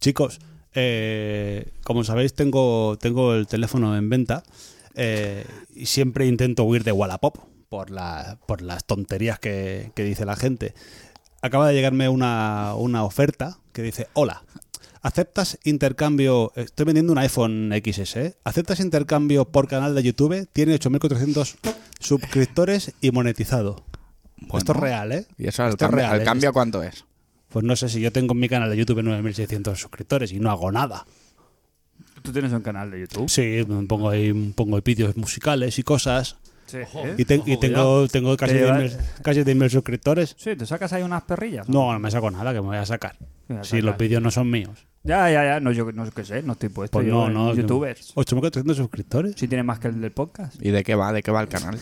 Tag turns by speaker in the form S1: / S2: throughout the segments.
S1: Chicos, eh, como sabéis, tengo, tengo el teléfono en venta eh, y siempre intento huir de Wallapop por, la- por las tonterías que, que dice la gente. Acaba de llegarme una, una oferta que dice, hola, ¿aceptas intercambio? Estoy vendiendo un iPhone XS. ¿eh? ¿Aceptas intercambio por canal de YouTube? Tiene 8.400 suscriptores y monetizado.
S2: Bueno.
S1: Esto es real, ¿eh?
S2: ¿Y eso al,
S1: Esto es
S2: cambio,
S1: real,
S2: al
S1: ¿eh?
S2: cambio cuánto es?
S1: Pues no sé si yo tengo en mi canal de YouTube 9.600 suscriptores y no hago nada.
S3: Tú tienes un canal de YouTube.
S1: Sí, pongo ahí, pongo ahí vídeos musicales y cosas.
S3: Sí,
S1: Y, te- y tengo, tengo casi
S3: ¿Eh? Te
S1: 10.000
S3: llevas-
S1: casi 10.000 suscriptores.
S3: Sí, te sacas ahí unas perrillas.
S1: No, no me saco nada, que me voy a sacar.
S3: Me voy a
S1: Si
S3: sacar.
S1: los vídeos no son míos.
S3: Ya, ya, ya. No, yo no qué sé, no estoy puesto.
S1: Pues no,
S3: yo en
S1: no. que-
S3: Youtubers.
S1: 8.400 suscriptores.
S3: Si tienes más que el del podcast.
S2: ¿Y de qué va? ¿De qué va el canal?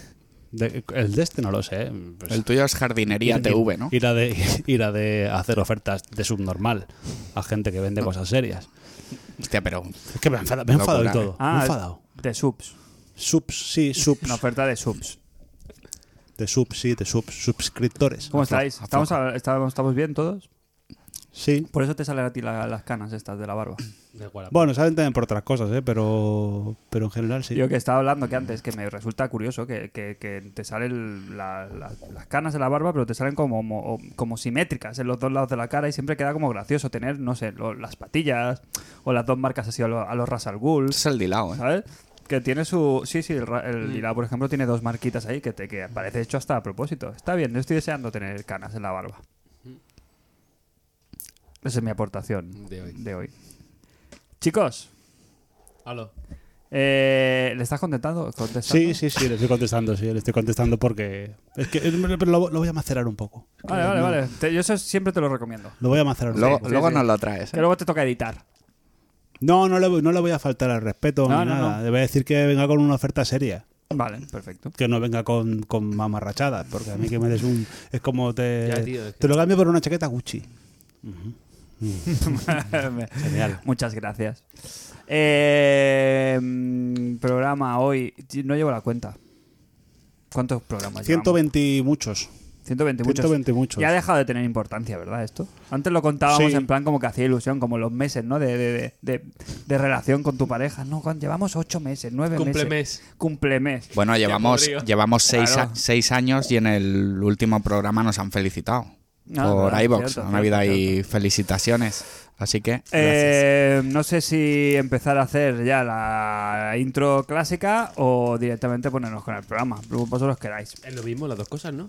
S1: De- el de este no lo sé. pues-
S2: El tuyo es Jardinería TV, ¿no?
S1: Ir a de, ir a de hacer ofertas de subnormal a gente que vende cosas serias.
S2: Hostia, pero
S1: Es que me he enfadado, me he enfadado y
S2: Locura, ¿eh?
S1: todo. me
S3: Ah,
S1: he enfadado.
S3: de subs.
S1: Subs, sí, subs.
S3: Una oferta de subs.
S1: De subs, sí, de subs. Suscriptores.
S3: ¿Cómo estáis? ¿Estamos, a- estamos, ¿Estamos bien todos?
S1: Sí.
S3: Por eso te salen a ti la- las canas estas de la barba.
S1: Bueno, salen también por otras cosas, ¿eh? pero, pero en general sí.
S3: Yo que estaba hablando que antes, que me resulta curioso que, que- que te salen la- la- las canas de la barba, pero te salen como, mo- como simétricas en los dos lados de la cara y siempre queda como gracioso tener, no sé, lo- las patillas o las dos marcas así a, lo- a los Ras al Ghul,
S2: es el dilao, ¿eh?
S3: ¿sabes? Que tiene su... Sí, sí, el, ra- el
S4: Mm.
S3: Lila, por ejemplo, tiene dos marquitas ahí que, te, que parece hecho hasta a propósito. Está bien, yo estoy deseando tener canas en la barba.
S4: Mm.
S3: Esa es mi aportación
S4: De hoy.
S3: de hoy. Chicos,
S4: Aló.
S3: eh, ¿le estás contentando?
S1: Sí,
S3: ¿Contestando?
S1: sí, sí, le estoy contestando, sí, le estoy contestando porque. Es que es- pero lo, lo voy a macerar un poco.
S3: Vale, vale, vale. Te- yo eso siempre te lo recomiendo.
S1: Lo voy a macerar un
S2: Luego,
S1: poco.
S2: luego
S3: sí.
S2: nos lo traes.
S3: Que
S2: ¿eh?
S3: luego te toca editar.
S1: No, no le, voy- no le voy a faltar al respeto
S3: No,
S1: ni
S3: no,
S1: nada.
S3: no.
S1: Le voy a decir que venga con una oferta seria.
S3: Vale, perfecto.
S1: Que no venga con, con mamarrachadas, porque a mí que me des un. Es como te.
S4: Ya, tío, es que-
S1: Te lo cambio por una chaqueta Gucci.
S3: Genial. Muchas gracias. Eh, mm, programa hoy. No llevo la cuenta. ¿Cuántos programas? llevamos?
S1: 120 y muchos.
S3: 120 muchos.
S1: 120 muchos.
S3: Ya ha dejado de tener importancia, ¿verdad? Esto. Antes lo contábamos
S1: Sí.
S3: en plan como que hacía ilusión, como los meses, ¿no? De, de, de, de- de relación con tu pareja. No, Juan, llevamos 8 meses, 9 meses.
S4: Cumplemes.
S3: Cumplemes.
S2: Bueno, llevamos,
S4: podrido.
S2: llevamos seis,
S3: Claro.
S2: a- seis años y en el último programa nos han felicitado.
S3: Ah,
S2: por
S3: verdad,
S2: iVox.
S3: cierto,
S2: Han habido
S3: cierto,
S2: ahí felicitaciones. Así que. gracias.
S3: Eh, no sé si empezar a hacer ya la intro clásica o directamente ponernos con el programa. Vosotros queráis.
S4: Es lo mismo, las dos cosas, ¿no?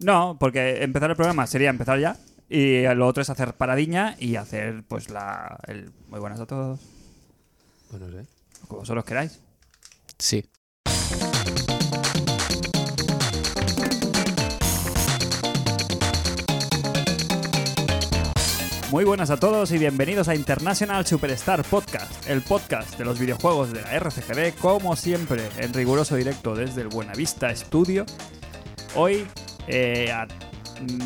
S3: No, porque empezar el programa sería empezar ya. Y lo otro es hacer paradiña y hacer pues la... el muy buenas a todos.
S4: Pues no sé.
S3: Como vosotros queráis.
S2: Sí.
S3: Muy buenas a todos y bienvenidos a International Superstar Podcast, el podcast de los videojuegos de la RCGD, como siempre, en riguroso directo desde el Buenavista Studio. Hoy, eh, a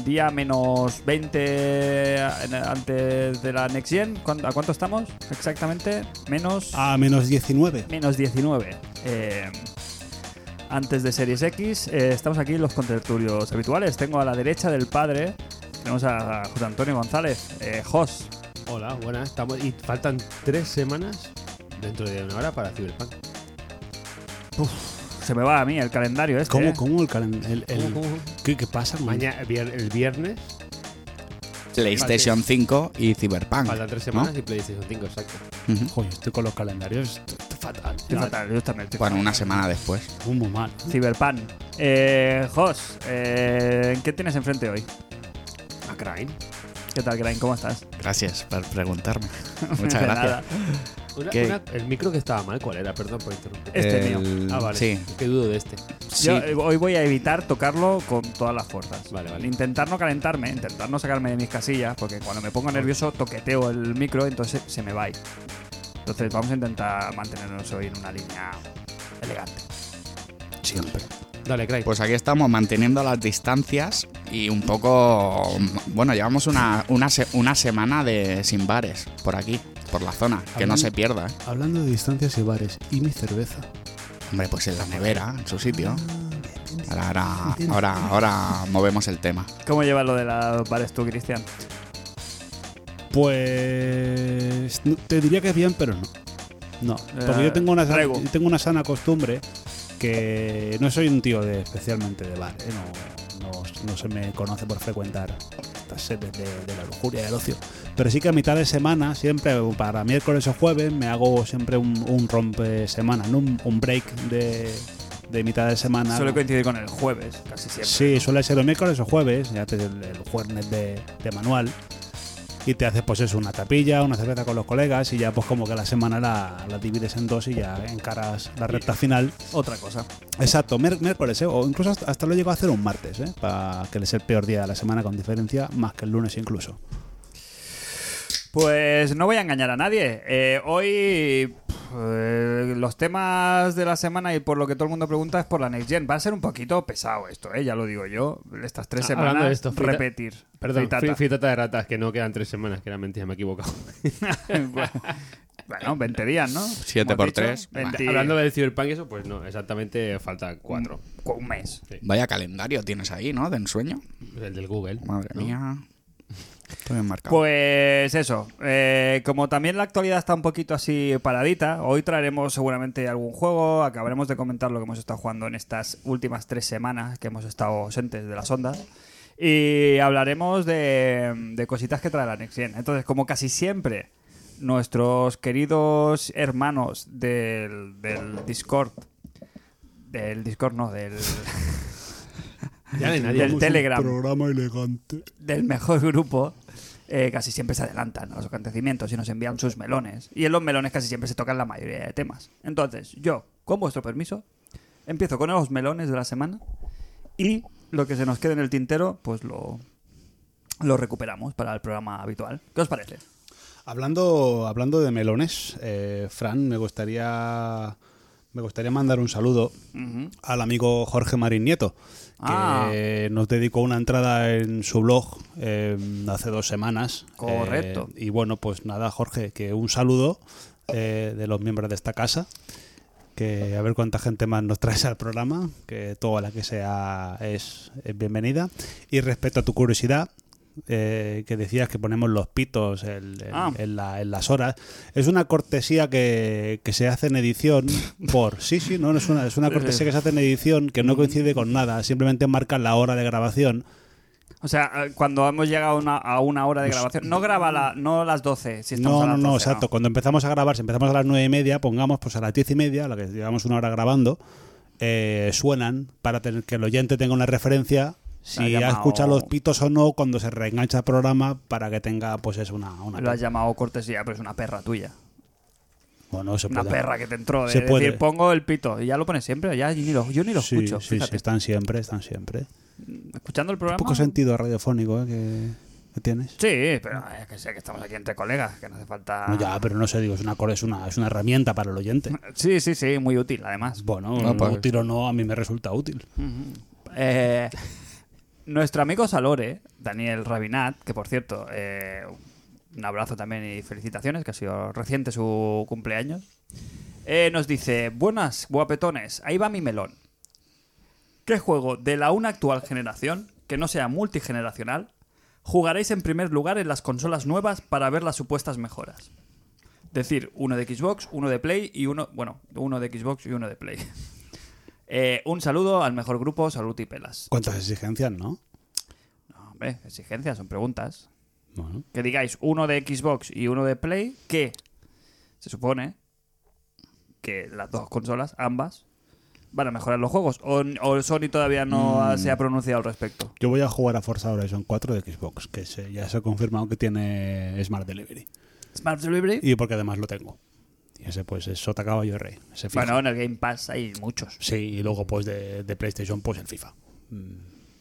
S3: día menos 20 en- antes de la Next Gen, ¿cuán- ¿a cuánto estamos exactamente? Menos...
S1: A menos 19.
S3: Menos 19. eh, antes de Series X, eh, estamos aquí los contertulios habituales. Tengo a la derecha del padre, tenemos a José Antonio González, eh, Jos.
S4: Hola, buenas. Estamos... Y faltan tres semanas dentro de una hora para Cyberpunk.
S3: Se me va a mí el calendario este.
S1: ¿Cómo,
S3: eh.
S1: cómo el calendario?
S4: ¿Cómo, cómo, cómo?
S1: ¿Qué, qué pasa? man?
S4: Uh, Maña- vier- el viernes
S2: PlayStation 5 y Cyberpunk.
S4: faltan tres
S2: ¿no?
S4: semanas y PlayStation 5, exacto.
S2: Ujú.
S1: Joder, estoy con los calendarios. estoy- estoy fatal.
S3: Estoy fatal, yo también estoy
S2: Bueno,
S3: fatal.
S2: una semana después.
S1: Estoy muy mal.
S3: Cyberpunk. Eh, Jos, eh, ¿qué tienes enfrente hoy?
S4: A Crane.
S3: ¿Qué tal, Grain? ¿Cómo estás?
S2: Gracias por preguntarme. Muchas
S3: De
S2: gracias.
S3: nada.
S4: Una-
S2: ¿Qué?
S4: una- el micro que estaba mal, ¿cuál era? Perdón por interrumpir.
S3: Eh, Este
S2: El-
S4: ah, vale.
S2: Sí,
S4: Es que dudo de este.
S2: sí.
S3: Yo eh, hoy voy a evitar tocarlo con todas las fuerzas.
S4: Vale, vale.
S3: Intentar no calentarme, intentar no sacarme de mis casillas, porque cuando me pongo nervioso toqueteo el micro, entonces se me va a ir. Entonces vamos a intentar mantenernos hoy en una línea elegante.
S1: Siempre.
S4: Dale, Crane.
S2: Pues aquí estamos manteniendo las distancias y un poco. Bueno, llevamos una, una, se- una semana de sin bares por aquí, por la zona. Que no se pierda, ¿eh?
S1: Hablando de distancias y bares y mi cerveza.
S2: Hombre, pues en la nevera, en su sitio. Ahora, ahora, ahora, ahora movemos el tema.
S3: ¿Cómo llevas lo de la bares tú, Cristian?
S1: Pues es- no- te diría que es bien, pero no. No, porque
S3: Eh,
S1: yo tengo una, sana-
S3: rego.
S1: yo tengo una sana costumbre que no soy un tío de especialmente de bar, ¿eh? no, no- no se me conoce por frecuentar estas sedes de, de la lujuria y del ocio. Pero sí que a mitad de semana, siempre para miércoles o jueves, me hago siempre un, un rompe semana, ¿no? un, un break de, de mitad de semana.
S3: Suele
S1: ¿no?
S3: coincidir con el jueves, casi siempre.
S1: Sí, suele ser los miércoles o jueves, ya haces el, el jueves de, de manual. Y te haces pues eso, una tapilla, una cerveza con los colegas y ya pues como que la semana la, la divides en dos y ya encaras la recta final.
S3: Otra cosa.
S1: Exacto, miér- miércoles, ¿eh? o incluso hasta, hasta lo llego a hacer un martes, ¿eh? para que es el peor día de la semana con diferencia, más que el lunes incluso.
S3: Pues no voy a engañar a nadie. Eh, hoy pf, eh, los temas de la semana y por lo que todo el mundo pregunta es por la Next Gen. Va a ser un poquito pesado esto, eh, ya lo digo yo. Estas tres
S4: Ah, hablando
S3: semanas
S4: de esto, frita-
S3: repetir.
S4: Perdón,
S3: Fritata.
S4: fri- fritata de ratas, que no quedan tres semanas, que era mentira, me he equivocado.
S3: bueno, 20 días, ¿no?
S2: Siete
S3: Hemos
S2: por
S3: dicho,
S2: tres.
S3: 20
S4: Hablando del Cyberpunk y eso, pues no, exactamente falta cuatro.
S3: Un, un mes.
S2: Vaya calendario tienes ahí, ¿no? De ensueño.
S4: El del Google.
S2: Madre
S4: ¿no?
S2: mía. Estoy bien marcado.
S3: Pues eso, eh, como también la actualidad está un poquito así paradita, hoy traeremos seguramente algún juego, acabaremos de comentar lo que hemos estado jugando en estas últimas tres semanas que hemos estado ausentes de las ondas y hablaremos de, de cositas que trae la Next Gen. Entonces, como casi siempre, nuestros queridos hermanos del, del Discord, del Discord no, del,
S4: Ya no hay nadie.
S3: del Telegram,
S1: Programa elegante.
S3: del mejor grupo eh, casi siempre se adelantan a los acontecimientos y nos envían sus melones. Y en los melones casi siempre se tocan la mayoría de temas. Entonces, yo, con vuestro permiso, empiezo con los melones de la semana y lo que se nos quede en el tintero, pues lo, lo recuperamos para el programa habitual. ¿Qué os parece?
S1: Hablando, hablando de melones, eh, Fran, me gustaría, me gustaría mandar un saludo al amigo Jorge Marín Nieto, que
S3: Ah.
S1: nos dedicó una entrada en su blog eh, hace dos semanas.
S3: Correcto.
S1: Eh, y bueno, pues nada, Jorge, que un saludo eh, de los miembros de esta casa. Que a ver cuánta gente más nos traes al programa, que toda la que sea es, es bienvenida. Y respecto a tu curiosidad, eh, que decías que ponemos los pitos el- el-
S3: Ah.
S1: en, la- en las horas, es una cortesía que, que se hace en edición por... Sí, sí, no, no es una, es una cortesía que se hace en edición que no coincide con nada, simplemente marca la hora de grabación.
S3: O sea, eh, cuando hemos llegado a una, a una hora de grabación, no graba la, no las 12, si estamos
S1: Pues No, no,
S3: a las
S1: no,
S3: 12,
S1: exacto. Cuando empezamos a grabar, si empezamos a las nueve y media, pongamos pues a las diez y media, a la que llevamos una hora grabando, eh, suenan para tener que el oyente tenga una referencia si
S3: Ha
S1: ha escuchado
S3: llamado-
S1: los pitos o no cuando se reengancha el programa para que tenga pues es una, una
S3: Lo has llamado cortesía, pero es una perra tuya.
S1: Bueno, se
S3: Una
S1: puede-
S3: perra que te entró de
S1: pues Se
S3: decir,
S1: puede.
S3: pongo el pito. Y ya lo pones siempre, ya yo ni lo, yo ni lo
S1: Sí,
S3: escucho.
S1: sí,
S3: fíjate.
S1: sí, están siempre, están siempre.
S3: Escuchando el programa.
S1: Poco sentido radiofónico ¿eh? que, que tienes.
S3: Sí, pero es que sé que estamos aquí entre colegas, que no hace falta.
S1: No, ya, pero no sé, digo, es una, cor- es una, es una herramienta para el
S3: Mm.
S1: oyente.
S3: Sí, sí, sí, muy útil, además.
S1: Bueno,
S2: No, pues-
S1: útil o no, a mí me resulta útil.
S3: Mm. Eh, nuestro amigo Salore, Daniel Rabinat, que por cierto, eh, un abrazo también y felicitaciones, que ha sido reciente su cumpleaños, eh, nos dice, buenas guapetones, ahí va mi melón. ¿Qué juego de la una actual generación, que no sea multigeneracional, jugaréis en primer lugar en las consolas nuevas para ver las supuestas mejoras? decir, uno de Xbox, uno de Play y uno, bueno, uno de Xbox y uno de Play. Eh, un saludo al mejor grupo, salud y pelas.
S1: ¿Cuántas exigencias, no?
S3: No, hombre, exigencias, son preguntas.
S1: Bueno,
S3: Que digáis uno de Xbox y uno de Play, que se supone que las dos consolas, ambas, van a mejorar los juegos. O, o Sony todavía
S1: Mm.
S3: no ha- se ha pronunciado al respecto.
S1: yo voy a jugar a Forza Horizon 4 de Xbox, que se- ya se ha confirmado que tiene Smart Delivery.
S3: Smart Delivery.
S1: Y porque además lo tengo. Y ese pues es Sota Caballo y Rey. ese FIFA.
S3: Bueno, en el Game Pass hay muchos.
S1: Sí, y luego pues de, de PlayStation pues el FIFA. Mm,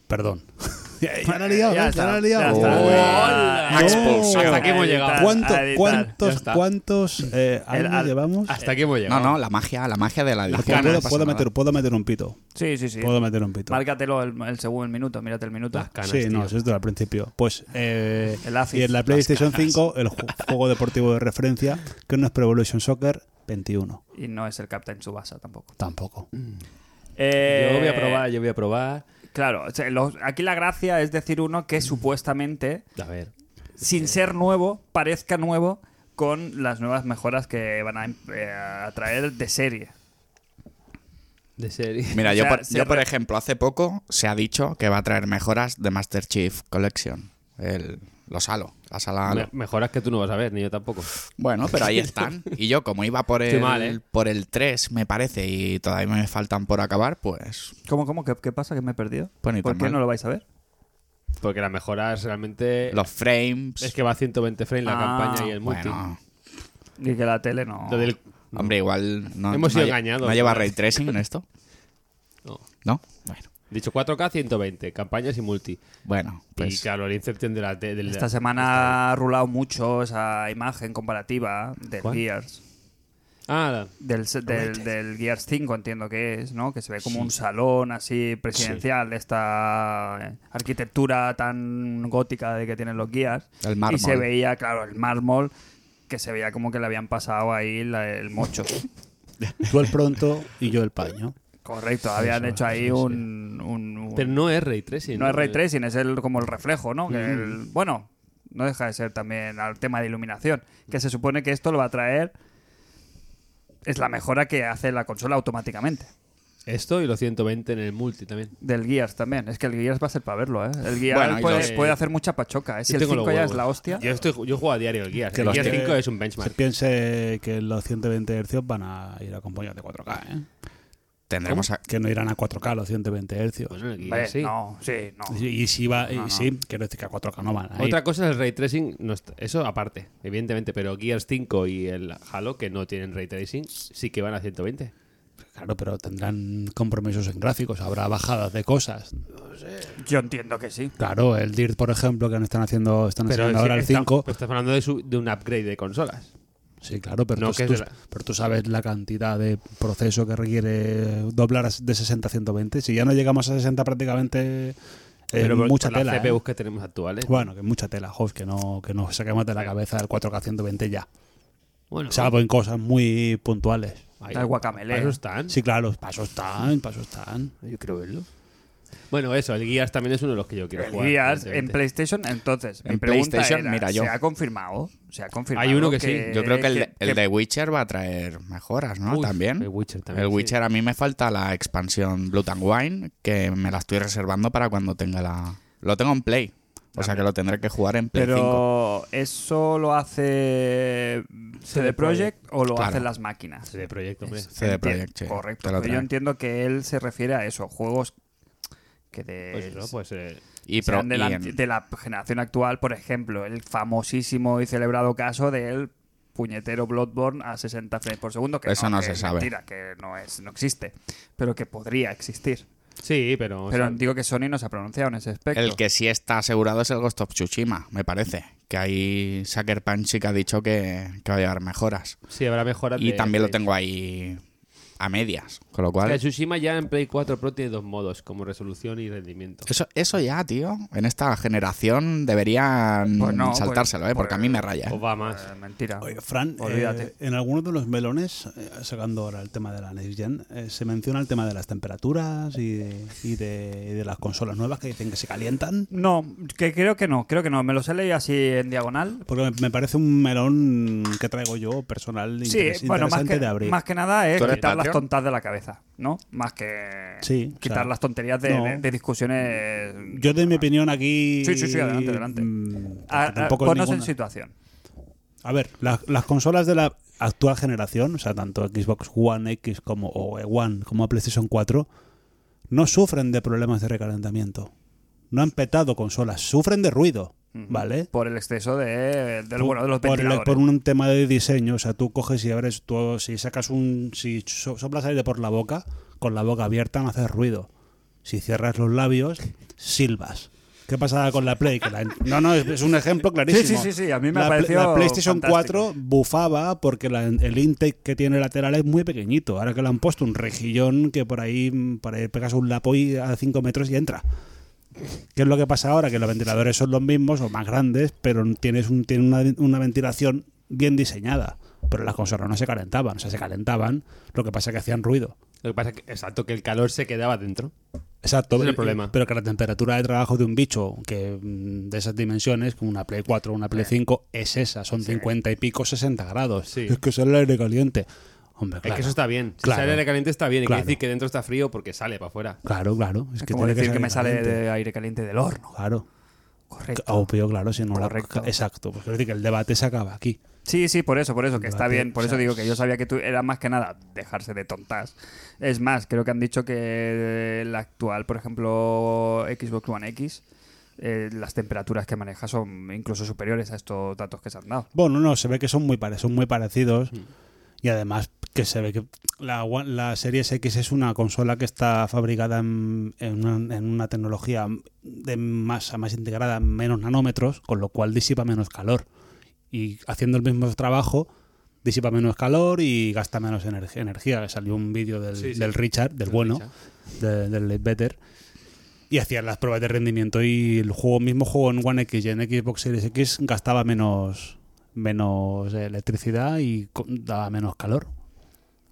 S1: Perdón. ya la he
S3: Ya
S1: liado, ¿eh?
S3: está,
S1: ya la he
S3: ya
S1: liado.
S3: está.
S2: ¡Hola! Max
S1: No.
S2: Pulsion.
S1: Hasta
S4: aquí hemos
S3: A editar,
S4: llegado.
S1: ¿Cuánto-
S3: a editar.
S4: Ya
S1: ¿Cuántos,
S4: está.
S1: cuántos eh,
S3: El-
S1: años
S3: al-
S1: llevamos?
S4: Hasta aquí hemos
S2: No,
S4: llegado.
S2: no, la magia, la magia de la edición.
S1: Porque
S2: no
S1: Pues, puedo,
S2: pasa
S1: puedo
S2: nada.
S1: meter, puedo meter un pito.
S3: Sí, sí, sí.
S1: Puedo meter un pito.
S3: Márcatelo el, el segundo el minuto, mírate el minuto.
S4: Las canas,
S1: sí,
S4: tío.
S1: no, eso es del principio. Pues eh,
S3: El AFIS,
S1: y en la
S3: las
S1: PlayStation 5, el ju- juego deportivo de referencia, que no es Pro Evolution Soccer 21.
S3: Y no es el Captain Subasa tampoco.
S1: Tampoco.
S4: Mm.
S3: Eh,
S4: Yo voy a probar, yo voy a probar.
S3: Claro, o sea, los- aquí la gracia es decir uno que supuestamente,
S4: A ver.
S3: sin ser nuevo, parezca nuevo, con las nuevas mejoras que van a, eh, a traer de serie.
S4: De serie.
S2: Mira,
S3: O
S2: yo,
S3: sea,
S2: por,
S3: se
S2: yo, por
S3: re-
S2: ejemplo, hace poco se ha dicho que va a traer mejoras de Master Chief Collection. El, los Halo, la
S3: Ah,
S2: sala Halo.
S4: Me- mejoras que tú no vas a ver, ni yo tampoco.
S2: Bueno, pero ahí están. Y yo, como iba por
S4: Estoy
S2: el,
S4: mal, ¿eh?
S2: por el 3, me parece, y todavía me faltan por acabar, pues.
S3: ¿Cómo, cómo? ¿Qué, qué pasa? ¿Que me he perdido?
S2: Pues ni
S3: ¿Por
S2: tan
S3: qué
S2: mal.
S3: no lo vais a ver?
S4: Porque las mejoras realmente.
S2: Los frames.
S4: Eh, Es que va a 120 frames la
S3: Ah,
S4: campaña y el multi.
S2: bueno,
S3: Y que la tele no...
S4: Lo del-
S2: hombre, igual. No,
S4: Hemos
S2: no
S4: sido
S2: lle-
S4: engañados.
S2: ¿No lleva ray tracing en esto?
S4: No.
S2: ¿No? Bueno.
S4: Dicho 4K, 120, campañas y multi.
S2: Bueno,
S4: y
S2: pues.
S4: claro, el Inception de la. de- del-
S3: Esta semana ha rulado mucho esa imagen comparativa del
S4: ¿Cuál?
S3: Gears.
S4: Ah,
S3: Del, se- del, del Gears 5 entiendo que es, ¿no? Que se ve como un salón así presidencial de esta eh, arquitectura tan gótica de que tienen los Gears.
S2: El
S3: Y se
S2: mármol.
S3: veía, claro, el mármol que se veía como que le habían pasado ahí la- el mocho.
S1: Tú el pronto y yo el paño.
S3: Correcto, habían hecho ahí un... un- un-
S4: pero no es Ray Tracing.
S3: no es ray tracing, es el, como el reflejo, ¿no? Que el-
S2: Mm.
S3: bueno, no deja de ser también al tema de iluminación, que se supone que esto lo va a traer... Es la mejora que hace la consola automáticamente.
S4: Esto y los 120 en el multi también.
S3: Del Gears también. Es que el Gears va a ser para verlo, ¿eh? El Gears
S2: Bueno, y
S3: puede,
S2: los-
S3: puede hacer mucha pachoca. ¿eh? Si
S4: Yo
S3: el
S4: tengo los
S3: 5 ya es
S4: huevos.
S3: la hostia.
S4: Yo, estoy, yo juego a diario el Gears.
S1: Que
S4: El
S1: los
S4: Gears
S1: que-
S4: 5 es un
S1: Se
S4: benchmark.
S1: piense que los 120 Hz van a ir acompañados de 4K, ¿eh?
S2: Tendremos. a-
S1: Que no irán a 4K los 120 Hz.
S4: Bueno, el Gears
S3: Hombre,
S4: sí.
S3: No, sí, no.
S1: Y, y si va, y
S3: No, no.
S1: sí, quiero decir que a 4K no van. a ir.
S4: Otra cosa es el ray tracing, no está- eso aparte, evidentemente, pero Gears 5 y el Halo, que no tienen ray tracing, sí que van a 120.
S1: Claro, pero tendrán compromisos en gráficos, habrá bajadas de cosas.
S3: Yo entiendo que sí.
S1: Claro, el DIRT, por ejemplo, que no están haciendo, están
S4: Pero
S1: enseñando ahora el 5.
S4: pues estás hablando de, su- de un upgrade de consolas.
S1: Sí, claro, pero,
S4: No,
S1: tú,
S4: que es
S1: tú-
S4: de la-
S1: pero tú sabes la cantidad de proceso que requiere doblar de 60 a 120. Si ya no llegamos a 60 prácticamente, eh,
S4: por-
S1: mucha
S4: por las
S1: tela. ¿eh?
S4: CPUs que tenemos actuales.
S1: Bueno, que mucha tela, Jos, que no, que nos saquemos de la cabeza el 4K 120 ya.
S4: Bueno,
S1: Salvo en cosas muy puntuales.
S4: ahí-
S3: Está el guacamele.
S4: para eso están.
S1: Sí, claro, pasos están, pasos están.
S4: Yo quiero verlo. Bueno, eso, el Gears también es uno de los que yo quiero
S3: El
S4: jugar.
S3: Gears en
S4: evidentemente.
S3: PlayStation, entonces, mi
S2: En
S3: pregunta
S2: PlayStation,
S3: era,
S2: mira, yo-
S3: ¿se ha confirmado? ¿Se ha confirmado
S4: Hay uno que sí,
S2: Yo creo que el, de- el de Witcher va a traer mejoras, ¿no?
S4: Uy,
S2: también.
S4: El Witcher también.
S2: El
S4: sí.
S2: Witcher a mí me falta la expansión Blood and Wine, que me la estoy reservando para cuando tenga la... Lo tengo en Play, o sea que lo tendré que jugar en Play 5.
S3: Pero eso lo hace CD Projekt o lo
S2: Claro.
S3: hacen las máquinas.
S4: Sí, de proyecto, hombre.
S2: CD
S3: Enti-
S2: Projekt, sí,
S3: Correcto.
S2: te lo
S3: pero yo
S2: trae.
S3: entiendo que él se refiere a eso, juegos que de
S4: Pues eso, pues, eh,
S2: Y,
S3: sean
S2: pro-
S3: de, la,
S2: y en-
S3: de la generación actual, por ejemplo, el famosísimo y celebrado caso del puñetero Bloodborne a 60 frames por segundo, que
S2: Eso no
S3: que
S2: se
S3: es
S2: sabe.
S3: mentira, que no es, no existe, pero que podría existir.
S4: sí, pero. o
S3: pero
S4: sea,
S3: digo que Sony no se ha pronunciado en ese aspecto.
S2: el que sí está asegurado es el Ghost of Tsushima, me parece. Que ahí Sucker Punch sí que ha dicho que, que va a llevar mejoras.
S4: sí, habrá mejoras.
S2: Y
S4: de-
S2: también lo
S4: de-
S2: tengo ahí a medias, con lo
S4: El
S2: cual...
S4: Tsushima ya en Play 4 Pro tiene dos modos, como resolución y rendimiento.
S2: Eso, eso ya, tío, en esta generación deberían
S3: Pues no, pues-
S2: saltárselo, ¿eh? porque a mí me raya.
S4: O
S2: ¿eh?
S4: va más.
S3: Eh, mentira.
S1: Oye, Fran,
S3: Olvídate.
S1: eh, en algunos de los melones, eh, sacando ahora el tema de la Next Gen, eh, se menciona el tema de las temperaturas y de, y de- y de las consolas nuevas que dicen que se calientan.
S3: No, que creo que no, creo que no. Me los he leído así en diagonal.
S1: Porque me, me parece un melón que traigo yo personal
S3: Sí,
S1: interes-
S3: bueno, más
S1: interesante
S3: que,
S1: de abrir.
S3: más que nada es
S2: ¿Tú eres
S3: quitar las
S2: Patreon?
S3: tontas de la cabeza, ¿no? Más que
S1: Sí, o
S3: quitar
S1: sea,
S3: las tonterías de,
S1: no.
S3: de- de discusiones.
S1: Yo doy mi opinión aquí.
S3: Sí, sí, sí, adelante, adelante.
S1: mm,
S3: Ah, ah,
S1: tampoco es
S3: ponnos en
S1: ninguna-
S3: situación.
S1: A ver, la- las consolas de la actual generación, o sea, tanto Xbox One X como o eh, One como PlayStation 4, no sufren de problemas de recalentamiento. No han petado consolas, sufren de ruido, ¿vale?
S3: Por el exceso de, del, bueno, de los
S1: por, el-
S3: ventiladores.
S1: por un tema de diseño, o sea, tú coges y abres, tú, si sacas un, si so- soplas aire por la boca, con la boca abierta no haces ruido. Si cierras los labios, silbas. ¿Qué pasaba con la Play? Que la- no, no, es, es un ejemplo clarísimo.
S3: Sí, sí, sí, sí, a mí me
S1: la,
S3: ha
S1: Play-
S3: parecido
S1: la PlayStation
S3: fantástico.
S1: 4 bufaba porque la- el intake que tiene lateral es muy pequeñito. Ahora que le han puesto un rejillón que por ahí, por ahí pegas un lapo y a 5 metros y entra. ¿Qué es lo que pasa ahora? Que los ventiladores son los mismos o más grandes, pero tienes un, tiene una, una ventilación bien diseñada. Pero las consolas no se calentaban, o sea, se calentaban, lo que pasa es que hacían ruido.
S4: Lo que pasa es que, exacto, que el calor se quedaba dentro.
S1: Exacto,
S4: Ese es el
S1: eh,
S4: problema.
S1: pero que la temperatura de trabajo de un bicho que mm, de esas dimensiones, como una Play 4 una Play 5, es esa, son 50 y pico, 60 grados.
S4: Sí.
S1: Es que es el aire caliente. Hombre,
S4: Es
S1: claro.
S4: que eso está bien. Si
S1: Claro.
S4: sale aire caliente está bien. Y
S1: Claro.
S4: Quiere decir que dentro está frío porque sale para afuera.
S1: Claro, claro. Es
S3: Es
S1: que
S3: como
S1: tiene
S3: decir que,
S1: ser
S3: me sale
S1: caliente.
S3: de aire caliente del horno.
S1: Claro.
S3: Correcto.
S1: Obvio, claro, si no la-
S3: Correcto.
S1: Exacto. Pues quiero decir que el debate se acaba aquí.
S3: Sí, sí, por eso, por eso, que está
S1: Debate,
S3: bien. Por
S1: o
S3: eso
S1: sea,
S3: digo que yo sabía que tú era más que nada dejarse de tontas. Es más, creo que han dicho que la actual, por ejemplo, Xbox One X, eh, las temperaturas que maneja son incluso superiores a estos datos que se han dado.
S1: Bueno, no, se ve que son muy, pare- son muy parecidos. Y además que se ve que la, One- la Series X es una consola que está fabricada en, en una, en una tecnología de masa más integrada, menos nanómetros, con lo cual disipa menos calor. Y haciendo el mismo trabajo, disipa menos calor y gasta menos ener- energía. Que Salió un vídeo del,
S4: Sí, sí.
S1: del Richard, del
S4: Del
S1: bueno,
S4: Richard.
S1: de- del Late Better. Y hacían las pruebas de rendimiento y el juego mismo juego en One X y en Xbox Series X gastaba menos menos electricidad y co- daba menos calor.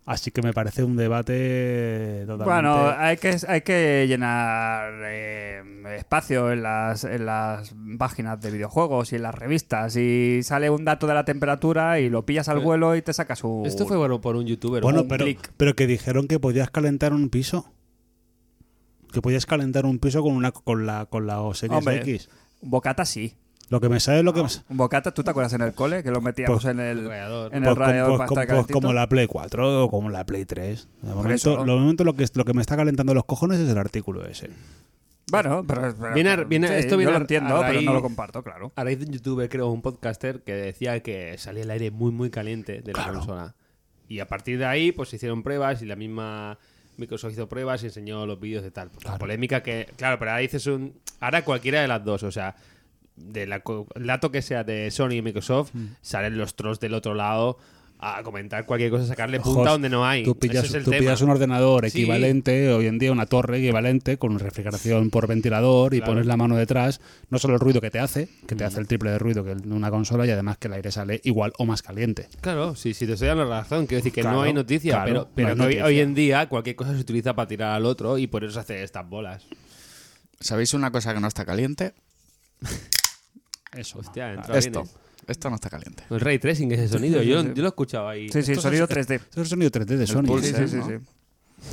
S1: Así que me parece un debate totalmente...
S3: Bueno, hay que, hay que llenar eh, espacio en las, en las páginas de videojuegos y en las revistas. Y sale un dato de la temperatura y lo pillas al
S4: Pero-
S3: vuelo y te sacas un...
S4: Esto fue bueno por un youtuber.
S1: Bueno,
S4: un
S1: pero,
S4: clic.
S1: pero que dijeron que podías calentar un piso. Que podías calentar un piso con una con la con la Series
S3: Hombre.
S1: X.
S3: Un bocata sí.
S1: Lo que me sale es lo que
S4: Ah,
S1: me
S3: Un bocata, ¿tú te acuerdas en el cole? Que lo metíamos
S1: Pues-
S3: en el,
S4: radiador.
S3: en
S1: Pues
S3: el
S1: com-
S3: radiador
S1: pues
S3: para
S1: com-
S3: estar
S1: pues
S3: calentito.
S1: como la Play 4 o como la Play 3. De momento,
S3: eso.
S1: lo, momento lo, que, lo que me está calentando los cojones es el artículo ese.
S3: Bueno, pero, pero-
S4: Viene a- viene-
S3: sí,
S4: esto viene
S3: yo
S4: a-
S3: lo entiendo,
S4: a
S3: pero
S4: raíz-
S3: no lo comparto, claro.
S4: A raíz de un youtuber, creo, un podcaster, que decía que salía el aire muy, muy caliente de la consola. Y a partir de ahí, pues se hicieron pruebas y la misma Microsoft hizo pruebas y enseñó los vídeos de tal. Pues, La polémica que. Claro, pero ahora dices un. Ahora cualquiera de las dos, o sea. De la, co- el dato que sea de Sony y Microsoft,
S1: Mm.
S4: salen los trolls del otro lado a comentar cualquier cosa, sacarle punta
S1: Jos,
S4: donde no hay.
S1: Tú pillas,
S4: Ese es el
S1: tú
S4: tema.
S1: pillas un ordenador
S4: Sí.
S1: equivalente, hoy en día una torre equivalente, con refrigeración por ventilador y
S4: Claro.
S1: pones la mano detrás, no solo el ruido que te hace, que te hace el triple de ruido que en una consola y además que el aire sale igual o más caliente.
S4: Claro, sí, sí, te estoy dando la razón. Quiero decir que
S1: Claro,
S4: no hay noticia,
S1: claro,
S4: pero,
S1: no
S4: pero
S1: hay
S4: que hoy-
S1: noticia.
S4: hoy en día cualquier cosa se utiliza para tirar al otro y por eso se hace estas bolas.
S2: ¿Sabéis una cosa que no está caliente?
S1: Eso.
S4: Hostia, entra bien,
S2: Esto.
S4: ¿eh?
S2: Esto no está caliente.
S4: El ray tracing, ese sonido.
S3: sí,
S4: yo,
S3: sí.
S4: yo lo he escuchado ahí.
S3: Sí,
S1: Esto
S3: sí,
S1: es-
S3: sonido 3D.
S1: Es el sonido 3D de Sony.
S2: pulso.
S3: Sí,
S1: ¿eh?
S3: sí, sí,
S2: ¿no?
S3: sí.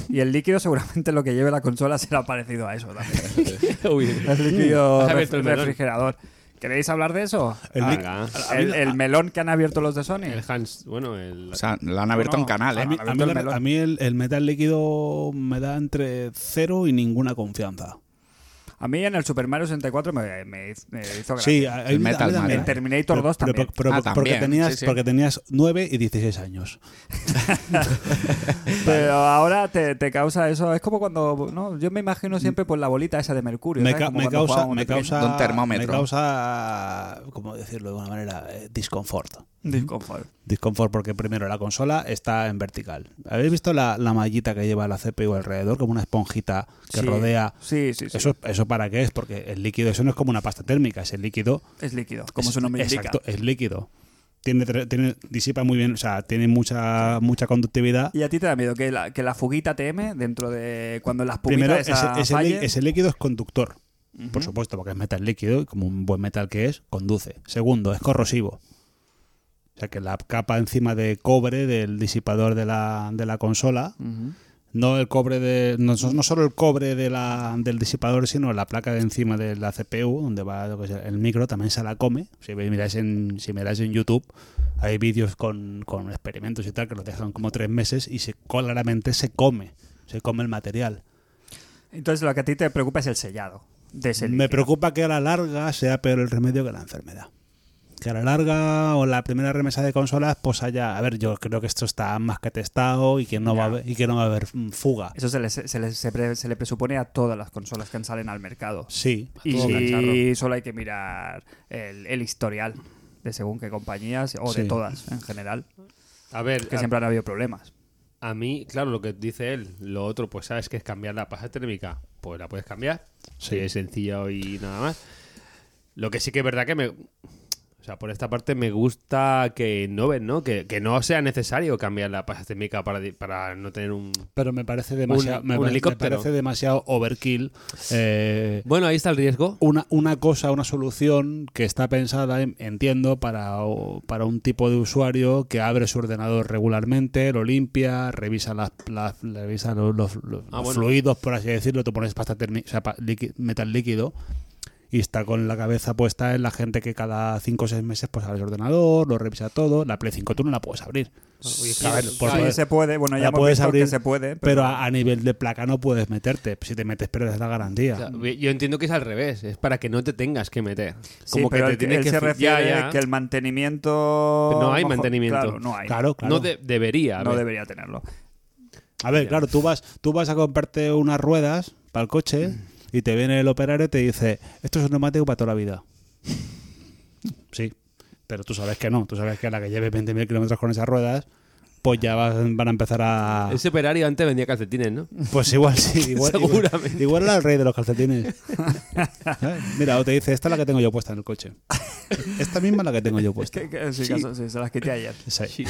S3: Y el líquido seguramente lo que lleve la consola será parecido a eso también.
S4: Uy.
S3: El líquido ref-
S4: Has abierto el melón.
S3: refrigerador. ¿Queréis hablar de eso?
S1: El lic-
S4: Ah, Venga.
S3: El, el melón que han abierto los de Sony.
S4: El Hans, bueno, el...
S2: O sea, le han abierto
S3: No,
S2: un canal,
S1: A
S2: ¿eh?
S1: mí, a mí
S3: Abierto el
S1: la-
S3: melón.
S1: a mí el, el metal líquido me da entre cero y ninguna confianza.
S3: A mí en el Super Mario 64 me, me hiz- me hizo gracia.
S1: Sí, hay-
S2: El
S1: a mí
S2: Metal
S1: también.
S2: Mantra.
S3: En Oh, Terminator 2 también.
S1: pero-
S2: Ah,
S1: porque,
S2: también,
S1: tenías,
S2: sí, sí.
S1: porque tenías 9 y 16 años.
S3: Pero ahora te, te causa eso. Es como cuando. ¿no? Yo me imagino siempre por la bolita esa de mercurio.
S1: Me,
S3: ¿sabes?
S1: ca-
S3: Como
S1: me
S3: cuando
S1: causa,
S3: jugábamos
S1: me
S3: de pequeño.
S1: causa,
S2: De un termómetro.
S1: me causa, ¿cómo decirlo de una manera? Eh, disconfort.
S3: Disconfort.
S1: Disconfort porque primero la consola está en vertical. ¿Habéis visto la, la mallita que lleva la CPU alrededor? Como una esponjita que
S3: Sí,
S1: rodea.
S3: Sí, sí, sí.
S1: ¿Eso, ¿Eso para qué es? Porque el líquido, eso no es como una pasta térmica, es el líquido
S3: es líquido, como
S1: Es-
S3: su nombre indica.
S1: Exacto, es líquido. Tiene, tre- tiene- disipa muy bien, o sea, tiene mucha, mucha conductividad.
S3: Y a ti te da miedo que la, que la fuguita TM dentro de. Cuando las pupitas
S1: Primero, ese,
S3: esa
S1: ese
S3: falle,
S1: lí- ese líquido es conductor, por supuesto, porque es metal líquido y como un buen metal que es, conduce. Segundo, es corrosivo. O sea, que la capa encima de cobre del disipador de la, de la consola, no el cobre de no, so- no solo el cobre de la, del disipador, sino la placa de encima de la CPU, donde va lo que sea, el micro, también se la come. Si ve- miráis en, si miráis en YouTube, hay vídeos con, con experimentos y tal que los dejan como tres meses y se claramente se come, se come el material.
S3: Entonces lo que a ti te preocupa es el sellado de ese
S1: Me
S3: líquido.
S1: preocupa que a la larga sea peor el remedio que la enfermedad. Que a la larga o la primera remesa de consolas, pues haya. A ver, yo creo que esto está más que testado y que no, va a,
S3: Ya.
S1: haber- y que no va a haber mm, fuga.
S3: Eso se le, se, le, se pre- se le presupone a todas las consolas que salen al mercado.
S1: Sí.
S3: Y
S1: todo cacharro.
S3: si solo hay que mirar el, el historial de según qué compañías o de
S1: Sí.
S3: todas en general,
S4: A ver,
S3: que
S4: a,
S3: siempre han habido problemas.
S4: a mí, claro, lo que dice él, lo otro, pues sabes que es cambiar la pasta térmica. Pues la puedes cambiar. Sí.
S1: Sí.
S4: es sencillo y nada más. Lo que sí que es verdad que me... O sea, por esta parte me gusta que innoven, ¿no? Que, que no sea necesario cambiar la pasta térmica para, di- para no tener un...
S1: Pero me parece demasiado,
S4: Un-
S1: me
S4: un
S1: pare- me
S4: helicóptero.
S1: parece demasiado overkill. eh,
S4: Bueno, ahí está el riesgo.
S1: una, una cosa, una solución que está pensada, en- entiendo, para, o- para un tipo de usuario que abre su ordenador regularmente, lo limpia, revisa las, las- revisa los, los- los
S4: Ah, bueno.
S1: fluidos, por así decirlo, tú pones pasta termi- o sea, pa- líqui- metal líquido y está con la cabeza puesta en la gente que cada 5 o 6 meses pues abre el ordenador, lo revisa todo, la Play 5 tú no la puedes abrir.
S4: Sí,
S1: A ver, por
S3: Ah, sí,
S1: poder-
S3: se puede. Bueno, ya
S1: la
S3: hemos
S1: puedes
S3: visto
S1: abrir,
S3: que se puede. Pero,
S1: Pero a, a nivel de placa no puedes meterte, si te metes pierdes la garantía.
S4: O
S3: Ah.
S4: sea, yo entiendo que es al revés, es para que no te tengas que meter.
S3: Sí, pero él,
S4: tienes
S3: él se
S4: fi-
S3: refiere
S4: ya, ya.
S3: que el mantenimiento...
S4: Pero no hay
S3: a lo
S4: mantenimiento.
S3: Claro, no hay.
S1: claro, claro.
S4: No de- debería.
S3: No
S4: haber.
S3: debería tenerlo.
S1: A ver, claro, tú vas, tú vas a comprarte unas ruedas para el coche y te viene el operario y te dice, esto es un neumático para toda la vida. Sí, pero tú sabes que no, tú sabes que a la que lleves 20.000 kilómetros con esas ruedas, pues ya vas- van a empezar a...
S4: Ese operario antes vendía calcetines, ¿no?
S1: Pues igual sí, igual,
S4: Seguramente.
S1: igual, igual era el rey de los calcetines. ¿Eh? Mira, o te dice, esta es la que tengo yo puesta en el coche. Esta misma es la que tengo yo puesta.
S3: Que- que- sí, caso- sí, se las quité ayer.
S1: Sí.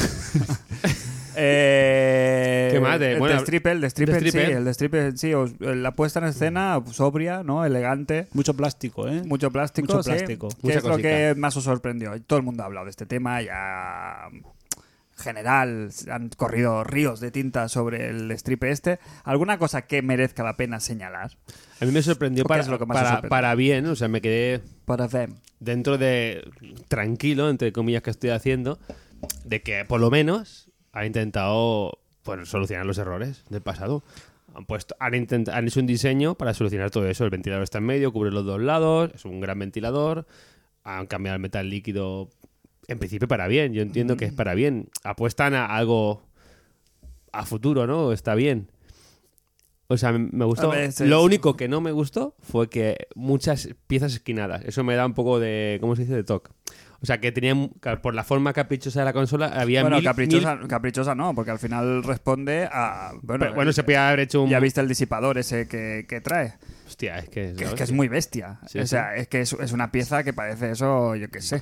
S3: Eh,
S4: Qué madre,
S3: El
S4: bueno,
S3: de stripper, el de stripper,
S4: de stripper.
S3: sí. El de stripper, sí. os- la puesta en escena, pues, sobria, ¿no? Elegante.
S1: Mucho plástico, ¿eh?
S3: Mucho plástico,
S1: Mucho
S3: sí,
S1: plástico.
S3: que
S4: Mucha
S3: es lo
S4: cosita.
S3: que más os sorprendió. Todo el mundo ha hablado de este tema ya general, han corrido ríos de tinta sobre el strip este. ¿Alguna cosa que merezca la pena señalar?
S4: A mí me sorprendió
S3: Porque
S4: para,
S3: es lo que más
S4: para-
S3: me sorprende.
S4: para bien, o sea, me quedé
S3: Para them.
S4: dentro de tranquilo, entre comillas, que estoy haciendo, de que por lo menos ha intentado pues, solucionar los errores del pasado. Han, puesto, han, intent- han hecho un diseño para solucionar todo eso. El ventilador está en medio, cubre los dos lados, es un gran ventilador. Han cambiado el metal líquido, en principio para bien. Yo entiendo que es para bien. Apuestan a algo a futuro, ¿no? Está bien. O sea, me gustó.
S3: A veces.
S4: Lo único que no me gustó fue que muchas piezas esquinadas. Eso me da un poco de. ¿Cómo se dice? De toque. O sea, que tenían. que Por la forma caprichosa de la consola, había
S3: Bueno,
S4: mil-
S3: caprichosa,
S4: mil-
S3: caprichosa no, porque al final responde a... Bueno,
S4: Pero bueno, se podía haber hecho un.
S3: ya viste el disipador ese que, que trae.
S4: Hostia, es que.
S3: Que, es que es muy bestia.
S4: Sí, Mm.
S3: o sea, es que es, es una pieza que parece eso, yo qué sé.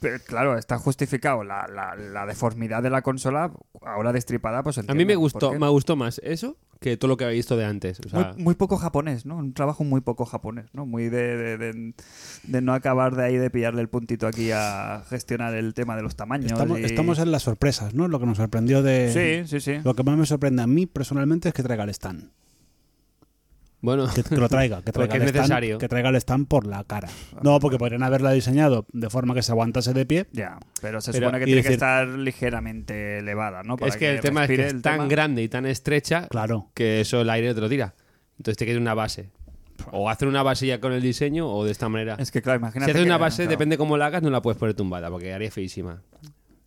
S3: Pero claro, está justificado la, la- la deformidad de la consola, ahora destripada, pues
S4: A mí me
S3: entiendo por
S4: gustó,
S3: qué.
S4: me gustó más eso que todo lo que había visto de antes. O sea,
S3: muy, muy poco japonés, ¿no? Un trabajo muy poco japonés, ¿no? Muy de, de- de- de no acabar de ahí, de pillarle el puntito aquí a gestionar el tema de los tamaños.
S1: Estamos,
S3: y-
S1: estamos en las sorpresas, ¿no? Lo que nos sorprendió de...
S3: Sí, sí, sí.
S1: Lo que más me sorprende a mí personalmente es que traiga el stand.
S4: bueno.
S1: Que, que lo traiga, que traiga,
S4: Porque
S1: el
S4: es
S1: stand,
S4: necesario.
S1: que traiga el stand por la cara. No, porque podrían haberla diseñado de forma que se aguantase de pie.
S3: Ya, pero se
S4: Pero-
S3: supone que
S1: y
S3: tiene que
S1: decir-
S3: estar ligeramente elevada, ¿no? Para
S4: es que el tema es que
S3: respire
S4: es
S3: el
S4: tan
S3: tema.
S4: grande y tan estrecha
S1: Claro.
S4: que eso el aire te lo tira. Entonces te queda una base. O hacer una base ya con el diseño o de esta manera.
S3: Es que claro, imagínate.
S4: si haces
S3: que-
S4: una base,
S3: claro.
S4: depende cómo la hagas, no la puedes poner tumbada porque haría feísima.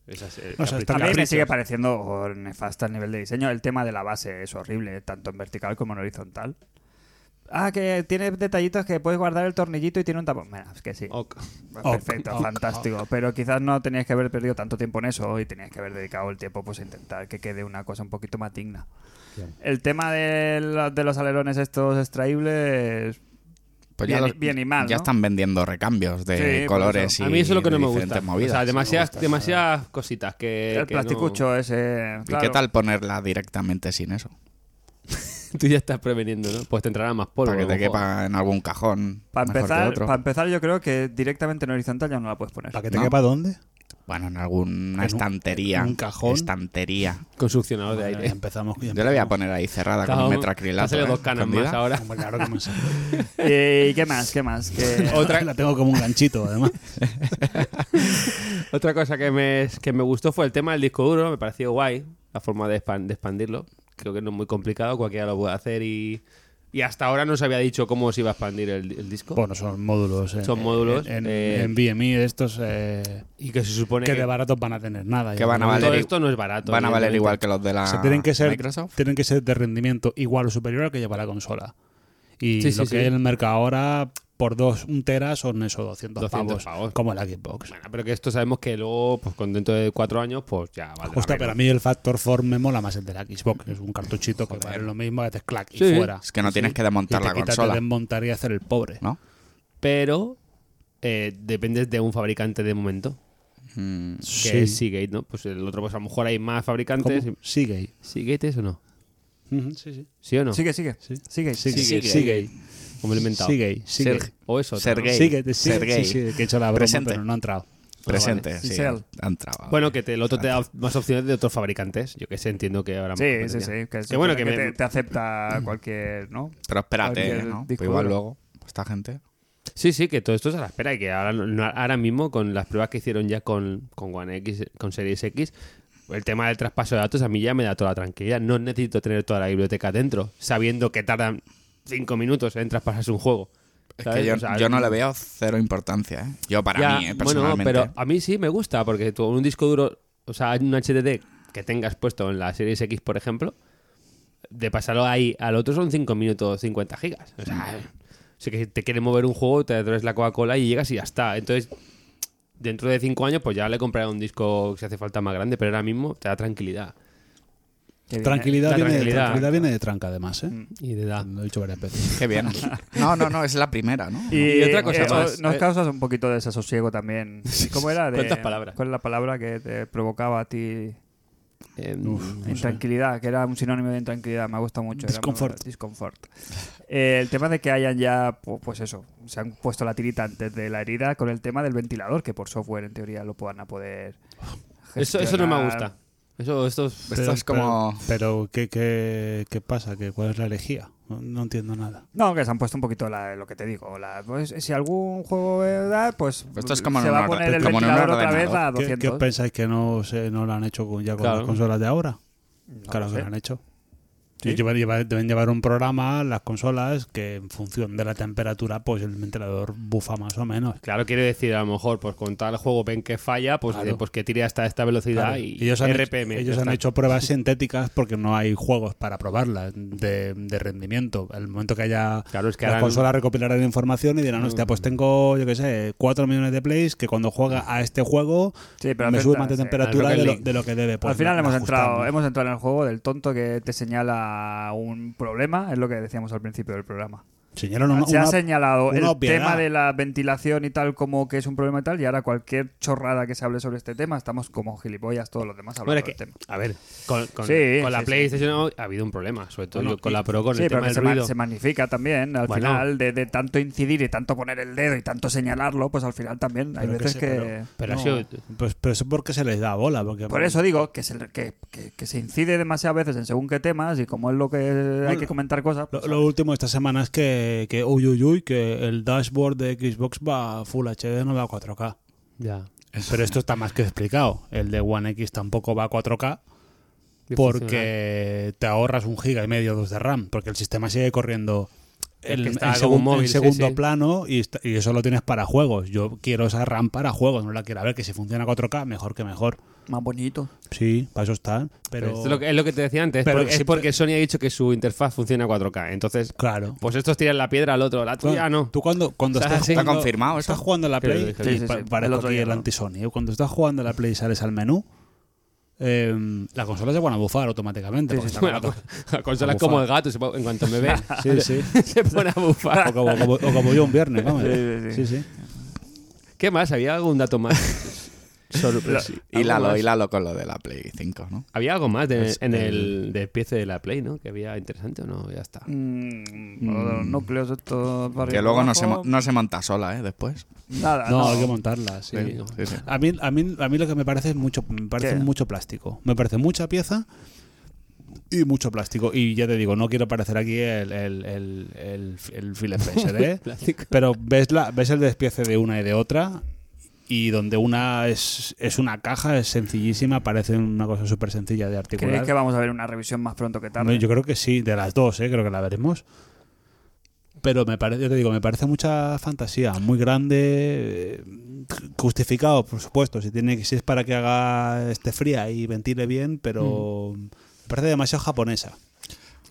S4: Esa es, eh,
S1: O sea, está
S3: A
S4: capricho.
S3: mí me
S1: Caprichos.
S3: sigue pareciendo oh, nefasta el nivel de diseño. El tema de la base es horrible, tanto en vertical como en horizontal. Ah, que tiene detallitos que puedes guardar el tornillito y tiene un tapón. Mira, es que sí.
S4: Ok.
S3: Perfecto, fantástico. Pero quizás no tenías que haber perdido tanto tiempo en eso y tenías que haber dedicado el tiempo pues, a intentar que quede una cosa un poquito más digna. El tema de, la- de los alerones estos extraíbles...
S4: Eh,
S2: Pues
S3: Bien y- bien y mal,
S2: Ya
S3: ¿no?
S2: están vendiendo recambios
S3: Sí,
S2: de
S3: por
S2: colores y
S4: A mí eso es lo que no
S2: de
S4: me
S2: diferentes
S4: gusta.
S2: movidas.
S4: o sea, demasiadas, demasiadas cositas que.
S3: el
S4: que no-
S3: plasticucho ese...
S2: ¿Y
S3: claro.
S2: qué tal ponerla directamente sin eso?
S4: Tú ya estás preveniendo, ¿no? Pues te entrará más polvo.
S2: Para
S4: a
S2: que
S4: lo
S2: te
S4: mejor.
S2: quepa en algún cajón.
S3: Para
S2: mejor que
S3: empezar,
S2: otro.
S3: para empezar, yo creo que directamente en horizontal ya no la puedes poner.
S1: ¿Para que te
S2: No.
S1: quepa dónde?
S2: Bueno, en alguna
S1: un-
S2: estantería.
S1: en un cajón.
S2: Estantería.
S4: Con succionador de
S1: Madre
S4: aire.
S1: mía, empezamos.
S2: Yo la voy a poner ahí cerrada con
S4: Estaba-
S2: un
S4: te ha
S2: metracrilato.
S4: salido
S2: ¿eh?
S4: dos canas más
S2: Escondida.
S4: ahora.
S1: Hombre, claro que me sale.
S3: ¿Y qué más? ¿Qué más? Que-
S4: Otra-
S1: La tengo como un ganchito, además.
S4: Otra cosa que me, que me gustó fue el tema del disco duro, me pareció guay, la forma de, expan- de expandirlo. Creo que no es muy complicado, cualquiera lo puede hacer y, y hasta ahora no se había dicho cómo se iba a expandir el, el disco.
S1: Bueno, son módulos. eh,
S4: Son módulos,
S1: En,
S4: eh,
S1: en BMI estos eh,
S4: y que se supone
S1: que
S4: que,
S1: de baratos van a tener nada.
S2: Que
S1: ya.
S2: van a
S4: todo
S2: valer-
S4: esto no es barato.
S2: Van a valer
S4: evidentemente.
S2: igual que los de la
S1: O sea, tienen que ser,
S2: Microsoft.
S1: tienen que ser de rendimiento igual o superior al que lleva la consola. Y
S4: Sí, sí,
S1: lo que
S4: sí.
S1: hay en el mercado ahora por dos un tera son eso 200,
S4: 200
S1: pavos,
S4: pavos.
S1: como el Xbox.
S4: Bueno, pero que esto sabemos que luego, pues con dentro de cuatro años, pues ya vale.
S1: Hostia, pero a mí el Factor 4 me mola más el de la Xbox. Es un cartuchito que vale lo mismo, haces clac y
S4: Sí.
S1: fuera.
S2: Es que no tienes que
S1: Y te
S2: desmontar la
S1: quitas, te
S2: consola,
S1: desmontar y hacer el pobre.
S2: ¿no?
S4: Pero eh, dependes de un fabricante de momento,
S2: Mm,
S1: Pues
S4: que es Seagate, ¿no? Pues el otro, pues a lo mejor hay más fabricantes.
S1: ¿Cómo? Sigue.
S4: ¿Seagate es o no?
S1: Ujú, Sí, sí.
S4: ¿Sí o no?
S3: Sigue, sigue. Sigue.
S1: Sigue.
S4: Seagate.
S1: Seagate.
S4: Como lo he inventado.
S1: Sigue. Sigue.
S2: Serg-
S4: O eso.
S2: Sergey.
S1: Sigue. Sigue. Sí,
S2: Sergey.
S1: sí, que he hecho la broma,
S2: Presente.
S1: pero no ha entrado.
S2: Presente,
S3: vale.
S2: sí.
S3: Sisel.
S2: Han trabado.
S4: Bueno, que te- el otro te da más opciones de otros fabricantes. Yo que sé, entiendo que ahora
S3: Sí, sí, sí. Que,
S4: Que,
S3: es-
S4: bueno, que, me-
S3: te, te acepta cualquier, ¿no?
S2: Pero espérate,
S3: Cualquier
S2: ¿no? Pues
S3: disco
S2: igual
S3: duro.
S2: luego, esta gente.
S4: Sí, sí, que todo esto es a la espera y que ahora, no- ahora mismo con las pruebas que hicieron ya con, con One X, con Series X, el tema del traspaso de datos a mí ya me da toda la tranquilidad. No necesito tener toda la biblioteca dentro, sabiendo que tardan cinco minutos en traspasarse un juego.
S2: Es
S4: ¿sabes?
S2: que yo,
S4: O sea, mm.
S2: yo no le veo cero importancia, ¿eh? Yo para
S4: ya,
S2: mí, ¿eh?
S4: Bueno,
S2: personalmente.
S4: pero a mí sí me gusta, porque tú un disco duro, o sea, un HDD que tengas puesto en la Series X, por ejemplo, de pasarlo ahí al otro son 5 minutos 50 gigas. O sea,
S1: Mm.
S4: sí que si te quiere mover un juego, te traes la Coca-Cola y llegas y ya está. Entonces, dentro de 5 años, pues ya le compraré un disco que se hace falta más grande, pero ahora mismo te da tranquilidad
S3: Que viene-
S1: Tranquilidad,
S4: la
S1: viene, de-
S4: tranquilidad.
S1: tranquilidad viene de tranca, además. ¿eh?
S4: Mm. y de edad.
S1: Lo he dicho varias veces.
S2: Qué bien. No, no, no, es la primera, ¿no?
S3: Y,
S4: Y otra cosa
S3: eh,
S4: más.
S3: o- Nos
S4: Eh,
S3: causas un poquito de desasosiego también. ¿Cómo era? De,
S4: ¿Cuántas palabras?
S3: ¿Cuál es la palabra que te provocaba a ti
S4: Eh,
S3: intranquilidad? Que era un sinónimo de intranquilidad. Me gusta mucho. era muy-
S1: Disconfort.
S3: disconfort. Eh, el tema de que hayan ya, pu- pues eso, se han puesto la tirita antes de la herida con el tema del ventilador, que por software en teoría lo puedan a poder.
S4: eso, eso no me
S3: gestionar.
S4: gusta. Eso, esto es-
S1: Pues
S2: Esto es como.
S1: Pero, ¿qué, qué, qué pasa? ¿Qué, ¿Cuál es la herejía? No, no entiendo nada.
S3: No, que se han puesto un poquito la- lo que te digo. la- pues, si algún juego eh, da, pues
S2: Esto es como
S3: se
S2: en
S3: va
S2: un
S3: a
S2: ordenador,
S3: poner el
S2: como en un
S3: ventilador otra vez
S2: ordenador.
S3: a
S1: ¿Qué- ¿Qué,
S3: 200.
S1: pensáis que no, se, no lo han hecho con, ya con
S4: Claro.
S1: las consolas de ahora? claro que
S3: sé.
S1: lo han hecho.
S3: ¿Sí?
S1: Y llevan- lleva- deben llevar un programa las consolas que en función de la temperatura, pues el ventilador bufa más o menos.
S4: Claro, quiere decir, a lo mejor, pues con tal juego ven que falla, pues,
S1: Claro.
S4: eh, pues que tire hasta esta velocidad
S1: Claro.
S4: y
S1: ellos han,
S4: RPM.
S1: hecho,
S4: ya
S1: ellos han
S4: está.
S1: hecho pruebas sintéticas porque no hay juegos para probarlas de, de rendimiento. Al momento que haya
S4: Claro, es que
S1: las
S4: harán-
S1: consolas recopilarán información y dirán, hostia,
S3: Mm.
S1: pues tengo, yo qué sé, 4 millones de plays que cuando juega a este juego
S3: Sí, pero
S1: me
S3: al
S1: sube
S3: final-
S1: más de
S3: sí,
S1: temperatura
S4: al
S1: de lo,
S4: Rocket
S1: de lo que debe. Pues
S3: Al final
S1: la- la
S3: hemos
S1: ajustamos.
S3: entrado, hemos entrado en el juego del tonto que te señala un problema, es lo que decíamos al principio del programa.
S1: Señalaron una-
S3: Se ha
S1: una-
S3: señalado
S1: una
S3: el
S1: obviedad.
S3: tema de la ventilación y tal como que es un problema y tal, y ahora cualquier chorrada que se hable sobre este tema, estamos como gilipollas todos los demás hablando
S4: Bueno, es que-
S3: del tema.
S4: a ver, con, con-
S3: Sí,
S4: con la
S3: sí,
S4: PlayStation ha habido un problema, sobre todo
S1: Bueno,
S4: con la Pro, con
S3: Sí,
S4: el
S3: pero
S4: tema
S3: que
S4: del
S3: se, ma-
S4: ruido.
S3: se magnifica también al
S4: Bueno.
S3: final de, de tanto incidir y tanto poner el dedo y tanto señalarlo, pues al final también hay
S1: Pero que
S3: veces
S1: se-
S3: que...
S1: pero-
S4: Pero ha
S1: no,
S4: sido-
S1: pues, pero eso es porque se les da bola. Porque
S3: Por eso digo que se, que, que- que se incide demasiadas veces en según qué temas y como es lo que hay que comentar cosas.
S1: Lo,
S3: pues,
S1: lo último de esta semana es que, que uy, uy, uy, que el dashboard de Xbox va a Full HD, no va a 4K.
S4: Ya.
S1: Pero esto está más que explicado. El de One X tampoco va a 4K
S4: Y funcional.
S1: porque te ahorras un giga y medio dos de RAM, porque el sistema sigue corriendo
S4: Es
S1: en,
S4: que
S1: en
S4: está como
S1: segun-
S4: un móvil,
S1: en
S4: sí,
S1: segundo
S4: sí.
S1: plano y, está- y eso lo tienes para juegos. Yo quiero esa RAM para juegos, no la quiero. A ver, que si funciona 4K, mejor que mejor.
S3: más bonito.
S1: Sí, para eso está. Pero,
S4: Pero esto es, lo que, es lo que te decía antes,
S1: Pero
S4: porque- es
S1: siempre-
S4: porque Sony ha dicho que su interfaz funciona 4K. Entonces,
S1: claro.
S4: pues estos tiran la piedra al otro, la tuya no.
S1: Tú cuando, cuando
S4: O sea,
S1: estás
S4: sí.
S1: jugando,
S2: Está confirmado esto.
S1: estás jugando a la
S4: Creo que
S1: Play,
S4: lo
S1: para
S4: dije
S3: Sí, sí, sí. El otro
S1: aquí
S3: día,
S1: el
S3: ¿no?
S1: anti-Sony. ¿eh? Cuando estás jugando a la Play y sales al menú, eh, las consolas se van a bufar automáticamente. porque están
S4: Bueno,
S1: barato.
S4: la consola
S1: A
S4: es como
S1: bufar.
S4: el gato, se po- en cuanto me ve,
S1: Sí, sí.
S4: se pone a bufar.
S1: O como, o como- o como yo un viernes, vamos.
S3: Sí, sí, sí.
S4: ¿Qué más? ¿Había algún dato más? pues,
S2: Y
S4: ¿Algo
S2: Hílalo,
S4: más?
S2: hílalo con lo de la Play 5, ¿no?
S4: Había algo más de-
S1: Es
S4: en
S1: el-
S4: el despiece de la Play, ¿no? Que había interesante o no, ya está.
S3: Mm, lo de los núcleos estos para
S2: Que
S3: arriba
S2: luego no
S3: abajo,
S2: se, mo- no se monta sola, ¿eh? Después.
S4: Ah,
S3: Nada,
S1: No,
S3: no.
S1: hay que montarla, sí.
S4: Sí, no.
S2: Sí, sí.
S1: A mí, a, mí, a mí lo que me parece es mucho, me parece
S3: ¿Qué?
S1: mucho plástico. Me parece mucha pieza y mucho plástico. Y ya te digo, no quiero parecer aquí el, el, el, el, el Phil FSD,
S4: Plástico.
S1: pero ves, la, ves el despiece de una y de otra. Y donde una es, es una caja, es sencillísima, parece una cosa súper sencilla de
S3: ¿Creéis
S1: articular.
S3: que vamos a ver una revisión más pronto que tarde?
S1: No, yo creo que sí, de las dos, ¿eh? creo que la veremos. Pero me parece, yo te digo, me parece mucha fantasía, muy grande, eh, justificado, por supuesto, si tiene que- si es para que haga esté fría y ventile bien, pero me parece demasiado japonesa.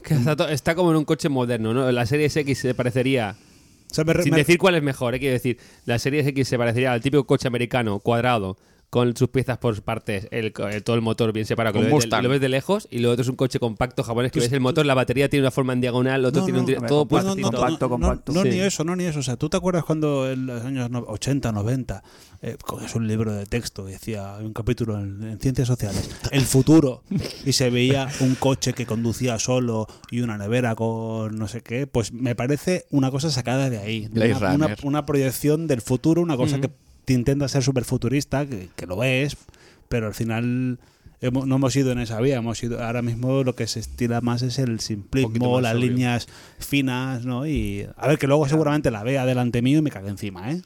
S4: Que está, to- está como en un coche moderno, ¿no? La Series X se parecería,
S1: O sea, me re-
S4: sin
S1: me-
S4: decir cuál es mejor, ¿eh? quiero decir, la Series X se parecería al típico coche americano cuadrado con sus piezas por partes, el, co- el- todo el motor bien separado. que
S2: Un
S4: lo, ves de,
S2: Mustang.
S4: lo ves de lejos y lo otro es un coche compacto japonés que ves el motor, la batería tiene una forma en diagonal, lo otro
S1: No,
S4: tiene un...
S1: no,
S4: tri-
S3: a ver,
S4: todo
S3: compacto,
S4: puesto.
S3: Pues no, compacto, compacto.
S1: No, no,
S4: Sí.
S1: ni eso, no, ni eso. O sea, ¿tú te acuerdas cuando en los años no- 80, 90 eh, cogías un libro de texto y decía hay un capítulo en, en Ciencias Sociales, el futuro, y se veía un coche que conducía solo y una nevera con no sé qué? Pues me parece una cosa sacada de ahí. de
S2: Blade
S1: una, una-
S2: Runner.
S1: una proyección del futuro, una cosa que te intenta ser súper futurista, que, que lo es, pero al final... hemos- no hemos ido en esa vía, hemos ido, ahora mismo lo que se estila más es el
S4: poquito
S1: simplismo,
S4: más
S1: las
S4: sobrio.
S1: líneas finas, ¿no? Y a ver, que luego seguramente la vea delante mío y me cague encima, ¿eh?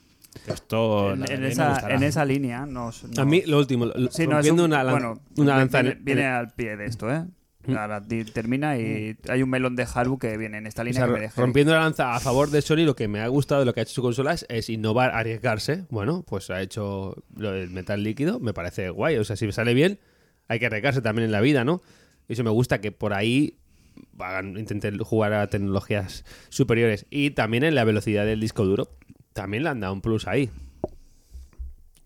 S1: Que Esto
S3: En,
S1: la
S3: en
S1: ley me
S3: esa,
S1: gustará.
S3: en esa línea nos. nos-
S4: A mí, lo último, lo-
S3: Sí, no, es
S4: rompiendo
S3: un-
S4: una, lan-
S3: bueno,
S4: una mm. lanza... en-
S3: viene, viene
S4: en-
S3: al pie de esto, ¿eh? Ahora di- termina y hay un melón de Haru que viene en esta
S4: Mm. o
S3: línea
S4: sea,
S3: que me deja.
S4: rompiendo la lanza a favor de Sony, lo que me ha gustado de lo que ha hecho su consola es, es innovar, arriesgarse. Bueno, pues ha hecho lo del metal líquido, me parece guay. O sea, si sale bien, hay que arriesgarse también en la vida, ¿no? Y eso me gusta que por ahí hagan- intenten jugar a tecnologías superiores. Y también en la velocidad del disco duro, también le han dado un plus ahí.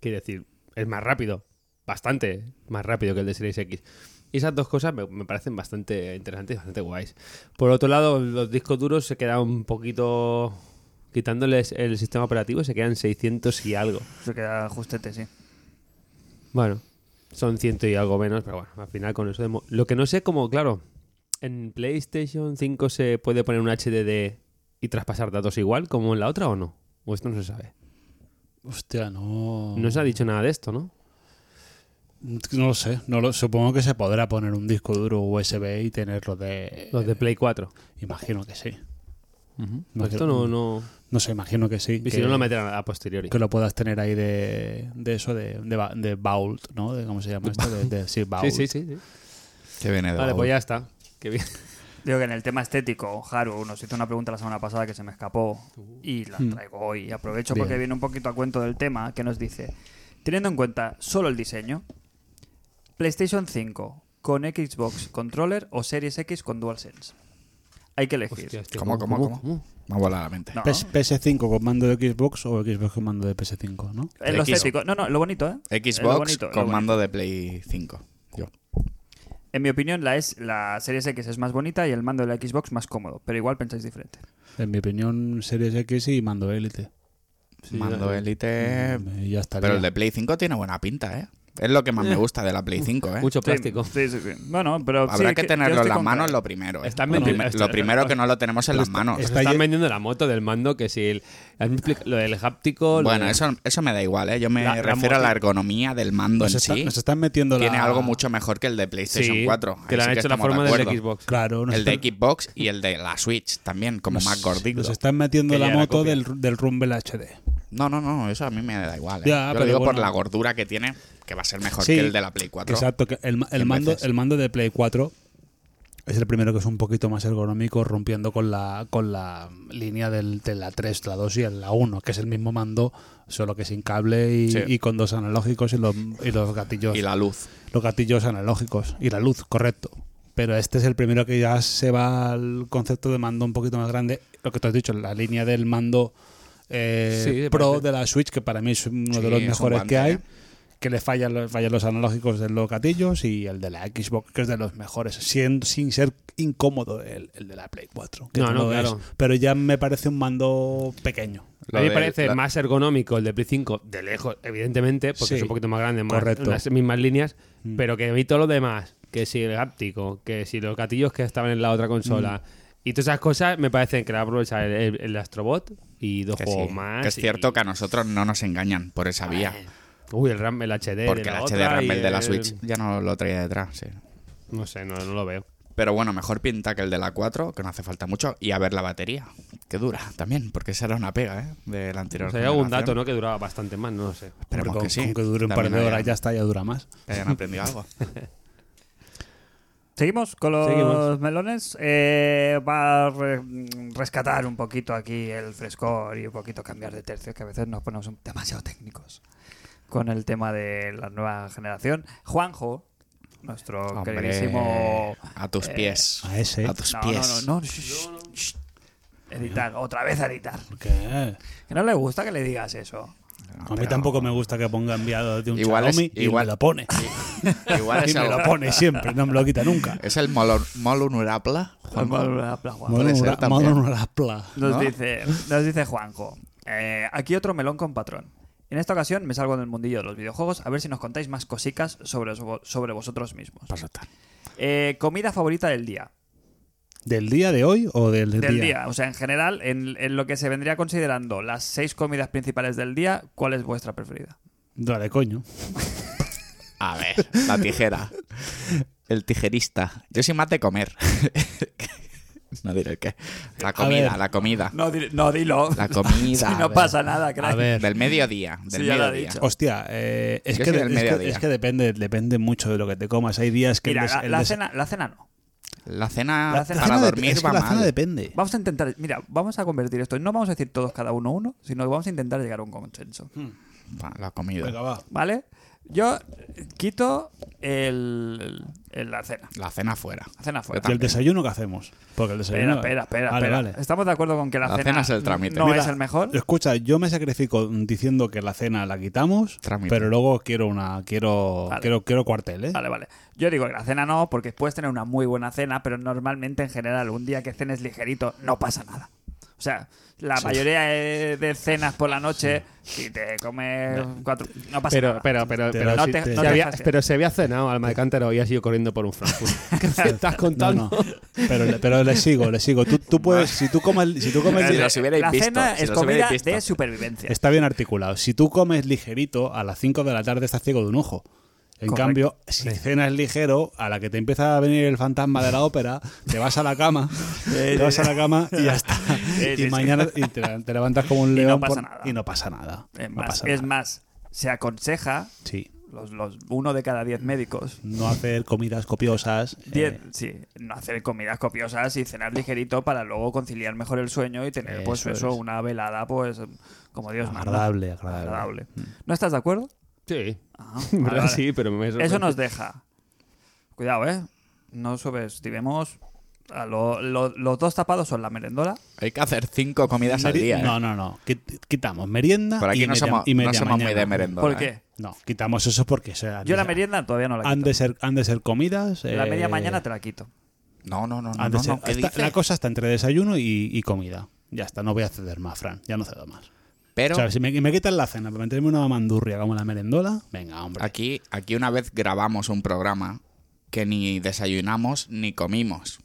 S4: Quiere decir, es más rápido, bastante más rápido que el de Series X. Y esas dos cosas me, me parecen bastante interesantes y bastante guays. Por otro lado, los discos duros se quedan un poquito. Quitándoles el sistema operativo, se quedan 600 y algo.
S3: Se queda justete, sí.
S4: Bueno, son 100 y algo menos, pero bueno, al final con eso. de mo- Lo que no sé, como, claro, en PlayStation 5 se puede poner un HDD y traspasar datos igual, como en la otra o no. O esto no se sabe.
S1: Hostia, no.
S4: No se ha dicho nada de esto, ¿no?
S1: No lo sé. No lo, supongo que se podrá poner un disco duro USB y tenerlo de.
S4: Los de Play 4.
S1: Imagino que sí.
S4: Pues esto no. no...
S1: No sé, imagino que sí.
S4: Y si
S1: que-
S4: no lo meterán a posteriori.
S1: que lo puedas tener ahí de, de eso, de, de, ba- de vault, ¿no? De, ¿Cómo se llama esto? De, de- sí, vault.
S4: Sí, sí, sí. sí.
S2: Que viene de
S4: Vale,
S2: baúl.
S4: pues ya está. Qué bien.
S3: Digo que en el tema estético, Haru nos hizo una pregunta la semana pasada que se me escapó y
S4: Mm.
S3: la traigo hoy. Aprovecho porque
S1: Bien.
S3: viene un poquito a cuento del tema que nos dice, teniendo en cuenta solo el diseño, PlayStation 5 con Xbox Controller o Series X con DualSense. Hay que elegir.
S4: Hostia, pues, hostia,
S2: ¿Cómo, cómo, cómo? Me ha volado la mente.
S3: No.
S1: PS- PS5 con mando de Xbox o Xbox con mando de PS5, ¿no?
S3: En lo
S2: X-
S3: estético. No, no, lo bonito, ¿eh?
S2: Xbox
S3: Lo bonito, lo
S2: con
S3: bonito.
S2: mando de Play 5. Yo.
S3: En mi opinión, la, es, la Series X es más bonita y el mando de la Xbox más cómodo, pero igual pensáis diferente.
S1: En mi opinión, Series X y mando élite. Eh,
S4: Sí,
S2: mando
S4: ya-
S2: Elite.
S1: Y ya está.
S2: eh, Pero el de Play 5 tiene buena pinta, ¿eh? Es lo que más me gusta de la Play 5, ¿eh?
S4: Mucho
S3: Sí,
S4: plástico.
S3: Sí, sí, sí. Bueno, pero
S2: Habrá
S3: sí,
S2: que
S3: yo
S2: tenerlo en
S3: estoy
S2: las
S3: contra-
S2: manos lo primero. ¿eh?
S4: Están
S2: lo,
S4: vendiendo-
S2: prime-
S4: está-
S2: lo primero que no lo tenemos en las manos.
S4: Nos
S1: está
S4: Pues están
S1: lle-
S4: vendiendo la moto del mando, que si el, han expli- lo del háptico... lo
S2: Bueno,
S4: del-
S2: eso, eso me da igual, ¿eh? Yo me
S4: La- la
S2: refiero a
S4: moto-
S2: la ergonomía del mando
S1: nos,
S2: en
S1: está-
S2: sí.
S1: nos están metiendo la-
S2: Tiene algo mucho mejor que el de PlayStation
S4: Sí,
S2: 4.
S4: que
S2: ahí
S4: le
S2: sí
S4: han hecho la
S2: estamos de
S4: forma del
S2: acuerdo.
S4: Xbox.
S1: Claro, nos
S2: El de
S1: están-
S2: Xbox y el de la Switch también, como
S1: nos-
S2: más gordito.
S1: Nos están metiendo
S4: Que
S1: la
S4: ya era
S1: moto
S4: copia.
S1: del, del Rumble HD.
S2: No, no, no, eso a mí me da igual. ¿eh?
S1: Ya,
S2: Yo lo
S1: pero
S2: digo por
S1: bueno.
S2: la gordura que tiene, que va a ser mejor
S1: Sí,
S2: que el de la Play 4.
S1: Exacto, que el, ma- el
S2: Cien
S1: mando,
S2: veces.
S1: el mando de Play 4 es el primero que es un poquito más ergonómico, rompiendo con la, con la línea del, de la 3, la 2 y la 1, que es el mismo mando, solo que sin cable y,
S2: Sí.
S1: y con dos analógicos y los, y los gatillos.
S2: Y la luz.
S1: los gatillos analógicos y la luz, correcto. Pero este es el primero que ya se va al concepto de mando un poquito más grande. Lo que tú has dicho, la línea del mando eh,
S4: Sí, me
S1: Pro
S4: parece.
S1: de la Switch, que para mí es uno
S2: Sí,
S1: de los
S2: es un
S1: mejores que
S2: guante,
S1: hay.
S2: ¿eh?
S1: Que le fallan los, fallan los analógicos de los gatillos y el de la Xbox, que es de los mejores, sin, sin ser incómodo el, el de la Play 4. que
S4: No, no,
S1: lo es.
S4: claro.
S1: Pero ya me parece un mando pequeño.
S4: a mí
S2: Lo
S4: me
S2: de-
S4: parece
S2: la-
S4: más ergonómico el de Play 5, de lejos, evidentemente, porque
S1: Sí,
S4: es un poquito más grande, más,
S1: correcto. Mm.
S4: las mismas líneas, pero que a mí todo lo demás, que si el háptico, que si los gatillos que estaban en la otra consola,
S1: Mm.
S4: y todas esas cosas me parecen que la aprovecha el, el- el Astrobot y dos
S2: Que,
S4: juegos
S2: sí,
S4: más.
S2: que es
S4: y-
S2: cierto que a nosotros no nos engañan por
S1: Ah,
S2: esa vía.
S1: este,
S4: Uy, el RAM, el HD.
S2: Porque
S4: de
S2: el
S4: la
S2: HD
S4: otra y
S2: Rumble de la
S4: el-
S2: Switch ya no lo traía detrás. sí.
S4: No sé, no, no lo veo.
S2: Pero bueno, mejor pinta que el de la 4, que no hace falta mucho. Y a ver la batería, que dura también, porque esa era una pega, ¿eh? Del anterior.
S4: O
S1: Pues
S4: sea, hay algún dato,
S2: generación.
S4: ¿no? Que duraba bastante más, no lo sé.
S2: Esperemos
S1: Porque con-
S2: que sí.
S1: con que dure un par
S2: También
S1: de horas
S2: hayan-
S1: ya está, ya dura más.
S2: Que hayan aprendido algo.
S3: Seguimos con los
S4: Seguimos.
S3: melones. Eh, va a re- mm, rescatar un poquito aquí el frescor y un poquito cambiar de tercio, que a veces nos ponemos un- demasiado técnicos con el tema de la nueva generación. Juanjo, nuestro
S2: Hombre,
S3: queridísimo.
S2: a tus
S3: eh,
S2: pies.
S1: a ese.
S2: A tus
S3: No, no,
S2: pies.
S3: no, no, shh, shh. Editar, otra vez a editar.
S1: ¿Por qué?
S3: Que no le gusta que le digas eso.
S2: No,
S1: A mí
S2: pero-
S1: tampoco me gusta que ponga enviado de un
S2: Igual es-
S1: Xiaomi y
S2: igual-
S1: me lo pone.
S2: Igual
S1: Y
S2: es
S1: me
S2: el,
S1: lo pone siempre, no me lo quita nunca.
S2: es el molo- molonurapla, Juanjo.
S1: Mono
S2: Puede ser
S1: Nura-
S2: también.
S1: Mono Nurapla.
S3: Nos,
S2: ¿No?
S3: dice, nos dice Juanjo. eh, aquí otro melón con patrón. En esta ocasión me salgo del mundillo de los videojuegos a ver si nos contáis más cositas sobre, os- sobre vosotros mismos. Eh, comida favorita del día.
S1: ¿Del día de hoy o del,
S3: Del día. O sea, en general, en, en lo que se vendría considerando las seis comidas principales del día, ¿cuál es vuestra preferida?
S1: Dale, coño.
S2: A ver, la tijera. El tijerista. Yo soy más de comer. no diré el qué. La comida,
S1: ver.
S2: la comida.
S3: No, di- no dilo.
S2: La comida.
S3: Si
S2: a
S3: no
S2: ver.
S3: pasa nada, crack.
S4: A ver,
S2: Del mediodía. Del
S3: Sí, ya lo he
S2: mediodía.
S3: dicho.
S1: Hostia, eh, es,
S2: Yo
S1: que,
S2: soy
S1: de-
S2: del
S1: es que-
S2: mediodía.
S1: es que depende, depende mucho de lo que te comas. Hay días que el
S3: Mira,
S1: des-
S3: la,
S1: el
S3: la
S1: des-
S3: cena, la cena no.
S2: La cena,
S3: La cena-
S2: para
S1: dep-
S2: dormir
S1: es que
S2: va
S1: la
S2: mal.
S1: cena depende.
S3: Vamos a intentar, mira, vamos a convertir esto. No vamos a decir todos cada uno uno, sino que vamos a intentar llegar a un consenso.
S2: Va, La comida.
S1: Venga, va.
S3: ¿Vale? Yo eh, quito el, el- la cena.
S2: La cena fuera.
S3: La cena
S2: Yo
S3: fuera.
S1: ¿Y el
S2: también.
S1: desayuno qué hacemos? Porque el
S3: Espera,
S1: desayuno.
S3: espera, espera.
S1: Vale,
S3: espera.
S1: vale.
S3: Estamos de acuerdo con que la,
S2: La cena es el trámite.
S3: No
S1: Mira,
S3: es el mejor.
S1: Escucha, yo me sacrifico diciendo que la cena la quitamos,
S2: Trámite.
S1: pero luego quiero una, quiero,
S3: Vale.
S1: quiero, quiero cuartel, ¿eh?
S3: Vale, vale. Yo digo que la cena no, porque puedes tener una muy buena cena, pero normalmente en general un día que cenes ligerito no pasa nada. O sea, la mayoría de de cenas por la noche, si te comes cuatro, no pasa
S4: pero,
S3: nada.
S4: pero, pero,
S1: Te
S4: pero
S1: lo-
S4: si-
S1: te-
S4: se
S1: no te
S4: había-
S3: fastidies.
S4: pero se había cenado alma de cántaro y ha sido corriendo por un Frankfurt. ¿Qué me estás
S1: No,
S4: contando?
S1: no. Pero, le- pero le sigo, le sigo. Tú, tú puedes, si tú comes, si tú comes
S2: Si
S1: li-
S2: los hubierais
S3: la
S2: visto,
S3: cena
S2: si
S3: es
S2: los hubierais
S3: comida
S2: visto.
S3: de supervivencia.
S1: está bien articulado. Si tú comes ligerito, a las 5 de la tarde estás ciego de un ojo. En
S3: Correcto.
S1: cambio, si cenas ligero, a la que te empieza a venir el fantasma de la ópera, te vas a la cama, te vas a la cama y ya está.
S3: Sí, sí,
S1: Y
S3: sí.
S1: mañana y te, te levantas como un
S3: no
S1: león
S3: pasa
S1: por-
S3: nada.
S1: y no pasa nada.
S3: Es
S1: No
S3: más,
S1: pasa
S3: es
S1: nada.
S3: más, se aconseja
S1: Sí.
S3: los, los uno de cada diez médicos.
S1: No hacer comidas copiosas. eh,
S3: diez- sí, no hacer comidas copiosas y cenar ligerito para luego conciliar mejor el sueño y tener pues
S1: Eso
S3: eso,
S1: es.
S3: una velada pues como Dios manda.
S1: agradable, agradable. Mm.
S3: Agradable. ¿No estás de acuerdo?
S4: Sí,
S3: Ah,
S4: en
S3: vale, vale.
S4: verdad sí, pero me
S3: Eso nos deja. Cuidado, ¿eh? No subestimemos. a lo- lo- los dos tapados son la merendola.
S2: Hay que hacer cinco comidas al
S1: Meri-
S2: día. ¿eh?
S1: No, no, no. Quit- Quitamos merienda
S2: Por aquí
S1: y
S2: no
S1: media-
S2: somos,
S1: y media
S2: no somos muy
S1: mañana.
S2: de ¿eh? merendón.
S3: ¿Por qué?
S1: No, quitamos eso porque se han
S3: Yo
S1: de-
S3: la merienda todavía no la
S1: han
S3: quito.
S1: de ser han de ser comidas.
S3: La
S1: eh,
S3: media mañana te la quito.
S2: No, no, no. no,
S1: han de
S2: no,
S1: ser-
S2: no, ¿qué
S1: está-
S2: dices?
S1: la cosa está entre desayuno y, y comida. Ya está, no voy a ceder más, Fran. Ya no cedo más.
S2: Pero
S1: o sea, si me, me quitan la cena para meterme una mandurria como la merendola, venga, hombre.
S2: aquí, aquí una vez grabamos un programa que ni desayunamos ni comimos.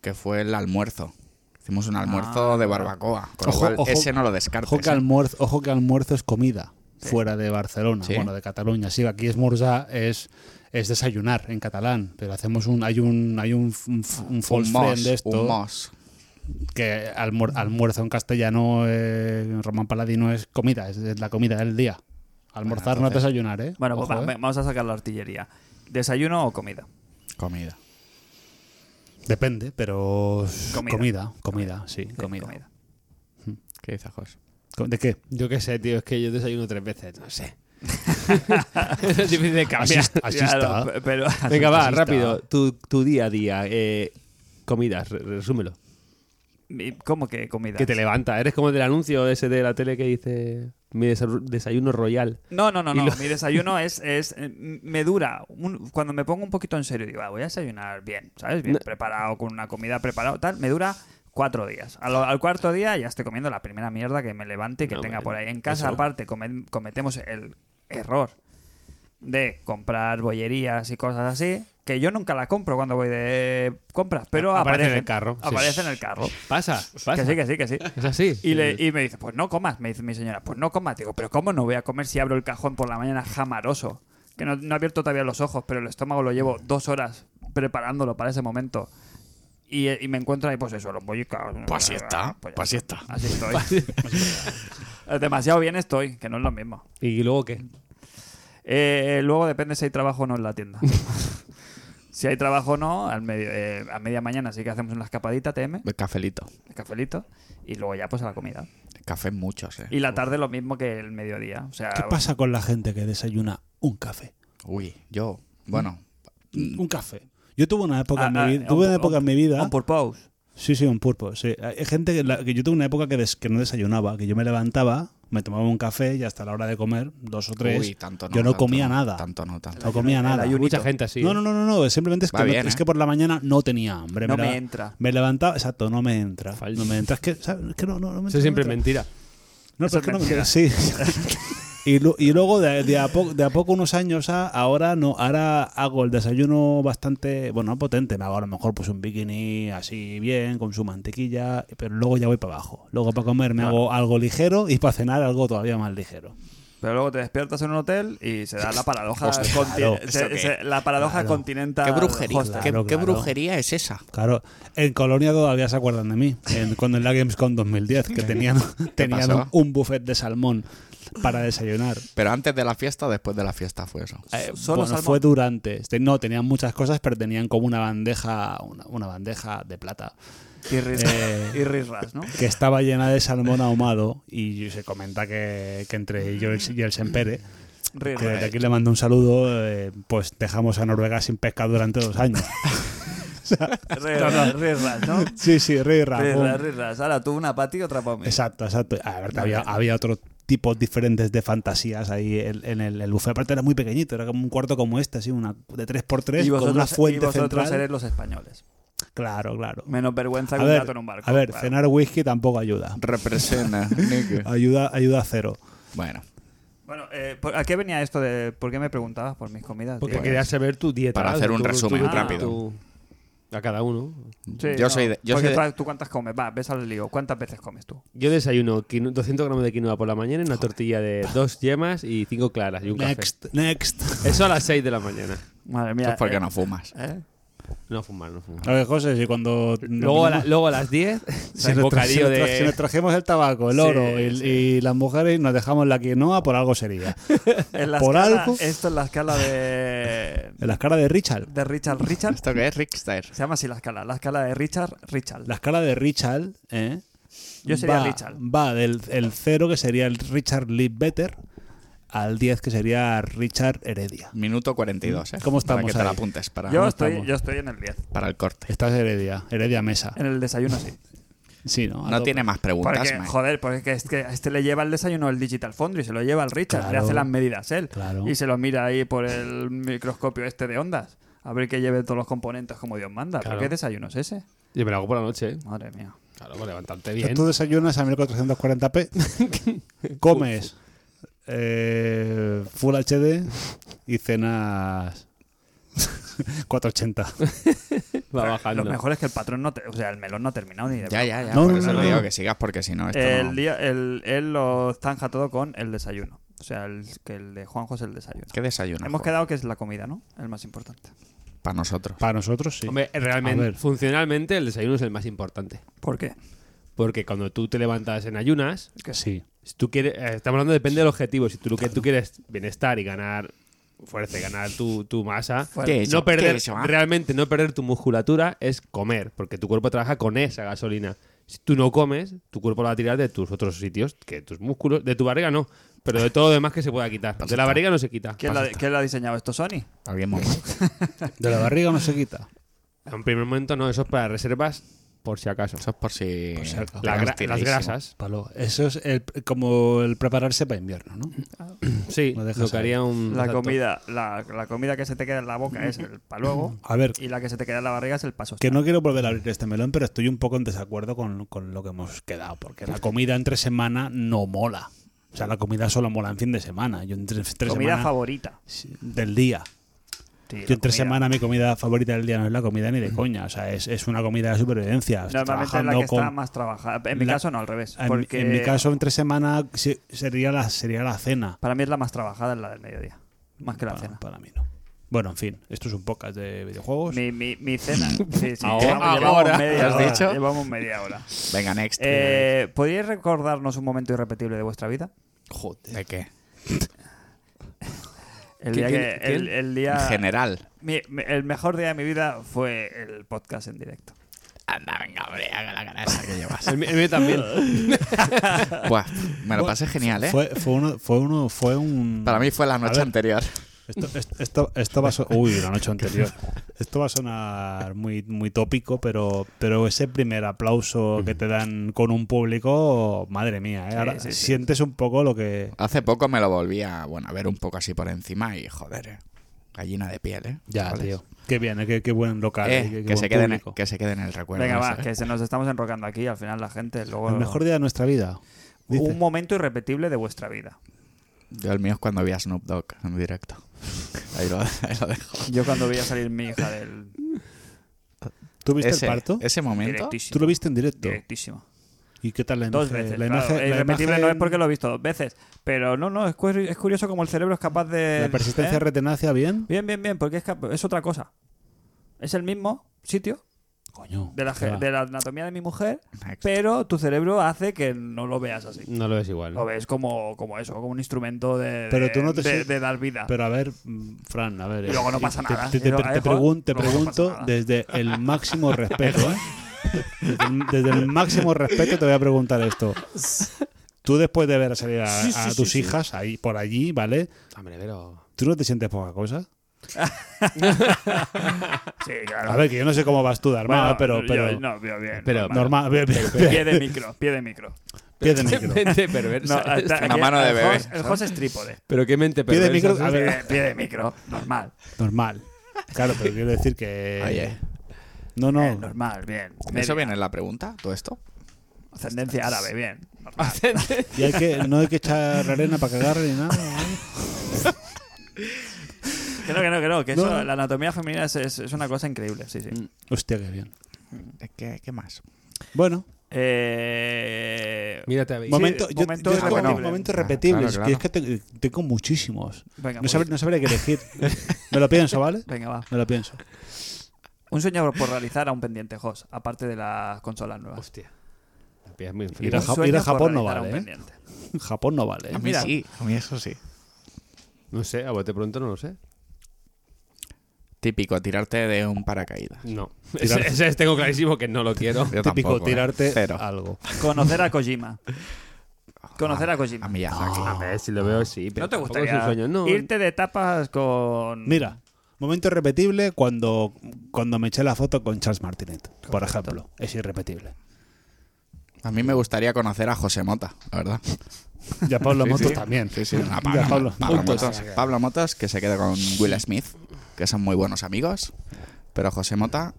S2: Que fue el almuerzo. Hicimos un almuerzo de barbacoa. Con lo
S1: Ah. Ojo,
S2: cual,
S1: ojo,
S2: ese no lo descartes.
S1: Ojo que,
S2: ¿eh?
S1: almuerzo, ojo que almuerzo es comida fuera de Barcelona,
S2: Sí.
S1: bueno, de Cataluña. Sí, aquí es morzá, es, es desayunar en catalán, pero hacemos un hay un hay un, f- un, f- un false
S2: un
S1: friend
S2: mos,
S1: de esto
S2: un mos.
S1: que almuer- almuerzo en castellano eh, en Román Paladino es comida, es, es la comida del día. Almorzar no
S2: Bueno,
S1: es desayunar, ¿eh?
S3: Bueno,
S1: Ojo,
S3: pues va-
S1: ¿eh?
S3: vamos a sacar la artillería. ¿Desayuno o comida?
S2: Comida.
S1: depende, pero
S3: Comida.
S1: comida, comida, sí, comida.
S2: ¿Qué dices, Jos?
S1: Co- ¿De qué?
S4: Yo qué sé, tío, es que yo desayuno tres veces, no sé. es difícil de
S1: Así,
S4: cambiar.
S1: así
S3: Ya,
S1: está.
S3: no, pe- pero,
S4: Venga, va,
S1: Así está.
S4: rápido. Tu, tu día a día. eh, comidas, re- resúmelo.
S3: ¿Y ¿Cómo que comida?
S4: Que te levanta. Eres como el del anuncio ese de la tele que dice mi desa- desayuno royal.
S3: No, no, no,
S4: Y
S3: no.
S4: lo-
S3: Mi desayuno es, es eh, me dura. un- cuando me pongo un poquito en serio, digo, "Ah, voy a desayunar bien, ¿sabes? Bien
S4: No.
S3: preparado, con una comida preparada, tal. Me dura cuatro días. A lo- Al, cuarto día ya estoy comiendo la primera mierda que me levante y que
S4: No,
S3: tenga
S4: bueno,
S3: por ahí. En casa,
S4: eso.
S3: aparte, come- cometemos el error de comprar bollerías y cosas así, que yo nunca la compro cuando voy de compras, pero
S4: Aparece en
S3: aparecen-
S4: el carro, sí.
S3: Aparece en el carro.
S4: Pasa, pasa.
S3: Que sí, que sí, que sí.
S4: Es así.
S3: Y, le- y me dice, pues no comas, me dice mi señora, pues no comas. Digo, pero ¿cómo no voy a comer si abro el cajón por la mañana jamaroso? Que no, no he abierto todavía los ojos, pero el estómago lo llevo dos horas preparándolo para ese momento. Y, y me encuentro ahí, pues eso, los bollicas.
S2: Pues así está,
S3: Pues ya
S2: pues así está. Pues
S3: Así estoy. Demasiado bien estoy, que no es lo mismo.
S4: ¿Y luego qué?
S3: Eh, luego depende si hay trabajo o no en la tienda. si hay trabajo o no, al medio, eh, a media mañana sí que hacemos una escapadita TM,
S2: El cafelito.
S3: cafelito, y luego ya pues a la comida.
S2: Café muchos, ¿eh?
S3: Y la tarde lo mismo que el mediodía. O sea,
S1: ¿Qué pasa con la gente que desayuna un café?
S2: Uy, yo. Bueno,
S1: Un café. Yo tuve una época, en, mi,
S3: Ah, ah,
S1: vi- tuve
S3: on-
S1: una época
S3: on-
S1: en mi vida.
S3: on purpose.
S1: Sí, sí, un purpo. Sí. Hay gente que, la- que yo tuve una época que, des- que no desayunaba, que yo me levantaba, me tomaba un café y hasta la hora de comer, dos o tres,
S2: Uy, tanto no,
S1: yo no
S2: tanto
S1: comía nada.
S2: Tanto no, tanto.
S1: no comía
S3: el
S1: nada.
S3: ayuno.
S4: Mucha gente así.
S1: No,
S4: ¿eh?
S1: no, no, no, no, simplemente es que,
S2: Va
S1: no-
S2: bien,
S1: es
S2: ¿eh?
S1: que por la mañana no tenía hambre.
S3: No me
S1: leva-
S3: entra.
S1: Me levantaba, exacto, no me entra.
S4: Falso.
S1: No me entra. Es que, ¿sabes? Es que no, no, no me entra.
S4: Eso siempre es
S1: no me entra.
S4: mentira.
S1: No, pero
S3: Eso
S1: es que no me
S3: es
S1: entra, sí. Y, lu- y luego de, de a po- de a poco unos años a- ahora no ahora hago el desayuno bastante bueno no potente me hago a lo mejor pues un bikini así bien con su mantequilla pero luego ya voy para abajo luego para comer me hago algo ligero y para cenar algo todavía más ligero
S3: Pero luego te despiertas en un hotel y se da la paradoja,
S2: Hostia,
S3: conti-
S1: claro,
S3: se-
S2: ¿eso qué?
S3: se- la paradoja continental.
S2: ¿Qué brujería?
S3: hostel.
S2: ¿Qué,
S1: Claro,
S2: qué
S1: claro.
S2: brujería es esa?
S1: Claro, en Colonia todavía se acuerdan de mí, en- cuando en la Gamescom 2010, que tenían, tenían
S2: pasó?
S1: un, un buffet de salmón para desayunar.
S2: Pero antes de la fiesta, después de la fiesta fue eso.
S1: Eh,
S3: ¿Solo
S1: bueno,
S3: salmón?
S1: fue durante. Este, No, tenían muchas cosas, pero tenían como una bandeja, una, una bandeja de plata
S3: Y risras,
S1: Eh,
S3: y risras, ¿no?
S1: que estaba llena de salmón ahumado y se comenta que, que entre yo y el- y el Sempere, que
S3: Risras.
S1: de aquí le mando un saludo, eh, pues dejamos a Noruega sin pescado durante dos años.
S3: Risras, risras, ¿no?
S1: Sí, sí, rey Ramón.
S3: Risras, risras. Ahora tú una para ti y otra para mí.
S1: Exacto, exacto. A ver, había, había otros tipos diferentes de fantasías ahí en, en el, el buffet. Aparte era muy pequeñito, era como un cuarto como este, así, una, de 3x3,
S3: Y
S1: con una
S3: vosotros, y
S1: fuente
S3: vosotros
S1: central.
S3: seréis los españoles.
S1: Claro, claro.
S3: Menos vergüenza que
S1: A
S3: un
S1: ver,
S3: gato en un barco.
S1: a ver,
S3: claro.
S1: cenar whisky tampoco ayuda.
S2: Representa. Nick.
S1: Ayuda, ayuda cero.
S2: bueno,
S3: Bueno, eh, ¿por- ¿a qué venía esto de por qué me preguntabas por mis comidas?
S4: Porque
S3: tío?
S4: quería saber tu dieta.
S2: Pues, Para hacer un
S4: tu- tu-
S2: resumen
S4: tu-
S3: rápido.
S4: tu- a cada uno.
S3: Sí,
S2: Yo soy de- yo
S3: porque
S2: soy de-
S3: tú, ¿tú cuántas comes? Va, ves al lío. ¿Cuántas veces comes tú?
S4: Yo desayuno quino- 200 gramos de quinoa por la mañana, una tortilla de dos yemas y cinco claras y un café.
S1: Next, next.
S4: Eso a las 6 de la mañana.
S3: Madre
S2: eso
S3: mía.
S2: es porque
S3: eh,
S2: no fumas.
S3: ¿eh?
S4: No fumar, no fumar.
S1: A ver, José, si cuando.
S4: Luego a, la- luego a las 10,
S1: si,
S4: el
S1: nos tra- si
S4: bocadillo
S1: nos tra- si nos
S4: de...
S1: trajemos el tabaco, el
S3: Sí,
S1: oro y,
S3: sí.
S1: y las mujeres, nos dejamos la quinoa, por algo sería.
S3: En la
S1: Por
S3: escala-
S1: algo-
S3: Esto es la escala de,
S1: En la escala de Richard.
S3: de Richard Richard.
S2: ¿Esto qué es? Rickster.
S3: Se llama así la escala. La escala de Richard Richard.
S1: La escala de Richard, ¿eh?
S3: Yo sería
S1: va,
S3: Richard.
S1: Va del el 0, que sería el Richard Ledbetter, al 10, que sería Richard Heredia.
S2: Minuto 42, ¿eh?
S1: ¿Cómo estamos
S2: Para que te
S1: ahí?
S2: la apuntes para,
S3: Yo
S1: no
S3: estoy,
S1: estamos.
S3: yo estoy en el 10.
S2: para el corte.
S1: Estás Heredia, Heredia Mesa.
S3: En el desayuno sí.
S1: Sí, ¿no? A
S2: No
S1: tope.
S2: tiene más preguntas,
S3: Porque,
S2: Mike.
S3: joder, porque es que, es que a este le lleva el desayuno el Digital Foundry, se lo lleva al Richard, le
S1: Claro.
S3: hace las medidas él.
S1: Claro.
S3: Y se lo mira ahí por el microscopio este de ondas. A ver que lleve todos los componentes como Dios manda. ¿Pero
S4: Claro.
S3: qué desayuno es ese?
S4: Yo me lo hago por la noche, ¿eh?
S3: Madre mía.
S4: Claro, para levantarte
S1: O sea,
S4: bien.
S1: Tú desayunas a 1440p, comes eh, Full HD y cenas 480.
S4: Va
S3: Lo
S4: bajando.
S3: mejor es que el patrón no... te- o sea, el melón no ha terminado ni de...
S2: Ya, ya, ya.
S1: No,
S2: por
S1: no,
S2: eso
S1: no,
S2: te digo
S1: no.
S2: que sigas porque si no, esto
S3: el
S2: no-
S3: día, el- él lo zanja todo con el desayuno. O sea, el, que el de Juanjo es el desayuno.
S2: ¿Qué desayuno?
S3: Hemos quedado que es la comida, ¿no? El más importante.
S2: Para nosotros.
S1: Para nosotros, sí.
S4: Hombre,
S1: A
S4: realmente,
S1: ver.
S4: funcionalmente, el desayuno es el más importante.
S3: ¿Por qué?
S4: Porque cuando tú te levantas en ayunas,
S1: Sí.
S4: si tú quieres, eh, estamos hablando depende del objetivo. Si tú lo que tú quieres bienestar y ganar fuerza, y ganar tu, tu masa,
S3: Fuerza.
S2: ¿Qué es eso?
S4: no perder
S2: ¿Qué es eso, ah?
S4: realmente no perder tu musculatura es comer, porque tu cuerpo trabaja con esa gasolina. Si tú no comes, tu cuerpo la va a tirar de tus otros sitios, que tus músculos, de tu barriga no, pero de todo lo demás que se pueda quitar. De la barriga no se quita.
S3: ¿Quién, la, quién la ha diseñado esto, Sony?
S2: Alguien muy-
S1: De la barriga no se quita.
S4: En un primer momento no, eso es para reservas por si acaso.
S2: Eso es por si.
S1: si acaso.
S2: te
S4: La
S2: quedas
S4: gra- las
S2: tiradísimo.
S4: grasas.
S1: Palo. Eso es el- como el prepararse para invierno, ¿no?
S4: Sí,
S1: Lo
S4: lo,
S1: dejas
S4: que haría
S1: Mm,
S4: un...
S3: La
S4: exacto.
S3: comida, la, la comida que se te queda en la boca es el paluego
S1: A ver,
S3: y la que se te queda en la barriga es el paso.
S1: que no quiero volver a abrir este melón, pero estoy un poco en desacuerdo con, con lo que hemos quedado, porque la comida entre semana no mola. O sea, la comida solo mola en fin de semana. Yo entre, entre
S3: comida
S1: semana-
S3: favorita.
S1: sí, del día.
S3: Sí, la
S1: Yo entre
S3: comida.
S1: semana mi comida favorita del día no es la comida ni de coña. O sea, es, es una comida de supervivencia. Estoy
S3: Normalmente es la que
S1: trabajando
S3: está
S1: con-
S3: más trabajada. En mi
S1: la-
S3: caso no, al revés.
S1: en-
S3: Porque
S1: en, mi caso, entre semana se- sería la, sería la cena.
S3: para mí es la más trabajada en la del mediodía. Más que la
S1: Para-
S3: cena.
S1: para mí no. Bueno, en fin, esto es un podcast de videojuegos.
S3: Mi, mi, mi cena. Sí, sí.
S4: Ahora-
S3: llevamos, llevamos
S4: ahora,
S2: ¿te
S3: media
S2: has
S3: hora.
S2: dicho?
S3: Llevamos media hora.
S2: Venga, next.
S3: Eh, ¿Podríais recordarnos un momento irrepetible de vuestra vida?
S2: Joder. ¿De qué?
S3: El día
S4: ¿Quién-
S3: que.
S4: quién?
S3: El, el
S2: En
S3: día.
S2: general.
S3: mi- mi- el mejor día de mi vida fue el podcast en directo.
S2: Anda, venga, hombre, haga la grasa que llevas.
S4: El, mí- el mío también.
S2: Buah, me lo pasé genial, ¿eh?
S1: Fue, fue uno, fue uno, fue un.
S2: Para mí fue la
S1: A
S2: noche
S1: ver.
S2: anterior.
S1: Esto, esto, esto- esto va a sonar. Uy, la noche anterior. Esto va a sonar muy, muy tópico, pero, pero ese primer aplauso que te dan con un público, madre mía, ¿eh?
S3: Sí,
S1: Ahora
S3: sí, sí.
S1: sientes un poco lo que.
S2: Hace poco me lo volví a, bueno, a ver un poco así por encima y joder, eh, gallina de piel, ¿eh? Chavales.
S1: Qué bien, eh, qué, qué buen local.
S2: Eh,
S1: eh, qué- qué
S2: que,
S1: buen
S2: se quede en,
S1: público.
S2: que se quede en el recuerdo.
S3: Venga, va,
S2: ese, ¿eh?
S3: que se nos estamos enrocando aquí. Al final la gente luego...
S1: El mejor día de nuestra vida. dice.
S3: Un momento irrepetible de vuestra vida.
S2: Yo el mío es cuando vi a Snoop Dogg en directo. Ahí lo, ahí lo dejo.
S3: Yo cuando veía salir mi hija del...
S1: ¿Tú viste
S2: Ese-
S1: el parto?
S2: Ese
S1: ¿Tú lo
S2: momento.
S3: Directísimo.
S1: viste en directo?
S3: Directísimo.
S1: ¿Y qué tal la imagen?
S3: Dos veces.
S1: la
S3: claro.
S1: imagen, la
S3: irrepetible no
S1: imagen-
S3: es porque lo he visto dos veces. Pero no, no, es, cu- es curioso como el cerebro es capaz de...
S1: La persistencia
S3: ¿eh?
S1: retenacia, bien.
S3: Bien, bien, bien, porque es, cap- es otra cosa. Es el mismo sitio
S1: Coño.
S3: de la, ge-
S1: ostras.
S3: de la anatomía de mi mujer,
S2: Next.
S3: pero tu cerebro hace que no lo veas así.
S4: No lo es igual.
S3: Lo ves como, como eso, como un instrumento de,
S1: Pero
S3: de-
S1: tú no te
S3: de-
S1: sientes-
S3: de dar vida.
S1: Pero a ver, mm, Fran, a ver.
S3: Ah. Y luego no
S1: eh,
S3: pasa
S1: te-
S3: nada.
S1: Te, te-
S3: Y luego,
S1: te
S3: eh, joder,
S1: pregun- te
S3: luego no
S1: pregunto
S3: pasa nada.
S1: desde el máximo respeto, ¿eh? Desde el, desde el máximo respeto te voy a preguntar esto. Tú después de ver a salir a,
S4: Sí, sí,
S1: a
S4: sí,
S1: tus
S4: sí.
S1: hijas ahí por allí, ¿vale?
S4: Hombre, pero.
S1: ¿Tú no te sientes poca cosa?
S3: Sí, claro.
S1: A ver, que yo no sé cómo vas tú de armada,
S3: Bueno,
S1: pero,
S3: yo-
S1: pero
S3: no, yo bien.
S4: Pero-
S1: normal.
S3: normal.
S1: ve- ve-
S3: Pie de micro, pie de micro.
S1: Pie de micro.
S4: mente
S3: No,
S4: perversa.
S3: hasta
S2: una
S3: aquí
S2: mano de
S3: el
S2: bebé,
S3: host- El host es trípode.
S4: Pero qué mente
S1: Pie de
S4: perversa.
S1: micro-
S4: ¿sabes?
S1: a ver.
S3: Pie, pie de micro, normal.
S1: Normal. Claro, pero quiero decir que.
S2: Oye,
S1: No,
S3: bien,
S1: no.
S3: Eh, normal, bien.
S2: ¿eso
S3: Media.
S2: viene en la pregunta? ¿Todo esto?
S3: Ascendencia árabe, bien. normal.
S1: Y hay que, no hay que echar arena para cagar ni nada.
S3: Que no, que no, que no. Que
S1: No,
S3: eso,
S1: no. Mm.
S3: la anatomía femenina es, es- es una cosa increíble, sí, sí.
S1: Hostia, qué bien.
S2: ¿Qué, qué más?
S1: Bueno,
S3: Eh,
S4: Mírate a ver.
S1: momento, yo-
S3: momento
S1: yo tengo
S2: irrepetible.
S1: momentos
S2: Ah,
S1: repetibles.
S2: claro,
S1: que
S2: claro.
S1: es que te- tengo muchísimos.
S3: venga,
S1: No,
S3: pues,
S1: sabré- no sabría qué elegir. Me lo pienso, ¿vale?
S3: venga, va.
S1: Me lo pienso.
S3: Un sueño por realizar a un pendiente host, aparte de las consolas nuevas.
S4: Hostia. La pillas muy
S3: Un
S4: fría.
S1: Ir a Ja-
S3: sueño
S1: ir a
S3: por
S1: Japón no
S3: realizar a un
S1: vale, ¿eh?
S3: pendiente.
S1: Japón no vale.
S2: A
S1: ¿eh?
S2: mí
S3: mira.
S2: sí, a mí eso sí.
S4: No sé, a bote pronto no lo sé.
S2: Típico, tirarte de un paracaídas.
S4: No.
S1: Tirar-
S4: Ese, ese tengo clarísimo que no lo quiero.
S1: Típico
S2: Yo tampoco, ¿eh?
S1: tirarte
S2: Cero.
S1: algo.
S3: Conocer a Kojima. Conocer a
S2: A
S3: Kojima.
S2: Miyazaki.
S4: A ver, si lo veo, sí. Pero
S3: ¿No te
S4: tampoco es
S3: gustaría
S4: un sueño. No,
S3: irte de tapas con...
S1: Mira, momento irrepetible cuando, cuando me eché la foto con Charles Martinet, por ejemplo. Es irrepetible.
S2: A mí me gustaría conocer a José Mota, la verdad.
S1: Y a Pablo
S2: Sí,
S1: Motos
S2: sí.
S1: también.
S2: Sí, sí, a
S1: Y a
S2: Pablo,
S1: Pablo.
S2: Pablo
S1: Motos.
S2: Motos. Pablo Motos, que se queda con Will Smith, que son muy buenos amigos. Pero José Mota,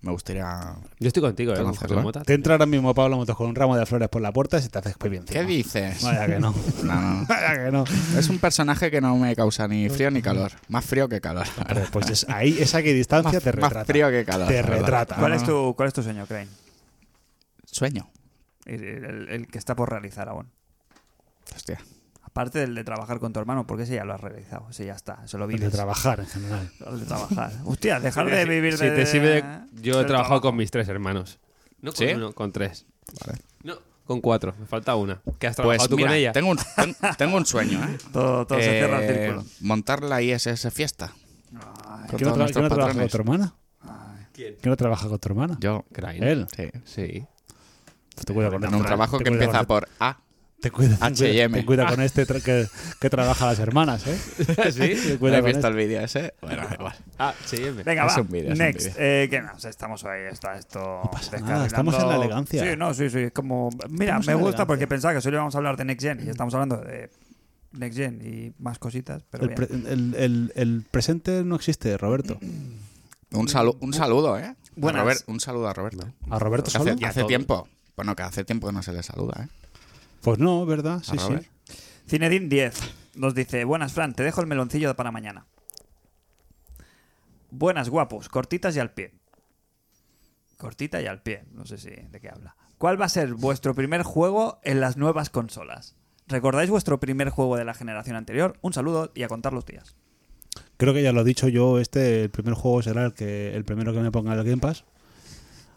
S2: me gustaría.
S4: Yo estoy contigo, ¿eh? con
S2: Conocerlo.
S4: José Mota.
S1: Te entra ahora mismo Pablo Motos con un ramo de flores por la puerta y se te hace espejo encima.
S2: ¿Qué dices?
S1: Vaya que no.
S2: No, no.
S1: Vaya que no.
S2: Es un personaje que no me causa ni frío ni calor. Más frío que calor. la verdad.
S1: Pero Pues es- ahí esa equidistancia te
S2: Más
S1: retrata.
S2: frío que calor.
S1: Te
S2: la verdad.
S1: retrata.
S3: ¿Cuál, es tu, ¿Cuál es tu sueño, Crane?
S2: Sueño.
S3: El, el- el que está por realizar aún.
S2: Hostia.
S3: Aparte del de trabajar con tu hermano, porque ese ya lo has realizado. Ese ya está, eso lo
S1: Y de
S3: vives.
S1: trabajar en general.
S3: El de trabajar. Hostia, dejar de vivir
S4: Si
S3: de... ¿eh?
S4: te sirve de- Yo he
S3: del trabajo.
S4: trabajado con mis tres hermanos. No con
S2: ¿Sí?
S4: uno, con tres.
S2: Vale.
S4: No, con cuatro. Me falta una. ¿Qué has trabajado
S2: Pues
S4: tú
S2: mira,
S4: con ella?
S2: Tengo un, ten- tengo un sueño, ¿eh?
S3: Todo, todo se
S2: Eh,
S3: cierra el círculo.
S2: Montar la ISS fiesta. Con
S1: ¿Quién no,
S2: todos
S1: tra-
S2: nuestros
S1: quién no trabaja con
S2: patrones.
S1: tu hermana?
S4: ¿Quién?
S1: ¿Quién no trabaja con tu hermana?
S2: Yo.
S4: Crane.
S1: Él.
S2: Sí.
S4: Sí.
S1: Te cuida con
S2: En
S1: este,
S2: un trabajo
S1: te
S2: que
S1: cuida
S2: empieza
S1: con
S2: por A.
S1: este- Te cuida, te cuida-
S2: H&M.
S1: te cuida con este tra- que, que trabaja las hermanas, ¿eh?
S4: ¿Sí?
S1: Te cuida
S2: ¿Has
S1: con este.
S2: visto el vídeo ese? Bueno, da igual.
S4: Ah, sí. me-
S3: Venga,
S2: Es
S3: va.
S2: un vídeo, es un
S3: Next.
S2: vídeo.
S3: Eh, ¿Qué más? Estamos ahí, está esto. No
S1: pasa nada, estamos en la elegancia.
S3: Sí, no, sí, sí. Es como. Mira,
S1: Estamos
S3: me
S1: en la
S3: gusta
S1: elegancia.
S3: porque pensaba que solo íbamos a hablar de Next Gen y estamos hablando de Next Gen y más cositas, pero.
S1: El,
S3: bien.
S1: pre- el- el- el presente no existe, Roberto.
S2: Un, salu- un saludo, ¿eh? A
S3: Buenas.
S2: Robert- un saludo a Roberto.
S1: ¿A Roberto
S2: Que
S1: solo?
S2: hace, que hace tiempo. Bueno, que hace tiempo que no se le saluda, ¿eh?
S1: Pues no, ¿verdad? Sí,
S2: A
S1: sí.
S2: Robert.
S3: Cinedin 10 nos dice: Buenas, Fran, te dejo el meloncillo para mañana. Buenas, guapos, cortitas y al pie. Cortita y al pie, no sé si de qué habla. ¿Cuál va a ser vuestro primer juego en las nuevas consolas? ¿Recordáis vuestro primer juego de la generación anterior? Un saludo y a contar los días.
S1: Creo que ya lo he dicho yo, este, el primer juego será el que el primero que me ponga el Game Pass.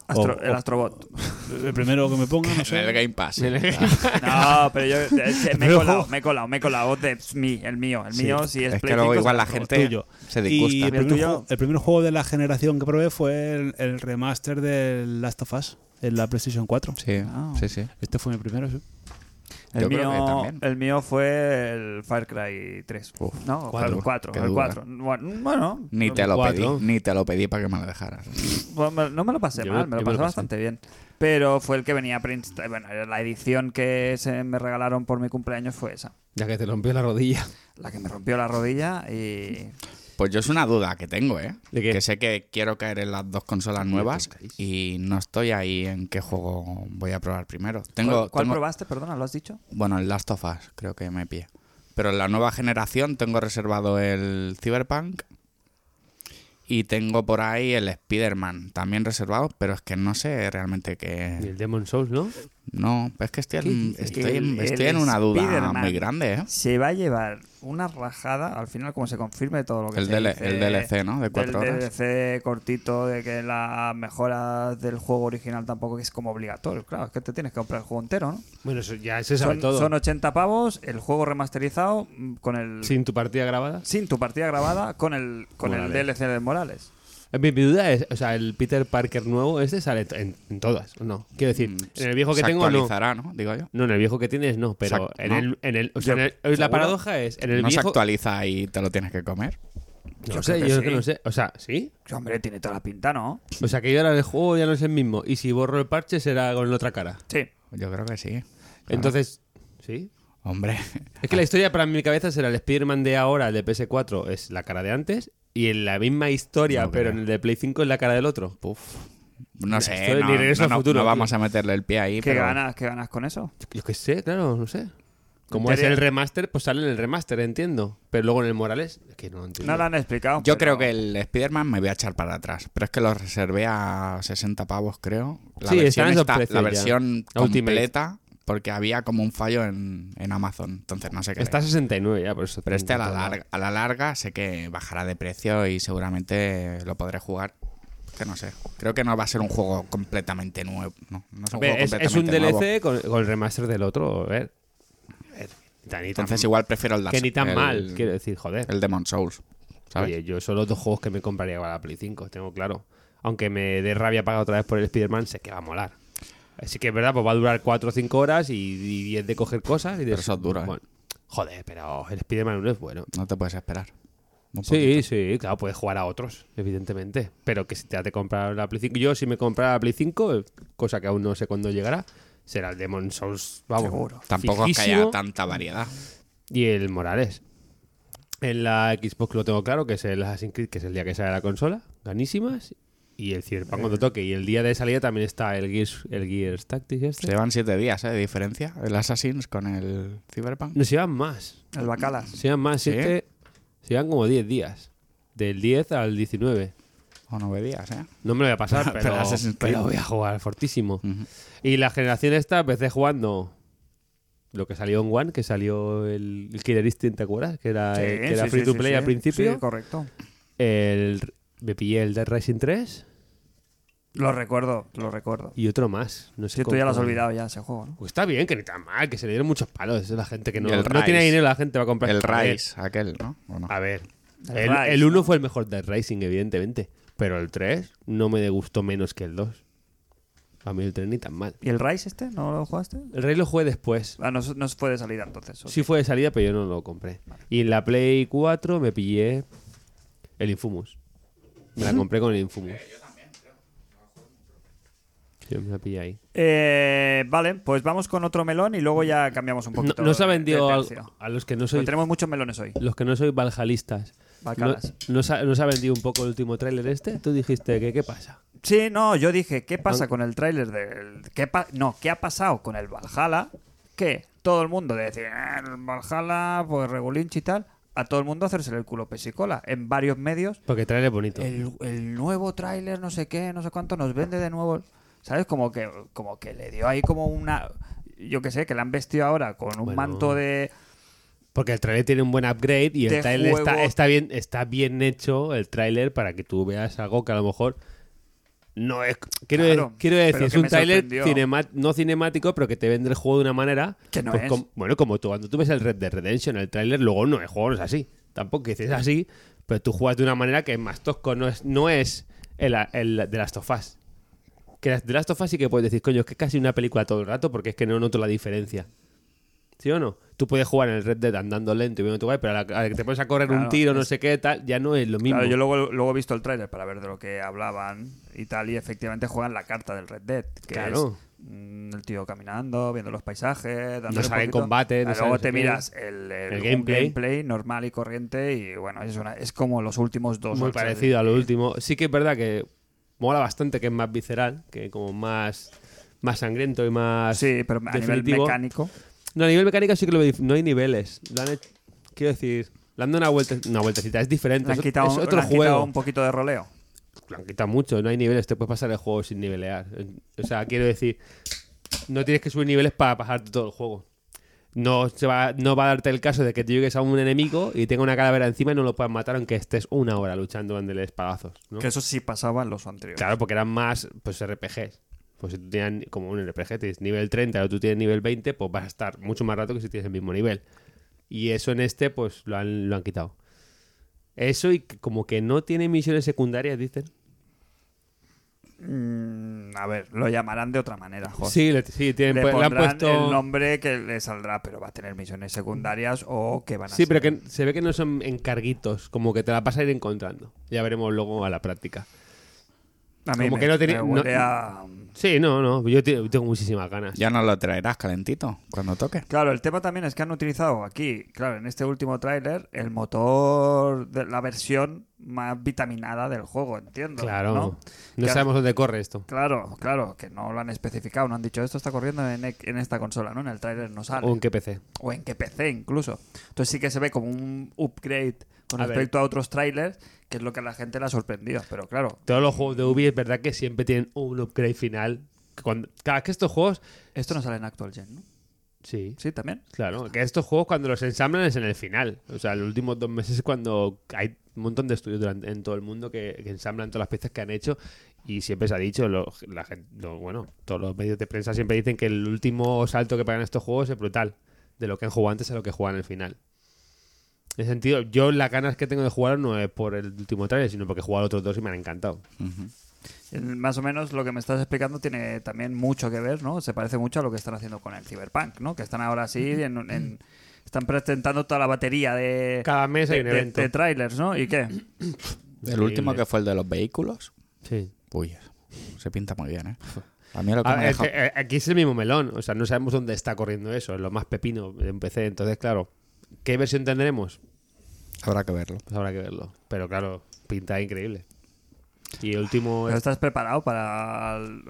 S3: Astro-
S1: O-
S2: Oh,
S3: el
S1: o-
S3: Astrobot.
S1: El primero que me ponga, no sé.
S2: En el Game Pass.
S3: No, pero yo eh, se- me he
S1: Pero-
S3: colado, me he colado, me he colado. de- mi- el mío, el
S1: Sí.
S3: mío, si es,
S2: Es
S3: Play
S2: que luego
S3: 5,
S2: igual la
S3: Astrobot.
S2: gente
S1: tuyo.
S2: Este se
S1: Y el
S2: disgusta.
S3: ¿Y el
S1: primer,
S3: tuyo?
S1: juego, el primer juego de la generación que probé fue el, el remaster del Last of Us en la PlayStation 4.
S2: Sí,
S3: Ah.
S2: sí, sí.
S1: Este fue mi primero, sí.
S2: Yo
S3: El,
S2: creo que
S3: mío,
S2: también.
S3: el mío fue el Far Cry 3.
S2: Uf,
S3: no,
S2: cuatro.
S3: el 4.
S2: Qué
S3: El
S2: duro.
S3: 4. Bueno,
S2: Ni te lo
S4: Cuatro.
S2: pedí, ni te lo pedí para que me lo dejaras.
S3: Bueno, me- no me lo pasé
S4: Yo me-
S3: mal, me
S4: yo
S3: lo
S4: me
S3: pasé
S4: lo pasé.
S3: bastante bien. Pero fue el que venía preinst- Bueno, era la edición que se me regalaron por mi cumpleaños fue esa.
S4: Ya que te rompió la rodilla.
S3: La que me rompió la rodilla y.
S2: Pues yo es una duda que tengo, ¿eh?
S4: ¿De qué?
S2: Que sé que quiero caer en las dos consolas nuevas
S4: tocáis.
S2: y no estoy ahí en qué juego voy a probar primero. Tengo,
S3: ¿Cuál, cuál
S2: tengo-
S3: probaste? Perdona, ¿lo has dicho?
S2: Bueno, el Last of Us creo que me pilla. Pero en la nueva generación tengo reservado el Cyberpunk y tengo por ahí el Spider-Man también reservado, pero es que no sé realmente qué...
S4: Y el Demon Souls, ¿no?
S2: No, es que estoy, en,
S3: ¿Qué dices?
S2: estoy, en-
S3: El-
S2: estoy
S3: el
S2: en una duda
S3: Spider-Man.
S2: muy grande, ¿eh?
S3: Se va a llevar una rajada al final, como se confirme todo lo que
S2: El,
S3: se
S2: DL
S3: dice
S2: el DLC, ¿no? De
S3: del
S2: cuatro horas.
S3: DLC cortito, de que las mejoras del juego original tampoco es como obligatorio. Claro, es que te tienes que comprar el juego entero, ¿no?
S4: Bueno, eso ya se sabe
S3: Son,
S4: todo.
S3: son 80 pavos, el juego remasterizado mm, con el
S4: Sin tu partida grabada.
S3: sin tu partida grabada con el con el
S4: Morales.
S3: DLC de Morales.
S4: Eh, Mi, mi duda es, o sea, el Peter Parker nuevo, este sale t- en, en todas, ¿o ¿no? Quiero decir, en el viejo que
S2: Mm, se
S4: tengo no.
S2: actualizará, ¿no? Digo yo.
S4: No, en el viejo que tienes no, pero
S2: Exacto,
S4: en
S2: ¿no?
S4: el, en el, o sea,
S3: Yo-
S4: en el- la
S3: ¿seguro?
S4: paradoja es en el
S2: no se
S4: viejo.
S2: actualiza y te lo tienes que comer.
S4: No
S3: Yo
S4: sé,
S3: creo
S4: yo
S3: que
S4: es que
S3: sí.
S4: no sé, o sea, sí.
S3: Hombre, tiene toda la pinta, ¿no?
S4: O sea, que yo ahora el juego ya no es el mismo y si borro el parche será con la otra cara.
S3: Sí.
S2: Yo creo que sí.
S4: Entonces, sí.
S2: Hombre,
S4: Es que la historia para mi cabeza será el Spider-Man de ahora, el de PS4 es la cara de antes y en la misma historia,
S2: No
S4: pero
S2: creo.
S4: en el de Play 5 es la cara del otro. Puf.
S2: no sé.
S4: Estoy
S2: no,
S4: ni regreso
S2: no,
S4: al
S2: no-
S4: futuro,
S2: no
S4: tío.
S2: vamos a meterle el pie ahí.
S3: ¿Qué
S2: pero
S3: ganas, qué ganas con eso?
S4: Yo qué sé, claro, no sé. Como es
S3: Estaría-
S4: el remaster, pues sale en el remaster, entiendo. Pero luego en el Morales, es que no lo entiendo.
S3: No lo han explicado.
S2: Yo creo
S3: pero-
S2: que el Spider-Man me voy a echar para atrás. Pero es que lo reservé a 60 pavos, creo. La
S4: Sí, están
S2: versión,
S4: esos
S2: está-
S4: precios
S2: la
S4: ya.
S2: versión
S4: Ultimate.
S2: completa, porque había como un fallo en, en Amazon. Entonces no sé qué.
S4: Está a 69 ya, por eso.
S2: Pero este a la,
S4: tengo toda-
S2: larga, a la larga sé que bajará de precio y seguramente lo podré jugar. Que no sé. Creo que no va a ser un juego completamente nuevo. No, no es un
S4: Hombre,
S2: juego
S4: es, es un
S2: completamente nuevo.
S4: DLC con, con el remaster del otro, a ver. A ver, ni tan- ni tan-
S2: Entonces igual prefiero el Dark
S4: que ni tan
S2: el-
S4: mal, quiero decir, joder.
S2: El Demon Souls. ¿Sabes?
S4: Oye, yo son los dos juegos que me compraría para la Play 5, tengo claro. Aunque me dé rabia pagar otra vez por el Spider-Man, sé que va a molar. Así que es verdad, pues va a durar 4 o 5 horas y, y 10 de coger cosas. Y de...
S2: Pero eso dura, ¿eh?
S4: Bueno, joder, pero el Spider-Man no es bueno.
S2: No te puedes esperar. Un poquito.
S4: Sí, sí, claro, puedes jugar a otros, evidentemente. Pero que si te has de comprar la Play 5. Yo, si me comprara la Play 5, cosa que aún no sé cuándo llegará, será el Demon Souls. Vamos,
S3: Seguro.
S2: Tampoco es que
S4: fijísimo,
S2: haya tanta variedad.
S4: Y el Morales. En la Xbox lo tengo claro, que es el Assassin's Creed, que es el día que sale la consola. Ganísimas. Y el Cyberpunk cuando toque. Y el día de salida también está el Gears, el Gears Tactics.
S2: Se
S4: Este.
S2: llevan siete días ¿eh? de diferencia el Assassin's con el Cyberpunk.
S4: No, se llevan más.
S3: El Bacalas.
S4: Se llevan más.
S2: ¿Sí?
S4: Siete, se llevan como 10 días. Del 10 al 19.
S2: O nueve días, ¿eh?
S4: No me lo voy a pasar, pero,
S2: Pero Assassin's Creed.
S4: pero voy a jugar fortísimo. Y la generación esta empecé jugando lo que salió en One, que salió el, el Killer Instinct, ¿te acuerdas? Que era,
S3: Sí,
S4: eh, que era
S3: sí,
S4: free
S3: sí,
S4: to
S3: sí,
S4: play
S3: sí.
S4: al principio.
S3: Sí, correcto.
S4: el, me pillé el Dead Rising 3
S3: Lo recuerdo, lo recuerdo.
S4: y otro más. No sé
S3: Si tú ya lo has
S4: cómo-
S3: olvidado ya ese juego, ¿no?
S4: Pues está bien, que ni tan mal, que se le dieron muchos palos. Es la gente que no,
S2: Y el
S4: no
S2: Rise.
S4: tiene dinero, la gente va a comprar.
S2: El
S4: Pues, A ver, Ah,
S2: Rise, aquel, ¿no? ¿O no?
S4: A ver.
S3: El
S4: El,
S3: Rise,
S4: el 1
S3: ¿no?
S4: fue el mejor Dead Rising, evidentemente. Pero el 3 no me gustó menos que el 2. A mí el 3 ni tan mal.
S3: ¿Y el Rise este? ¿No lo jugaste?
S4: El Rise lo jugué después.
S3: Ah, no, no fue de salida entonces. ¿o
S4: Sí fue de salida, pero yo no lo compré. Y en la Play 4 me pillé el Infumus. Me la compré con el Infumus. Yo me la pillé ahí.
S3: Eh, vale, pues vamos con otro melón y luego ya cambiamos un
S4: No,
S3: poquito.
S4: no se ha
S3: de- de
S4: vendido a,
S3: tercio.
S4: a los que no
S3: Porque
S4: soy
S3: tenemos muchos melones hoy.
S4: los que no soy valjalistas. No,
S3: Bacalas.
S4: no se ha- no se ha vendido un poco el último tráiler este. Tú dijiste que qué pasa.
S3: Sí, no, yo dije, ¿qué pasa con el tráiler del... ¿Qué pa- No, ¿qué ha pasado con el Valhalla? Que todo el mundo de decir, "Ah, el Valhalla, pues regulinch y tal, a todo el mundo hacerse el culo pesicola en varios medios.
S4: Porque tráiler bonito.
S3: El, el nuevo tráiler, no sé qué, no sé cuánto, nos vende de nuevo. ¿Sabes? Como que, como que le dio ahí como una... Yo qué sé, que la han vestido ahora con un
S4: Bueno.
S3: manto de...
S4: Porque el tráiler tiene un buen upgrade y
S3: de
S4: el tráiler está,
S3: juego.
S4: está bien, está bien hecho el tráiler para que tú veas algo que a lo mejor no es. Quiero,
S3: Claro,
S4: quiero decir,
S3: pero
S4: es
S3: que
S4: un
S3: me
S4: tráiler
S3: sorprendió.
S4: cinema- no cinemático, pero que te vende el juego de una manera. pues
S3: Que no es.
S4: com- bueno, como tú cuando tú ves el Red Dead Redemption, el tráiler, luego no, el juego no es así. Tampoco que es así, pero tú juegas de una manera que es más tosco, no es, no es el, el de Last of Us. Que las- de Last of Us sí que puedes decir, coño, es que es casi una película todo el rato porque es que no noto la diferencia. ¿Sí o no? Tú puedes jugar en el Red Dead andando lento y viendo tu guay, pero a la, a la que te pones a correr
S3: Claro,
S4: un tiro, no
S3: es-
S4: sé qué, tal, ya no es lo mismo.
S3: Claro, yo luego, luego he visto el tráiler para ver de lo que hablaban y tal, y efectivamente juegan la carta del Red Dead, que
S4: Claro.
S3: es mm, el tío caminando, viendo los paisajes, dándole
S4: No
S3: un
S4: sale el
S3: poquito.
S4: combate, no
S3: Ah,
S4: sale
S3: luego
S4: no sé
S3: te
S4: qué.
S3: miras el, el-
S4: El
S3: un
S4: gameplay.
S3: normal y corriente y bueno, es, una- es como los últimos dos.
S4: Muy
S3: o sea,
S4: parecido a lo último. Sí que es verdad que mola bastante que es más visceral, que como más, más sangriento y más.
S3: Sí, pero a nivel
S4: definitivo.
S3: mecánico.
S4: No, a nivel mecánico sí que lo veo dif- No hay niveles. Lo han hecho- quiero decir, le han dado una, vuelta, una vueltecita. Es diferente.
S3: Le han
S4: es-
S3: quitado,
S4: es
S3: le
S4: otro
S3: han
S4: juego.
S3: quitado un poquito de roleo.
S4: lo han quitado mucho, no hay niveles, te puedes pasar el juego sin nivelear. O sea, quiero decir, no tienes que subir niveles para pasarte todo el juego. No, se va, no va a darte el caso de que te llegues a un enemigo y tenga una calavera encima y no lo puedas matar aunque estés una hora luchando dándole espadazos. ¿no?
S3: Que eso sí pasaba en los anteriores.
S4: Claro, porque eran más pues RPGs. Pues si tú tenías como un RPG, tienes nivel 30 o tú tienes nivel 20, pues vas a estar mucho más rato que si tienes el mismo nivel. Y eso en este, pues lo han, lo han quitado. Eso y que como que no tiene misiones secundarias, dicen.
S3: Mm, a ver, lo llamarán de otra manera, joder.
S4: Sí, le, sí, tienen-
S3: le
S4: pues, le han
S3: pondrán el
S4: puesto.
S3: nombre que le saldrá, pero va a tener misiones secundarias o que van a
S4: Sí,
S3: ser-
S4: pero que se ve que no son encarguitos, como que te la vas a ir encontrando. Ya veremos luego a la práctica.
S3: A mí
S4: como
S3: me-
S4: que no
S3: me
S4: tenía-
S3: huele
S4: no-
S3: a-
S4: Sí, no, no, yo te- tengo muchísimas ganas.
S2: Ya nos lo traerás calentito cuando toque.
S3: Claro, el tema también es que han utilizado aquí, claro, en este último tráiler, el motor de la versión más vitaminada del juego, entiendo.
S4: Claro, no,
S3: ¿no? Que-
S4: sabemos dónde corre esto.
S3: Claro, claro, que no lo han especificado, no han dicho esto está corriendo en, e- en esta consola, ¿no? En el tráiler no sale.
S4: O en qué PC.
S3: o en que PC incluso. Entonces sí que se ve como un upgrade con
S4: A
S3: respecto a otros trailers, que es lo que a la gente le ha sorprendido. Pero claro,
S4: Todos los juegos de Ubi es verdad que siempre tienen un upgrade final. que Cuando, cada que estos juegos.
S3: esto no sale en Actual Gen, ¿no?
S4: Sí,
S3: Sí, también.
S4: claro. Que estos juegos cuando los ensamblan es en el final. O sea, los últimos dos meses es cuando hay un montón de estudios durante- en todo el mundo que, que ensamblan todas las piezas que han hecho. Y siempre se ha dicho, lo- la gente, lo- bueno, todos los medios de prensa siempre dicen que el último salto que pagan estos juegos es brutal. De lo que han jugado antes a lo que juegan al final. En ese sentido, yo las ganas que tengo de jugar no es por el último trailer, sino porque he jugado otros dos y me han encantado.
S3: El- Más o menos lo que me estás explicando tiene también mucho que ver, ¿no? Se parece mucho a lo que están haciendo con el Cyberpunk, ¿no? Que están ahora así, en, en- están presentando toda la batería de,
S4: Cada mes hay
S3: de,
S4: un
S3: de-
S4: evento.
S3: de trailers, ¿no? ¿Y qué?
S2: El último
S4: Increíble.
S2: que fue el de los vehículos.
S4: Sí.
S2: Uy, se pinta muy bien, ¿eh? A mí lo que
S4: A
S2: me
S4: ver,
S2: deja-
S4: es que, eh, aquí es el mismo melón, o sea, no sabemos dónde está corriendo eso, es lo más pepino de un PC. Entonces, claro, ¿qué versión tendremos?
S2: Habrá que verlo.
S4: Pues habrá que verlo. Pero claro, pinta increíble. Y el último
S3: Pero
S4: es
S3: Pues estás preparado para el-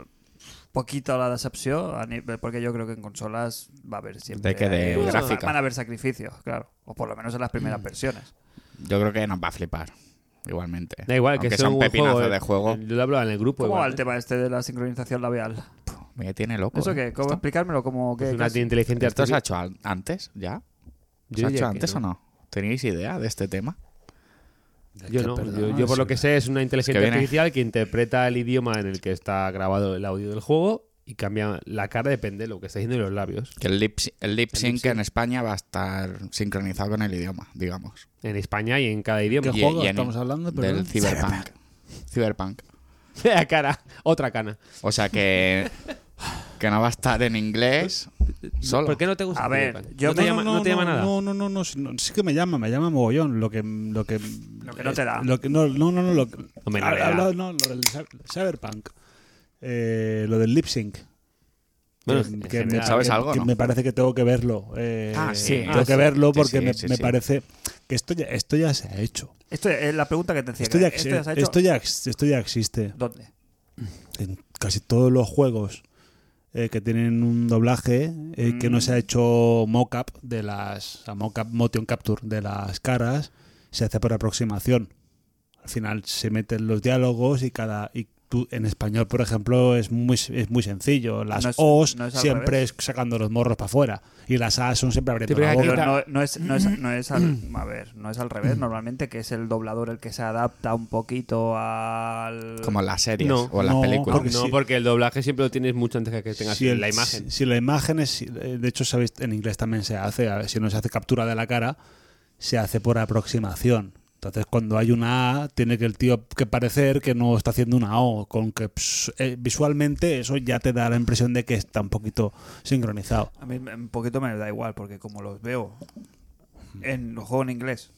S3: poquito la decepción, A ni- porque yo creo que en consolas va a haber siempre.
S2: De que de
S3: Bueno,
S2: gráfica.
S3: Van a haber sacrificios, claro. O por lo menos en las primeras versiones.
S2: Yo creo que nos va a flipar. Igualmente.
S4: Da igual,
S2: Aunque
S4: que
S2: sea
S4: sea
S2: un
S4: un buen
S2: pepinazo
S4: juego. eh.
S2: de juego.
S4: Yo lo hablaba en el grupo.
S3: ¿Cómo
S4: igual,
S3: va el
S4: eh.
S3: tema este de la sincronización labial?
S2: Me tiene loco.
S3: ¿Eso
S2: ¿eh?
S3: qué? ¿Cómo explicármelo? ¿Cómo, qué,
S4: Es Pues una
S3: qué es?
S4: inteligencia
S2: ¿Esto se ha
S4: artificial.
S2: hecho al- antes ya?
S4: Este Yo
S2: ¿Se ha
S4: diría
S2: hecho
S4: que
S2: antes
S4: no.
S2: o no? ¿Teníais idea de este tema?
S4: Yo no, yo, yo por lo que sé es una inteligencia
S2: que viene-
S4: artificial que interpreta el idioma en el que está grabado el audio del juego y cambia la cara depende de lo que está diciendo y los labios.
S2: Que el lip, el lip
S4: El
S2: sync
S4: lip sync.
S2: en España va a estar sincronizado con el idioma, digamos.
S4: En España y en cada idioma.
S1: ¿Qué
S2: Y-
S1: juego
S2: y en-
S1: estamos hablando?
S2: Del
S1: perdón?
S2: Cyberpunk. Cyberpunk.
S4: La cara, otra cana.
S2: O sea que. que no va a estar en inglés solo.
S4: ¿Por qué no te gusta?
S3: A ver,
S4: Cyberpunk?
S3: yo
S4: no te,
S3: no-
S4: llama, no te llama
S1: no,
S4: nada.
S1: No, no, no, no, sí, no, sí que me llama, me llama mogollón. Lo que. Lo que, lo
S3: que no te da.
S1: Lo que, no, no, no, no. Lo, que-
S4: Hombre,
S1: ha-
S4: no le da.
S1: habla- no, lo del cyber- Cyberpunk. Eh, lo del lip sync.
S4: Bueno,
S1: Que-
S4: en
S1: que
S4: general.
S1: me,
S2: ¿Sabes
S1: que-
S2: algo,
S1: que
S2: no?
S1: me parece que tengo que verlo. eh,
S2: Ah, sí.
S1: Tengo
S2: Ah,
S1: que
S2: sí.
S1: verlo
S2: Sí,
S1: porque
S2: sí,
S1: me,
S2: sí,
S1: me
S2: sí.
S1: parece que esto ya, esto ya se ha hecho.
S3: Esto es la pregunta que te decía.
S1: Esto ya,
S3: ¿Esto ya se ha
S1: ex-
S3: hecho?
S1: esto ya ex- esto ya existe.
S3: ¿Dónde?
S1: en casi todos los juegos eh, que tienen un doblaje eh, que no se
S3: Mm.
S1: ha hecho mockup de las a mockup motion capture de las caras se hace por aproximación al final se meten los diálogos y cada y tú- en español por ejemplo es muy es muy sencillo las
S3: No es-
S1: os
S3: no es al
S1: siempre
S3: revés.
S1: es sacando los morros para afuera y las as son siempre abriendo
S4: Sí, pero
S1: la
S4: aquí
S1: boca
S3: Pero
S4: Quita-
S3: no, no es, no, es, no es al, a ver, no es al revés. Normalmente que es el doblador el que se adapta un poquito al...
S2: Como en las series
S4: No,
S2: o en las
S1: no,
S2: películas.
S1: porque
S4: no,
S1: sí.
S4: porque el doblaje siempre lo tienes mucho antes de que tengas
S1: el-
S4: la imagen.
S1: Si, si la imagen es. si- eh, De hecho, sabéis, en inglés también se hace. a ver, Si no se hace captura de la cara, se hace por aproximación. Entonces, cuando hay una A, tiene que el tío que parecer que no está haciendo una O, con que ps, eh, visualmente eso ya te da la impresión de que está un poquito sincronizado.
S3: A mí un poquito me da igual, porque como los veo en los juegos en inglés,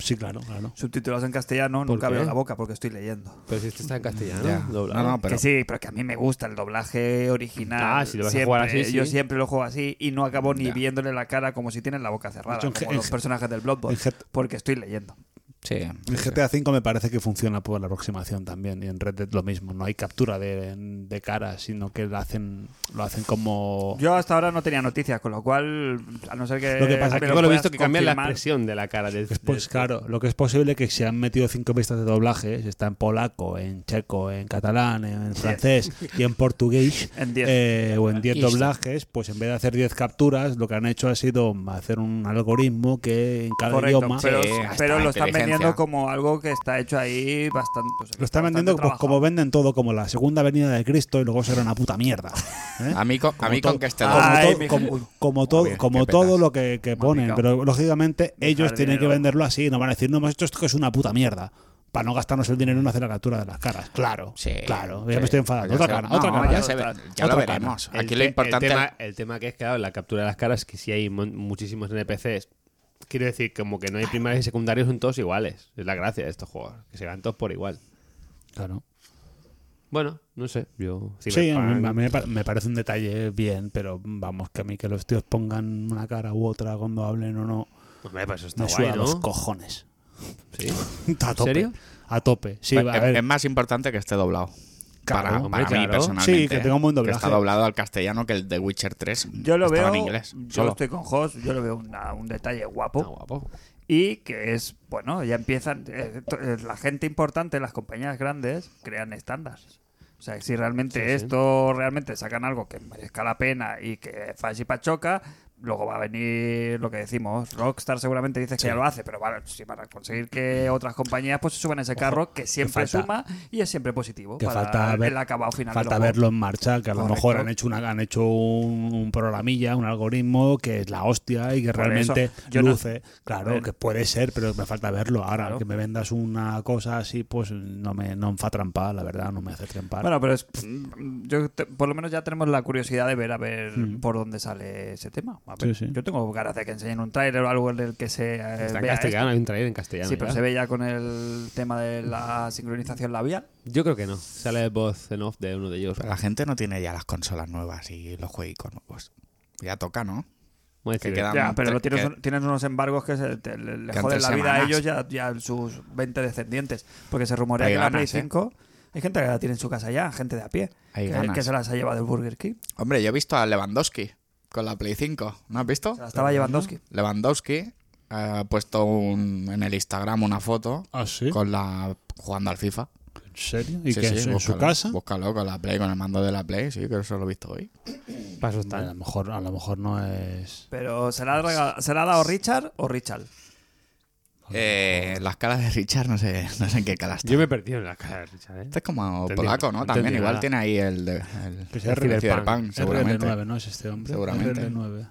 S1: Sí, claro, claro.
S3: subtitulados en castellano,
S4: ¿Por
S3: nunca
S4: qué?
S3: veo la boca porque estoy leyendo.
S4: Pero si este está en castellano,
S2: Ya.
S4: doblado.
S2: No, ¿eh? no, pero
S3: Que sí, pero que a mí me gusta el doblaje original.
S4: Ah, si lo vas a
S3: siempre.
S4: jugar así,
S3: Yo
S4: sí.
S3: siempre lo juego así y no acabo ni
S2: Ya.
S3: viéndole la cara como si tienen la boca
S1: De
S3: cerrada,
S1: hecho, en
S3: como
S1: G- en
S3: los
S1: G-
S3: personajes del Bloodborne,
S1: en G-
S3: porque estoy leyendo.
S2: sí, sí,
S1: En
S2: sí.
S1: GTA V me parece que funciona por la aproximación también. Y en Red Dead lo mismo. No hay captura de, de cara, sino que lo hacen, lo hacen como.
S3: Yo hasta ahora no tenía noticias, con lo cual, a no ser que.
S1: Lo que pasa
S3: me
S1: que
S4: Yo lo he
S3: puedas
S4: visto que cambian la
S3: confirmar,
S4: expresión de la cara. del-
S1: Pues
S4: del-
S1: claro, lo que es posible que se han metido cinco pistas de doblaje, si está en polaco, en checo, en catalán, en, francés y en portugués,
S3: En diez.
S1: eh, o en 10
S2: Listo.
S1: doblajes, pues en vez de hacer 10 capturas, lo que han hecho ha sido hacer un algoritmo que en cada
S3: Correcto,
S1: idioma
S3: pero,
S2: Sí, hasta
S3: pero
S2: la
S3: lo están
S2: inteligencia.
S3: vendiendo como algo que está hecho ahí bastante. pues,
S1: lo están
S3: bastante
S1: vendiendo pues,
S3: trabajado.
S1: como venden todo, como la segunda venida de Cristo y luego será una puta mierda. ¿eh?
S2: A mí, con, a
S1: Como
S2: mí
S1: todo- Ah, eh,
S2: con que esté
S1: como
S2: doblado.
S3: Ay,
S1: todo-
S3: mi-
S1: como-
S3: uy.
S1: como todo,
S2: bien,
S1: como
S2: qué petas.
S1: todo lo que, que ponen,
S3: picado.
S1: pero lógicamente ellos
S3: Dejar
S1: tienen que
S3: dinero.
S1: venderlo así, no van a decir, no hemos hecho esto que es una puta mierda. Para no gastarnos el dinero en hacer la captura de las caras. Claro,
S2: Sí,
S1: claro.
S2: sí.
S1: Ya me estoy enfadando.
S2: Ya
S1: Otra
S2: se-
S1: cara,
S2: no,
S1: otra cara.
S2: Ya, se ve- ya lo
S1: otra cara.
S2: veremos.
S4: el
S2: Aquí
S4: te-
S2: lo importante
S4: El tema, el tema que es que, claro, la captura de las caras, que si hay mon- muchísimos NPCs. Quiero decir, como que no hay primarios y secundarios, son todos iguales. Es la gracia de estos juegos, que se van todos por igual.
S1: Claro.
S4: Bueno, no sé, yo...
S1: Sí, a
S4: Cyberpunk-
S1: mí, a mí me pa- me parece un detalle bien, pero vamos, que a mí que los tíos pongan una cara u otra cuando hablen o no,
S4: Hombre, pues eso está
S1: me
S4: guay,
S1: suda los
S4: ¿no?
S1: cojones.
S4: Sí.
S1: A tope.
S4: serio?
S1: A tope. Sí,
S2: Pero
S1: a
S2: es,
S1: ver,
S2: es más importante que esté doblado.
S1: Claro,
S2: para
S4: hombre,
S2: para mí
S4: claro.
S2: personalmente.
S1: Sí, que tenga un buen doblaje.
S2: Que está doblado al castellano que el de Witcher 3.
S3: Yo lo
S2: estaba
S3: veo.
S2: en inglés.
S3: yo
S2: solo.
S3: estoy con Hoss, yo lo veo una- un detalle guapo.
S4: Está guapo.
S3: Y que es, bueno, ya empiezan, eh, to- eh, la gente importante, las compañías grandes, crean estándares. O sea, si realmente
S4: Sí, sí.
S3: esto, realmente sacan algo que merezca la pena y que falle y pachoca, luego va a venir lo que decimos, Rockstar seguramente dice que ya lo hace, pero vale, si para conseguir que otras compañías pues se suban a ese carro que siempre
S1: falta-
S3: suma y es siempre positivo
S1: que
S3: para
S1: falta ver-
S3: el acabado final. del
S1: falta
S3: juego.
S1: verlo en marcha, que a lo
S3: Correcto.
S1: mejor han hecho una, han hecho un, un programilla, un algoritmo que es la hostia y que
S3: Por
S1: realmente
S3: eso, yo no-
S1: luce.
S3: A
S1: claro,
S3: ver.
S1: que puede ser, pero me falta verlo. Ahora,
S3: Claro.
S1: que me vendas una cosa así, pues no me, no me fa trampar, la verdad, no me hace trampar.
S3: Bueno, pero es, yo te- por lo menos ya tenemos la curiosidad de ver a ver por dónde sale ese tema. A ver,
S1: Mm. Sí, sí.
S3: Yo tengo ganas de que enseñen un tráiler o algo en el que se eh,
S4: Está en
S3: vea esto.
S4: castellano, hay un trailer en castellano.
S3: Sí, pero
S4: ya.
S3: se ve ya con el tema de la sincronización labial.
S4: Yo creo que no. Sale voz en off de uno de ellos.
S2: Pero la gente no tiene ya las consolas nuevas y los juegos nuevos. Ya toca, ¿no?
S4: Voy a decir,
S2: que quedan
S3: ya, pero lo
S2: tre-
S3: tienes,
S2: Ah, que-
S3: un- tienes unos embargos que se, te- le, le
S2: Que
S3: joden
S2: antes
S3: la vida a
S2: semanas.
S3: ellos ya, ya sus 20 descendientes. Porque se rumorea
S2: Hay
S3: que la Play
S2: ganas, ¿eh?
S3: 5... Hay gente que la tiene en su casa ya, gente de a pie.
S2: Hay
S3: Que,
S2: ganas.
S3: que se las ha llevado del Burger King.
S2: Hombre, yo he visto a Lewandowski con la Play 5. ¿No has visto?
S3: Se la estaba llevando Oski.
S2: Lewandowski eh, ha puesto un- en el Instagram una foto
S1: ¿Ah, sí?
S2: con la jugando al FIFA.
S1: ¿En serio? ¿Y
S2: Sí,
S1: que
S2: sí,
S1: es en su
S2: búscalo,
S1: casa?
S2: Búscalo con la Play, con el mando de la Play, sí, que eso lo he visto hoy.
S4: Paso
S1: A lo mejor, a lo mejor no es.
S3: Pero ¿se la,
S2: Pues
S3: ha rega- ¿se la ha dado Richard o Richard?
S2: Eh, las caras de Richard, no sé, no sé en qué cara está.
S4: Yo me he perdido en la cara de Richard, ¿eh?
S2: Este es como
S4: Entendí-
S2: polaco, ¿no?
S4: entendí
S2: También igual
S4: nada.
S2: tiene ahí el, de, el,
S1: Que sea
S2: el
S1: Cyberpunk.
S2: Cyberpunk, seguramente.
S1: RL9, ¿no? Es este hombre.
S2: Seguramente.
S1: RL9.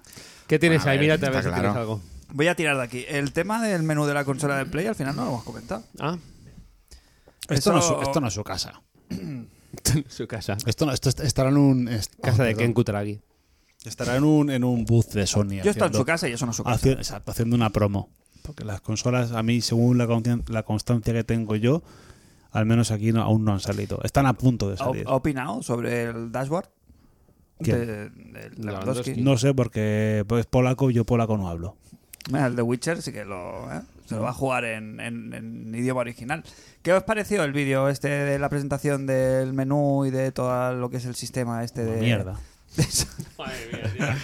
S4: ¿Qué tienes
S2: A
S4: ahí?
S2: ver,
S4: Mírate a ver
S2: está
S4: si tienes
S2: claro.
S4: algo.
S3: Voy a tirar de aquí. El tema del menú de la consola de Play al final no lo hemos comentado.
S4: Ah,
S1: Esto, no es,
S3: Eso-
S1: su- esto no es su casa.
S4: en su casa.
S1: Esto, no- esto est- estará en un. est-
S4: Casa
S1: oh,
S4: de
S1: perdón.
S4: Ken Kutaragi.
S1: Estará en un, en un booth de Sony.
S3: Yo estoy en
S1: haciendo-
S3: su casa y eso no es su casa.
S1: Haci- exacto, haciendo una promo. Porque las consolas, a mí, según la, con- la constancia que tengo yo, al menos aquí no, aún no han salido. Están a punto de
S3: ¿Ha
S1: salir.
S3: ha opinado sobre el dashboard?
S1: ¿Quién?
S3: De, del
S4: Lewandowski.
S3: Lewandowski.
S1: No sé, porque pues, polaco, yo polaco no hablo.
S3: Mira, el de Witcher sí que lo, ¿eh? se lo va a jugar en, en- en idioma original. ¿Qué os pareció el vídeo este de la presentación del menú y de todo lo que es el sistema este de...
S1: Mierda.
S4: Madre mía, la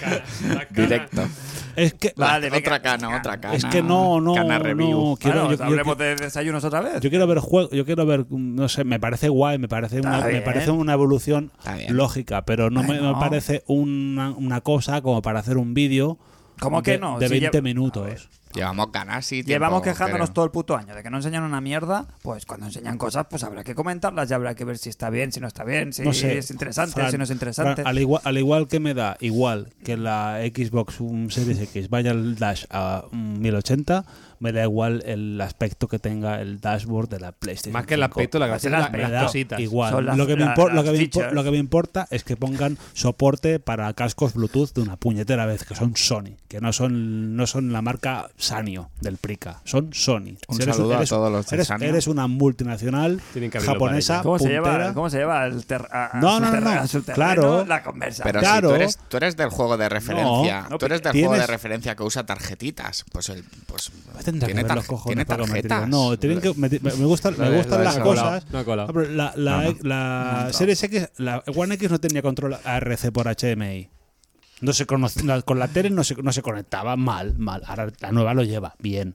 S4: cara.
S2: Directo.
S1: Es que,
S3: Vale,
S2: La-
S3: venga,
S2: otra cana,
S3: venga.
S2: otra cana.
S1: es que no, no.
S2: Cana
S1: no,
S2: review.
S1: quiero-
S3: Bueno,
S1: yo- yo-
S3: hablemos de desayunos otra vez.
S1: Yo quiero ver juego, yo quiero ver, no sé, me parece guay, me parece una,
S3: Está
S1: me
S3: bien.
S1: parece una evolución
S2: Está bien.
S1: lógica, pero no me,
S3: Bueno.
S1: me parece una, una cosa como para hacer un vídeo
S3: ¿Cómo que
S1: de-
S3: no?
S1: de 20
S3: Si lleva- A ver.
S1: minutos.
S2: Llevamos ganas y tiempo,
S3: Llevamos quejándonos
S2: creo.
S3: todo el puto año de que no enseñan una mierda, pues cuando enseñan cosas, pues habrá que comentarlas, ya habrá que ver si está bien, si no está bien, si
S1: no sé,
S3: es interesante,
S1: Fran,
S3: si no es interesante.
S1: Fran, al, igual, al igual que me da igual que la Xbox um, Series X vaya al Dash a mm, 1080, me da igual el aspecto que tenga el dashboard de la PlayStation.
S4: Más que el
S1: 5.
S4: aspecto, la gracia
S3: Las
S4: las,
S3: pelas,
S4: las cositas.
S1: Igual.
S3: Son las-
S1: lo, que me
S3: la-
S1: impor- lo,
S3: las
S1: que me impo-
S3: features.
S1: lo que me importa es que pongan soporte para cascos Bluetooth de una puñetera vez, que son Sony, que no son, no son la marca Sanio del Prica, son Sony.
S2: Un saludo a todos los de
S1: eres,
S2: Sanio.
S1: eres una multinacional
S4: Tienen que abrirlo
S1: japonesa.
S4: para
S3: ¿Cómo se,
S1: puntera.
S3: lleva, ¿Cómo se lleva el ter- a, a
S1: No, no,
S3: su
S1: no,
S3: terreno-
S1: no.
S3: a su terreno
S1: Claro.
S3: la conversación?
S2: Pero
S1: Claro.
S2: si tú eres, tú eres del juego de referencia,
S1: No,
S3: no,
S2: tú eres del
S1: tienes-
S2: juego de referencia que usa tarjetitas, pues el pues
S1: Tendrá que
S2: tiene,
S1: ver
S2: tar-
S1: los cojones
S2: tiene
S1: para cometer-
S2: tarjetas.
S1: No, tienen que, me, me- me gustan, me
S4: Lo de-
S1: gustan
S4: lo de
S1: las
S4: esa
S1: cosas.
S4: colado, no ha colado.
S1: Ah, pero la la, la Series X, la One X no tenía control ARC por HDMI. No se conoce- la- con la tele no se, no se conectaba mal, mal. Ahora la nueva lo lleva, bien.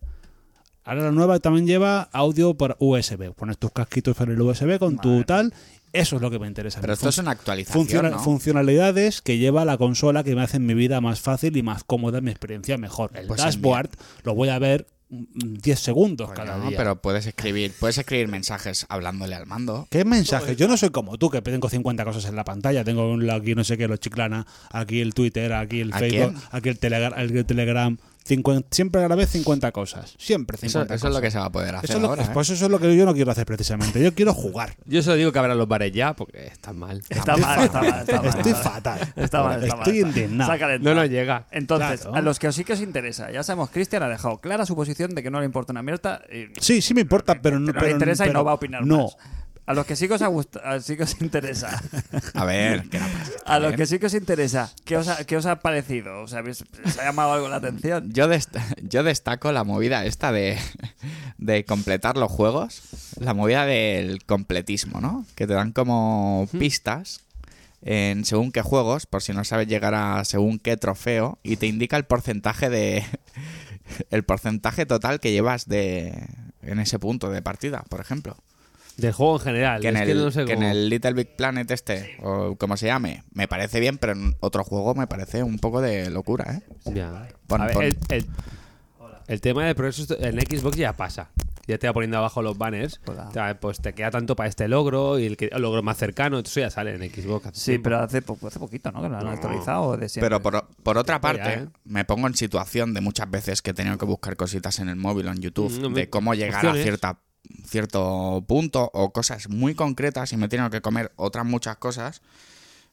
S1: Ahora la nueva también lleva audio por USB. Pones tus casquitos en el USB con tu tal. Eso es lo que me interesa. a mí.
S2: Pero esto es una actualización,
S1: Funciona-
S2: ¿no?
S1: Funcionalidades que lleva la consola que me hacen mi vida más fácil y más cómoda, mi experiencia mejor. El
S2: Pues
S1: dashboard lo voy a ver mm, 10 segundos
S2: Pues
S1: cada
S2: no,
S1: día.
S2: pero puedes escribir, puedes escribir mensajes hablándole al mando.
S1: ¿Qué mensaje? Yo no soy como tú, que tengo 50 cosas en la pantalla. Tengo un- aquí no sé qué, los chiclana, aquí el Twitter, aquí el
S2: ¿A
S1: Facebook,
S2: quién?
S1: aquí el, Telegra- el Telegram. 50 siempre a la vez 50 cosas. Siempre
S2: Eso,
S1: 50
S2: eso es
S1: cosas.
S2: lo que se va a poder hacer
S1: Eso es lo-
S2: ahora. ¿eh?
S1: Pues eso es lo que yo no quiero hacer precisamente. Yo quiero jugar.
S4: Yo solo digo que habrá los bares ya porque está mal.
S3: Está mal, está mal, está mal.
S1: Estoy
S3: está mal.
S1: fatal.
S3: Está mal, está mal.
S1: Estoy
S3: está mal.
S1: indignado.
S3: Sácale el
S4: No
S3: tra-
S4: nos llega.
S3: Entonces,
S1: Claro.
S3: a los que os sí que os interesa, ya sabemos, Cristian ha dejado clara su posición de que no le importa una mierda. y-
S1: Sí, sí me importa, pero no.
S3: pero
S1: pero-
S3: le interesa y
S1: pero
S3: no va a opinar
S1: No.
S3: más. A los que sí que os, ha gust- a- sí que os interesa,
S2: A ver, ¿qué no pasa?
S3: a los que sí que os interesa, ¿qué os ha, qué os ha parecido? ¿Os, habéis- ¿Os ha llamado algo la atención?
S2: Yo, dest- yo destaco la movida esta de, de completar los juegos, la movida del completismo, ¿no? Que te dan como pistas en según qué juegos, por si no sabes llegar a según qué trofeo, y te indica el porcentaje de. el porcentaje total que llevas de. en ese punto de partida, por ejemplo.
S4: Del juego en general.
S2: Que en,
S4: es
S2: el,
S4: que no sé
S2: que en
S4: cómo.
S2: el Little Big Planet este, o como se llame, me parece bien, pero en otro juego me parece un poco de locura, ¿eh?
S4: Ya.
S2: Pon-
S4: A ver,
S2: pon-
S4: el, el- el tema del progreso est- en Xbox ya pasa. Ya te va poniendo abajo los banners.
S3: Hola.
S4: Te va- Pues te queda tanto para este logro y el, que, el logro más cercano. Eso ya sale en Xbox. hace
S3: Sí,
S4: tiempo.
S3: pero hace, po- hace poquito, ¿no? Que lo han actualizado de siempre.
S2: Pero por, por otra
S4: Pues ya,
S2: parte,
S4: ¿eh?
S2: me pongo en situación de muchas veces que he tenido que buscar cositas en el móvil o en YouTube
S4: Mm, no me-
S2: de cómo llegar
S4: opciones.
S2: a cierta, cierto punto o cosas muy concretas y me he tenido que comer otras muchas cosas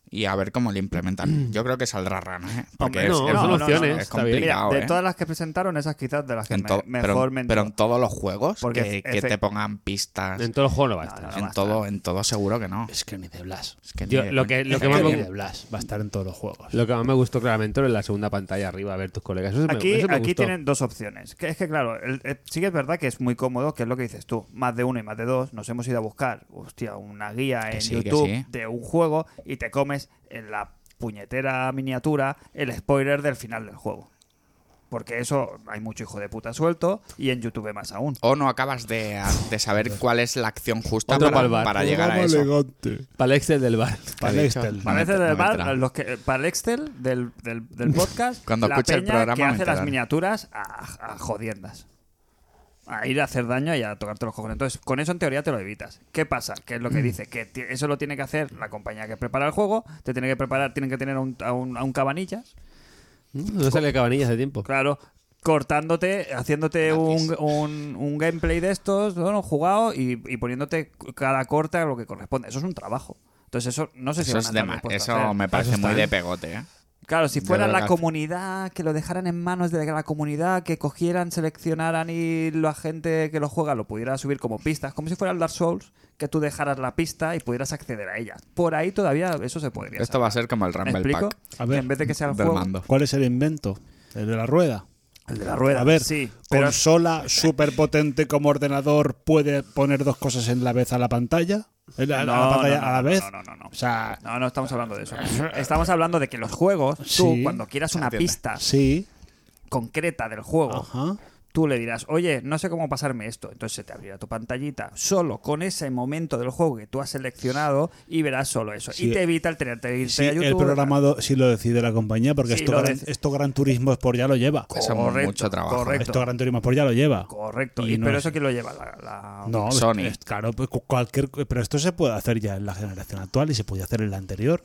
S2: y a ver cómo lo implementan. Yo creo que saldrá rana, ¿eh?
S4: Mm. Hombre, no, son opciones,
S2: es
S4: está bien.
S2: complicado,
S3: Mira, de
S2: ¿eh?
S3: todas las que presentaron, esas quizás de las que
S2: En
S3: me-
S2: to-
S3: mejor
S2: pero,
S3: me
S2: pero en todos los juegos
S3: Porque
S2: que,
S3: efe-
S2: que te pongan pistas.
S4: En todo el juego no va a estar.
S3: No, no,
S2: en
S3: basta.
S2: todo, en todo seguro que no.
S1: Es que ni de Blas.
S2: Es que ni
S4: Yo-
S2: de-
S4: lo que,
S1: Es
S4: lo ¿eh? que más
S1: ni
S4: me,
S1: de Blas va a estar en todos los juegos.
S4: Lo que más me gustó claramente era en la segunda pantalla arriba, a ver tus colegas. Eso me-
S3: Aquí,
S4: eso me
S3: aquí
S4: gustó.
S3: tienen dos opciones. Que es que, claro, el- eh, sí que es verdad que es muy cómodo, que es lo que dices tú. Más de uno y más de dos, nos hemos ido a buscar, hostia, una guía
S2: Que
S3: en
S2: sí, que
S3: YouTube
S2: sí.
S3: de un juego y te comes en la puñetera miniatura el spoiler del final del juego. Porque eso hay mucho hijo de puta suelto y en YouTube más aún.
S2: O no acabas de, de saber cuál es la acción justa
S4: Otro
S2: para,
S4: palbar.
S2: para llegar a eso.
S4: Para el Excel del bar.
S1: Para
S2: Te he
S1: Excel.
S2: dicho,
S3: Para
S2: no me-
S3: Excel
S2: no
S3: del
S2: me
S3: bar,
S2: entra.
S3: los que- eh, para el Excel del, del- del podcast,
S2: Cuando
S3: la
S2: escuche el
S3: peña
S2: programa
S3: que
S2: me
S3: hace las
S2: enteraré.
S3: miniaturas a, a jodiendas. A ir a hacer daño y a tocarte los cojones. Entonces, con eso en teoría te lo evitas. ¿Qué pasa? Que es lo
S2: Mm.
S3: que dice, que ti- eso lo tiene que hacer la compañía que prepara el juego, te tiene que preparar, tienen que tener a un, a un, a un cabanillas,
S4: ¿Mm? No sale cabanillas de tiempo.
S3: claro, cortándote, haciéndote un, un- un gameplay de estos, bueno, jugado y, y poniéndote cada corte a lo que corresponde. Eso es un trabajo. Entonces, eso no sé si
S2: Eso,
S3: van a
S2: es
S3: estar
S2: de ma-
S3: dispuestos a
S2: eso
S3: hacer.
S2: me parece
S4: Eso está
S2: muy
S4: bien.
S2: de pegote. ¿eh?
S3: Claro, si
S2: Yo
S3: fuera
S2: creo
S3: la
S2: que-
S3: comunidad, que lo dejaran en manos de la comunidad, que cogieran, seleccionaran y la gente que lo juega lo pudiera subir como pistas, como si fuera el Dark Souls, que tú dejaras la pista y pudieras acceder a ella. Por ahí todavía eso se podría.
S2: Esto va a ser como el
S3: ¿Me
S2: Rumble
S3: explico?
S2: Pack
S1: A ver,
S3: Que en vez de que sea el
S2: del
S3: juego,
S2: mando.
S1: ¿Cuál es el invento? ¿El de la rueda?
S3: el de la rueda.
S1: A ver,
S3: sí, pero
S1: consola súper potente como ordenador puede poner dos cosas en la vez a la pantalla. ¿En la- a la
S3: No,
S1: pantalla
S3: no, no,
S1: a la
S3: no,
S1: vez.
S3: no, no, no.
S1: O sea,
S3: no, no estamos hablando de eso. Estamos hablando de que los juegos, tú
S1: Sí.
S3: cuando quieras una
S2: Entiende.
S3: pista
S1: sí.
S3: concreta del juego,
S1: Ajá.
S3: tú le dirás, oye, no sé cómo pasarme esto. Entonces se te abrirá tu pantallita solo con ese momento del juego que tú has seleccionado y verás solo eso.
S1: Sí.
S3: y te evita el tener que irte
S1: Sí,
S3: a YouTube.
S1: el programado sí lo decide la compañía, porque
S3: Sí,
S1: esto,
S3: lo
S1: gran,
S3: dec-
S1: esto Gran Turismo es por ya lo lleva.
S2: Eso es
S3: Correcto,
S2: mucho trabajo.
S3: correcto.
S1: Esto Gran Turismo por ya lo lleva.
S3: Correcto.
S1: Y
S3: Y,
S1: no
S3: pero
S1: es-
S3: eso que lo lleva la... la-
S1: No,
S2: Sony.
S1: es- claro, pues, cu- cualquier, pero esto se puede hacer ya en la generación actual y se podía hacer en la anterior.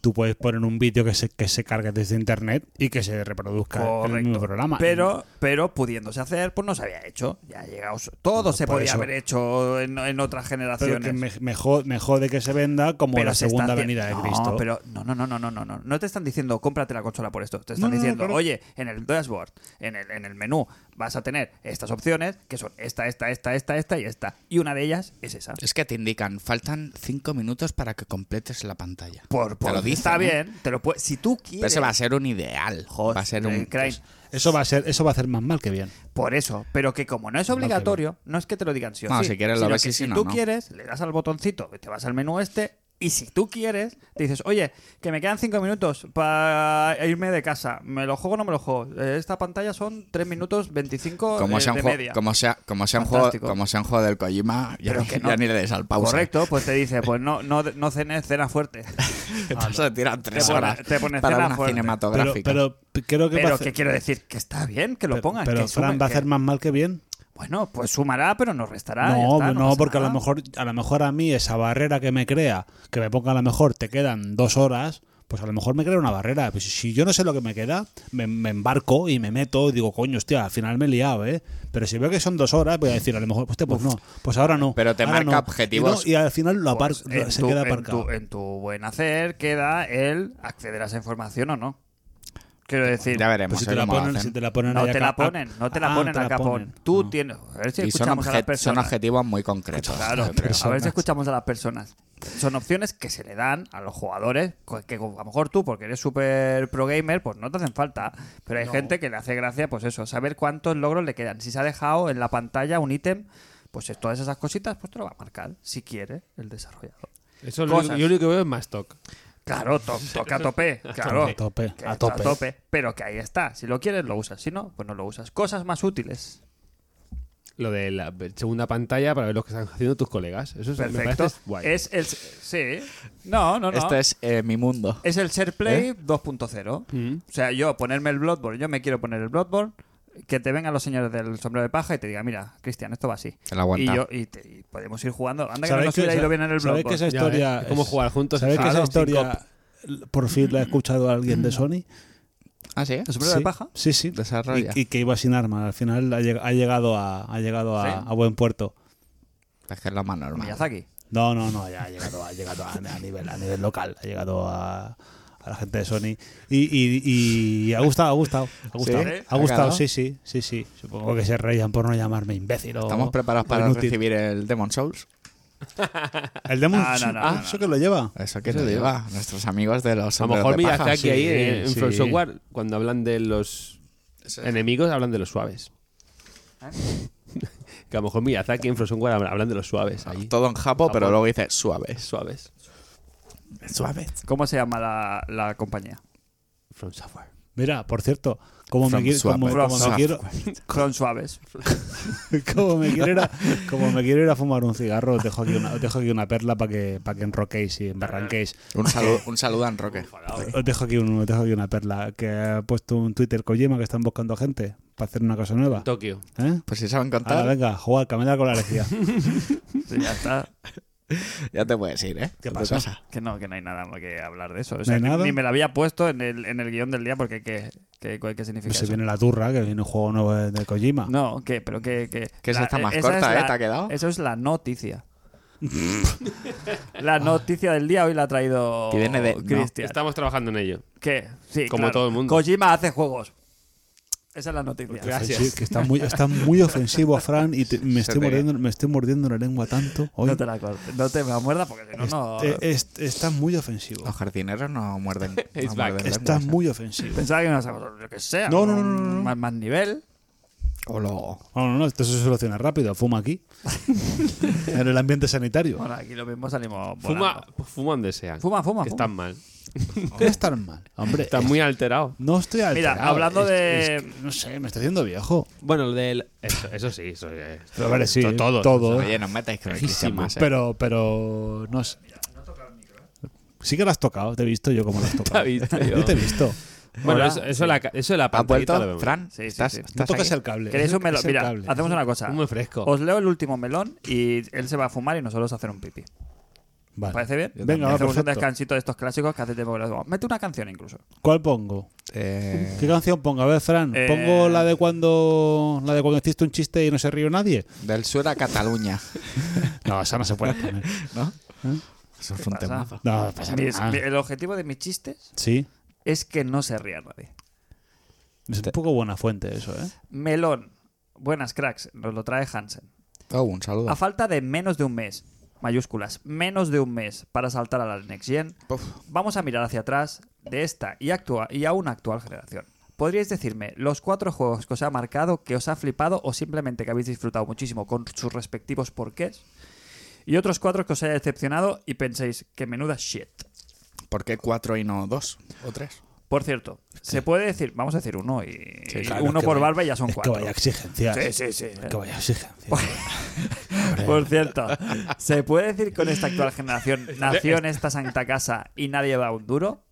S1: tú puedes poner un vídeo que se, que se cargue desde internet y que se reproduzca en el mismo
S3: Correcto.
S1: programa.
S3: Pero, pero pudiéndose hacer, pues no se había hecho. Ya ha llegado. Todo se
S1: por
S3: podía
S1: eso.
S3: haber hecho en, en otras
S1: Pero
S3: generaciones.
S1: que me, me jo- me jode que se venda como
S3: Pero
S1: la
S3: se está
S1: segunda
S3: haci-
S1: venida de
S3: no,
S1: Cristo.
S3: Pero no, no, no, no, no, no, no. No te están diciendo cómprate la consola por esto. Te están
S1: No, no, no,
S3: diciendo,
S1: claro.
S3: oye, en el dashboard, en el, en el menú, vas a tener estas opciones que son esta, esta, esta, esta, esta y esta. Y una de ellas es esa.
S2: Es que te indican, faltan cinco minutos para que completes la pantalla.
S3: Por, por
S2: te lo dicen,
S3: está
S2: ¿eh?
S3: bien, te lo puedes, si tú
S2: Pero
S3: quieres.
S2: ese va a ser un ideal.
S3: Joder,
S2: va a ser un.
S3: Eh, Crane,
S1: Eso va a ser, eso va a hacer más mal que bien.
S3: Por eso, pero que como no es
S1: que
S3: obligatorio, no es que te lo digan sí o
S2: No,
S3: sí.
S2: si quieres lo
S3: sino
S2: ves
S3: que
S2: y si
S3: si
S2: no,
S3: tú
S2: no.
S3: quieres, le das al botoncito, te vas al menú este y si tú quieres, te dices, oye, que me quedan cinco minutos para irme de casa. ¿Me lo juego o no me lo juego? Eh, Esta pantalla son 3 minutos 25
S2: pues, como
S3: de,
S2: sea un
S3: de
S2: juego-
S3: media.
S2: como sea, como sea un juego,
S3: Fantástico.
S2: como sea un juego del Kojima, ya,
S3: Pero que no.
S2: ya ni le des al pausa.
S3: Correcto, pues te dice, pues no, no, no cenes cena fuerte.
S2: Entonces se tiran tres
S3: pone-
S2: horas
S3: te pone
S2: para
S3: escena
S2: una
S3: fuerte.
S1: Pero,
S2: cinematográfica.
S1: pero creo que va a
S3: Pero
S1: hacer-
S3: que quiero decir que está bien que lo
S1: pero-
S3: pongan.
S1: Pero Fran
S3: que sumen,
S1: va a
S3: que-
S1: hacer más mal que bien.
S3: Bueno, pues sumará, pero nos restará. ya
S1: no,
S3: está,
S1: no,
S3: pasa
S1: porque a
S3: nada.
S1: lo mejor, a lo mejor a mí esa barrera que me crea, que me ponga a lo mejor te quedan dos horas, pues a lo mejor me crea una barrera. Pues si yo no sé lo que me queda, me, me embarco y me meto y digo, coño, hostia, al final me he liado, ¿eh? Pero si veo que son dos horas, voy a decir, a lo mejor, hostia, pues no, pues ahora no.
S2: Pero te
S1: ahora
S2: marca
S1: no.
S2: objetivos.
S1: Y, no, y al final lo apar-
S3: Pues,
S1: lo-
S3: en
S1: se
S3: tu- eh,
S1: queda
S3: en
S1: aparcado.
S3: tu- En tu, buen hacer queda el acceder a esa información o no. Quiero decir,
S2: ya veremos.
S1: Pues si
S2: hoy
S1: te la
S2: cómo lo
S1: ponen,
S2: hacen.
S1: si te la ponen
S3: no
S1: ahí
S3: te
S1: acá-
S3: la ponen, no te la
S1: Ah,
S3: ponen
S1: te la
S3: al capón.
S1: ponen. Ah.
S3: Tú tienes. A ver si
S2: y son,
S3: escuchamos a las
S2: obje- son
S3: personas.
S2: objetivos muy concretos.
S3: Claro,
S2: yo creo.
S3: a ver si escuchamos a las personas. Son opciones que se le dan a los jugadores, co- que a lo mejor tú, porque eres súper pro gamer, pues no te hacen falta. Pero hay gente que le hace gracia, pues eso, saber cuántos logros le quedan. Si se ha dejado en la pantalla un ítem, pues es- todas esas cositas, pues te lo va a marcar, si quiere, el desarrollador.
S4: Eso es lo
S3: Cosas.
S4: único- yo lo único que veo es más toc.
S3: Claro, to- toque a tope, claro.
S1: A tope,
S3: Que
S1: a
S3: está
S1: tope.
S3: Pero que ahí está. Si lo quieres, lo usas. Si no, pues no lo usas. Cosas más útiles.
S4: Lo de la segunda pantalla para ver lo que están haciendo tus colegas. Eso
S1: Pues
S4: es, me
S3: Perfecto.
S4: parece guay.
S3: Es el. Sí. No, no, no.
S2: Este es eh, mi mundo.
S3: Es el SharePlay 2.0.
S2: Mm.
S3: O sea, yo ponerme el Bloodborne, yo me quiero poner el Bloodborne, que te vengan los señores del sombrero de paja y te diga, mira, Cristian, esto va así.
S2: Te lo aguanta.
S3: Y, yo, y, te- y podemos ir jugando. Anda que no
S1: ¿Sabéis
S3: nos
S1: que-
S3: hubiera ido
S1: sab-
S3: bien en el
S1: sabéis que
S3: Bloodborne.
S1: esa
S4: Ya,
S1: historia
S4: ¿eh? Es como jugar juntos,
S1: ¿Sabéis que esa
S4: claro,
S1: historia por fin la ha escuchado alguien de Sony?
S2: Ah, sí.
S3: ¿El sombrero
S1: Sí,
S3: de paja?
S1: Sí, sí.
S2: Desarrolla.
S1: Y, y que iba sin arma. Al final ha lleg- ha llegado a, ha llegado a,
S3: ¿Sí?
S1: a buen puerto.
S2: Es que es lo más normal.
S3: Miyazaki.
S1: No, no, no. Ya ha llegado, ha llegado a, a nivel, a nivel local. Ha llegado a, a la gente de Sony. Y, y- y ha gustado, ha gustado. Ha gustado,
S2: ¿Sí?
S1: ha gustado
S2: Claro.
S1: sí, sí, sí, sí. Supongo que se reían por no llamarme imbécil o
S2: Estamos preparados
S1: o
S2: para
S1: inútil.
S2: recibir el Demon Souls.
S1: El Demon
S3: Ah, no,
S1: Souls,
S3: no,
S1: ah,
S3: no,
S1: ¿Eso que lo lleva?
S2: Eso que lo lleva nuestros amigos de los.
S4: A lo
S2: sombreros
S4: mejor
S2: de paja.
S4: Miyazaki
S1: sí,
S4: ahí en, en
S1: sí.
S4: From Software, cuando hablan de los
S2: Eso es.
S4: enemigos, hablan de los suaves.
S3: ¿Eh?
S4: que a lo mejor Miyazaki en From Software hablan- hablan de los suaves ahí.
S2: Todo en japo, pero
S4: Japón.
S2: luego dice suaves.
S4: Suaves.
S2: Suaves.
S3: ¿Cómo se llama la, la compañía?
S4: From Software.
S1: Mira, por cierto, como me,
S2: From
S1: quiero- como-
S2: Swapper.
S1: como me quiero,
S3: Cron Suaves.
S1: como me quiero ir a, como me quiero ir a fumar un cigarro, os dejo aquí una, os dejo aquí una perla para que, para que enroquéis y embarranquéis.
S2: Un saludo, un saludo a Enroque.
S1: Os dejo aquí un, os dejo aquí una perla que ha puesto un Twitter Kojima que están buscando gente para hacer una cosa nueva.
S4: Tokio.
S1: ¿Eh?
S2: Pues si saben
S1: Ahora,
S2: contar,
S1: venga, jugar, caminar con la alegría.
S3: Sí, ya está.
S2: ya te puedes ir, ¿eh?
S1: ¿Qué
S2: ¿Qué
S1: pasa?
S2: pasa?
S3: Que no, que no hay nada más que hablar de eso. O sea,
S1: hay
S3: ni-
S1: nada?
S3: Ni me la había puesto en el, en el guión del día porque ¿qué, qué, qué- qué significa
S1: se
S3: eso?
S1: viene la turra, que viene un juego nuevo de, de Kojima.
S3: No, que, pero que... Que,
S2: Que esa está más
S3: esa
S2: corta,
S3: es
S2: ¿eh? ¿Te ha quedado?
S3: Eso es la noticia. la noticia del día hoy la ha traído
S2: Que viene de- no,
S3: Cristian.
S4: Oh, Estamos trabajando en ello.
S3: ¿Qué? Sí,
S4: Como
S3: claro.
S4: todo el mundo. Pues
S3: Kojima hace juegos. Esa es la noticia.
S4: Gracias.
S1: Sí, que está muy, está muy ofensivo, Fran, y te- me,
S2: Se
S1: estoy
S2: te ve.
S1: mordiendo, me estoy mordiendo la lengua tanto hoy.
S3: No te la cortes. No te me la muerdas porque si no, no...
S1: Eh, es- está muy ofensivo.
S2: Los jardineros no muerden.
S4: It's
S2: No
S4: back.
S2: muerden
S1: Está
S2: lenguas, ¿eh?
S1: muy ofensivo.
S3: Pensaba que ibas a lo que sea.
S1: No, no,
S3: con
S1: no, no, no.
S3: Más, más nivel.
S2: O lo-
S1: No, no, no, esto se soluciona rápido. Fuma aquí. en el ambiente sanitario.
S3: Bueno, aquí lo mismo salimos
S4: Fuma,
S3: volando.
S4: fuma donde sea.
S3: Fuma, fuma,
S4: Que
S3: fuma.
S4: están mal.
S1: ¿Qué es tan mal? Hombre,
S4: Están muy alterados.
S1: no estoy
S3: Mira,
S1: alterado.
S3: hablando
S1: Es-
S3: de-
S1: es que, no sé, me estoy haciendo viejo.
S4: Bueno, lo del. Eso, eso sí, eso eh.
S1: Pero vale, sí,
S4: To- todos.
S1: todo.
S2: Oye, no metáis con el Cristian más, ¿eh?
S1: Pero, pero, no sé. Sí que lo has tocado, te he visto yo como lo has tocado.
S4: Te he visto yo.
S1: Yo te he visto.
S4: Bueno,
S3: Hola.
S4: eso, eso, la, ca- eso de la
S2: ¿Has
S4: pantallita lo
S2: vuelto,
S4: vemos.
S2: Fran?
S3: Sí, sí,
S2: ¿Estás,
S3: sí.
S1: No
S2: estás
S1: tocas
S2: ahí?
S1: el cable.
S3: ¿Queréis un
S1: Es el
S3: melón? Mira,
S1: cable.
S3: hacemos una cosa.
S4: Un muy fresco.
S3: Os leo el último melón y él se va a fumar y nosotros a hacer un pipí.
S1: Vale.
S3: ¿Parece bien?
S1: Yo Venga, va,
S3: Hacemos un
S1: perfecto.
S3: descansito de estos clásicos que hace tiempo que los vamos. Mete una canción incluso.
S1: ¿Cuál pongo?
S2: Eh,
S1: ¿Qué canción pongo? A ver, Fran,
S3: Eh,
S1: ¿pongo la de cuando la de cuando hiciste un chiste y no se rió nadie?
S2: del sur a Cataluña,
S1: No, esa no se puede poner.
S2: ¿no? Eso es un
S3: pasa?
S2: temazo.
S1: No, pasa
S3: Mi-
S1: nada.
S3: mi- el objetivo de mis chistes
S1: Sí.
S3: es que no se ría nadie.
S1: Es un poco buena fuente eso, ¿eh?
S3: Melón. Buenas cracks. Nos lo trae Hansen.
S2: Oh, un saludo.
S3: A falta de menos de un mes, mayúsculas, menos de un mes para saltar a la Next Gen,
S2: Puf.
S3: vamos a mirar hacia atrás de esta y, actua- y a una actual generación. ¿Podríais decirme los cuatro juegos que os ha marcado, que os ha flipado o simplemente que habéis disfrutado muchísimo con sus respectivos porqués? Y otros cuatro que os haya decepcionado y penséis que menuda shit.
S2: ¿Por qué cuatro y no dos o tres?
S3: Por cierto, se puede decir, vamos a decir uno y
S2: Sí,
S3: y
S2: claro, es
S3: uno
S2: que
S3: por
S2: vaya-
S3: barba y ya son
S1: Es que
S3: cuatro.
S1: vaya exigencia.
S3: Sí, sí, sí.
S1: Es que vaya exigencia.
S3: Por cierto, ¿se puede decir con esta actual generación nació en esta santa casa y nadie da un duro?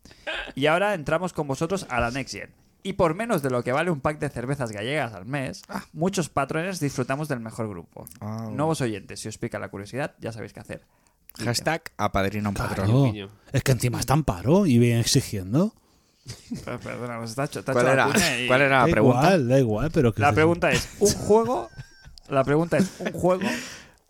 S3: Y ahora entramos con vosotros a la Next Gen. Y por menos de lo que vale un pack de cervezas gallegas al mes, muchos patrones disfrutamos del mejor grupo.
S2: Ah.
S3: Nuevos oyentes, si os pica la curiosidad, ya sabéis qué hacer.
S2: Hashtag apadrina un
S4: Ah,
S2: patrón.
S1: Claro.
S4: piño.
S1: Es que encima están paro y bien exigiendo.
S3: Pero, Perdona, nos está hecho- te ha
S2: ¿Cuál
S3: hecho la
S2: era,
S3: cuña y-
S2: ¿Cuál era la
S1: da
S2: Ah, pregunta?
S1: igual, da igual, pero que
S3: La pregunta es, un juego, la pregunta es, un juego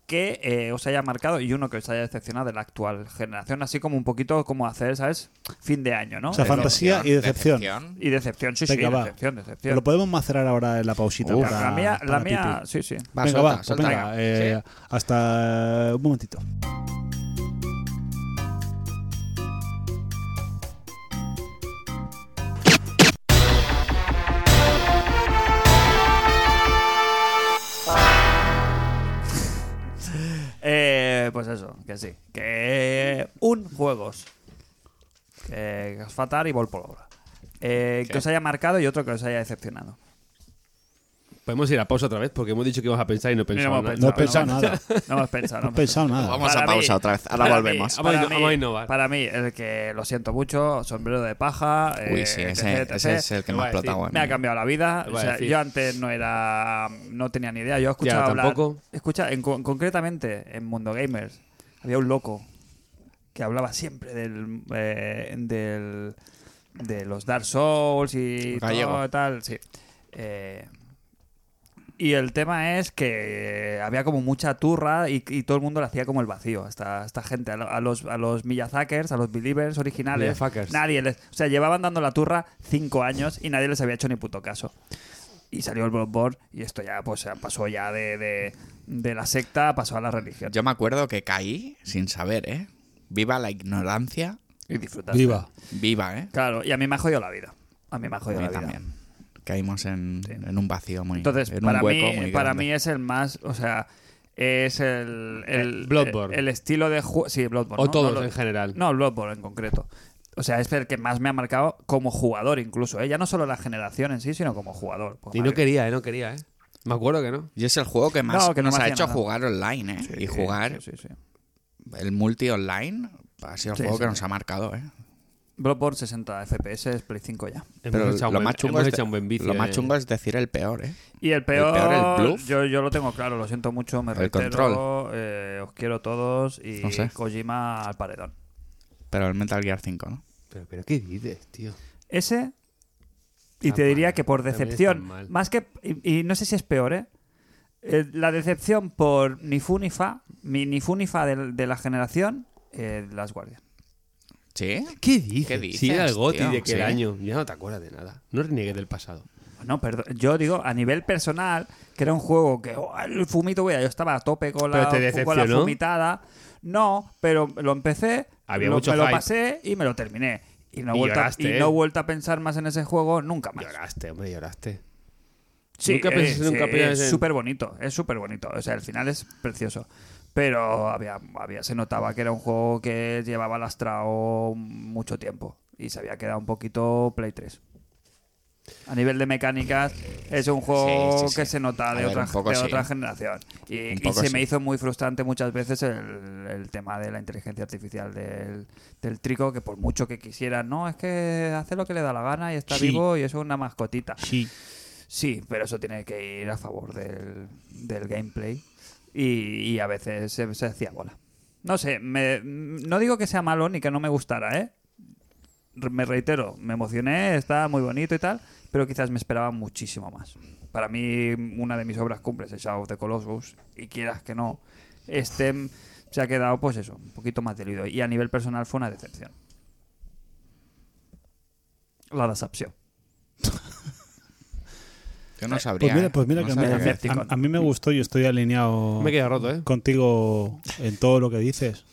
S3: que eh, os haya marcado y uno que os haya decepcionado de la actual generación, así como un poquito como hacer, ¿sabes? Fin de año, ¿no?
S1: O sea,
S3: Eh,
S1: fantasía y decepción.
S3: Y decepción, sí,
S1: Venga,
S3: sí,
S1: va.
S3: decepción,
S1: Lo
S3: decepción.
S1: podemos macerar ahora en la pausita.
S2: Uf.
S1: para-
S3: la mía, la
S1: para
S3: mía,
S1: Pipi.
S3: sí, sí.
S1: venga,
S2: Va, suelta,
S1: va, pues
S2: suelta,
S1: venga,
S2: venga.
S1: eh, hasta un momentito.
S3: Eh, pues eso, que sí. Que un juegos. Que os fatal y vol por obra. Eh, que os haya marcado y otro que os haya decepcionado.
S4: Podemos ir a pausa otra vez porque hemos dicho que íbamos a pensar y no pensamos.
S3: hemos
S1: No he
S3: Claro,
S1: pensado
S3: no.
S1: nada.
S3: No hemos pensado, no
S1: No he
S3: hemos pensado.
S1: pensado nada.
S2: Vamos a
S3: Para mí-
S2: pausa otra vez. Ahora
S3: para
S2: volvemos.
S3: mí-
S4: Vamos a
S3: para
S4: inno-
S3: mí-
S4: vamos a innovar.
S3: Para mí, el que lo siento mucho, sombrero de paja.
S2: Uy,
S3: eh,
S2: sí,
S3: etc,
S2: ese,
S3: etc.
S2: ese es el que
S4: Lo
S2: más
S4: voy a decir.
S2: explotaba.
S3: Me ha cambiado la vida.
S4: Lo
S3: O
S4: voy a
S3: sea,
S4: decir.
S3: yo antes no era. No tenía ni idea. Yo escuchaba
S4: Ya,
S3: hablar.
S4: tampoco.
S3: Escucha, en con- concretamente en Mundo Gamers había un loco que hablaba siempre del. eh, del de los Dark Souls y
S2: Gallego.
S3: todo tal. Sí. Eh, y el tema es que había como mucha turra y, y todo el mundo le hacía como el vacío a esta, a esta gente, a, lo- a los, a los Miyazakers, a los Believers originales.
S4: Miyazakers.
S3: Nadie les. O sea, llevaban dando la turra cinco años y nadie les había hecho ni puto caso. Y salió el Bloodborne y esto ya pues ya pasó ya de, de- de la secta, pasó a la religión.
S2: Yo me acuerdo que caí sin saber, ¿eh? Viva la ignorancia.
S3: Y disfrutaste.
S1: Viva.
S2: Viva, ¿eh?
S3: Claro, y a mí me ha jodido la vida. A mí me ha
S2: A
S3: jodido
S2: mí
S3: la vida.
S2: también. Caímos en, en un vacío muy.
S3: Entonces,
S2: en un
S3: para,
S2: hueco
S3: mí,
S2: muy
S3: para
S2: grande.
S3: mí es el más. O sea, es el. el
S4: Eh, Bloodborne.
S3: El, estilo de juego. Sí, Bloodborne.
S4: O
S3: ¿no?
S4: todos
S3: No, lo-
S4: en general.
S3: No, Bloodborne en concreto. O sea, es el que más me ha marcado como jugador, incluso. ¿eh? Ya no solo la generación en sí, sino como jugador. Pues,
S4: Y no
S3: madre
S4: quería, eh, no quería, eh. Me acuerdo que no.
S2: Y es el juego que más
S3: No, que no
S2: nos
S3: me
S2: ha
S3: hacía
S2: hecho
S3: nada.
S2: jugar online, ¿eh? y
S3: mía.
S2: jugar
S3: Sí, sí, sí.
S2: el multi online ha sido el
S3: Sí,
S2: juego
S3: sí,
S2: que
S3: sí.
S2: nos ha marcado, ¿eh?
S3: Bloodborne 60 FPS, es Play 5 ya.
S2: Pero
S4: Hemos echado un
S2: lo
S4: buen-
S2: más chungo,
S4: hemos
S2: es, de-
S4: echado un buen vicio,
S2: lo más
S4: eh.
S2: chungo es decir el peor, ¿eh?
S3: Y el
S2: peor,
S3: peor.
S2: el bluff.
S3: Yo, yo lo tengo claro, lo siento mucho, me
S2: El
S3: reitero,
S2: control.
S3: eh, os quiero todos y
S2: No sé.
S3: Kojima al paredón.
S2: Pero el Metal Gear 5, ¿no?
S4: Pero, pero ¿qué dices, tío?
S3: Ese. Y
S4: Ah,
S3: te diría
S4: vale.
S3: que por
S4: También
S3: decepción.
S4: están mal.
S3: Más que. Y, y no sé si es peor, ¿eh? Eh, La decepción por ni fu ni fa, mi ni fu ni fa de, de la generación, eh, Las Guardian.
S2: ¿Sí?
S4: ¿Qué dices?
S2: ¿Qué dices,
S4: sí, era el Goti
S2: tío?
S4: de aquel
S2: Sí.
S4: año. Ya no te acuerdas de nada. No reniegues del pasado.
S3: No, perdón. Yo digo, a nivel personal, que era un juego que. oh, el fumito, güey, yo estaba a tope con la,
S4: ¿Pero te
S3: con la
S4: decepcionó?
S3: fumitada. No, pero lo empecé,
S4: Había
S3: lo-
S4: mucho
S3: me lo
S4: hype.
S3: pasé y me lo terminé. Y no, he
S4: Y
S3: vuelto a-
S4: lloraste,
S3: y
S4: ¿eh?
S3: no he vuelto a pensar más en ese juego nunca más.
S4: Lloraste, hombre, lloraste.
S3: Sí,
S4: Nunca
S3: eh,
S4: pensé en un
S3: sí,
S4: campeón
S3: es
S4: en-
S3: súper bonito, es súper bonito. O sea, el final es precioso. Pero había, había, se notaba que era un juego que llevaba lastrado mucho tiempo y se había quedado un poquito Play 3. A nivel de mecánicas, es un juego
S2: Sí, sí, sí.
S3: que se nota
S2: A
S3: de,
S2: ver,
S3: otra,
S2: un poco
S3: de
S2: sí.
S3: otra generación. Y,
S2: Un
S3: y
S2: poco
S3: se
S2: sí.
S3: me hizo muy frustrante muchas veces el, el tema de la inteligencia artificial del, del trico, que por mucho que quisieran, no, es que hace lo que le da la gana y está
S1: Sí.
S3: vivo y es una mascotita.
S1: Sí.
S3: Sí, pero eso tiene que ir a favor del, del gameplay. Y, y a veces se, se hacía bola. No sé, me- no digo que sea malo ni que no me gustara, ¿eh? Re- Me reitero, me emocioné, está muy bonito y tal, pero quizás me esperaba muchísimo más. Para mí, una de mis obras cumbres es Shadow of the Colossus, y quieras que no, este mm, se ha quedado, pues eso, un poquito más diluido. Y a nivel personal fue una decepción. La decepción.
S2: Yo no sabría.
S1: Pues mira,
S2: ¿eh?
S1: pues mira
S2: No
S1: que a mí-
S2: sabría
S3: me-
S2: qué
S1: a- a, a mí me gustó y estoy alineado
S4: Me he quedado roto, ¿eh?
S1: contigo en todo lo que dices.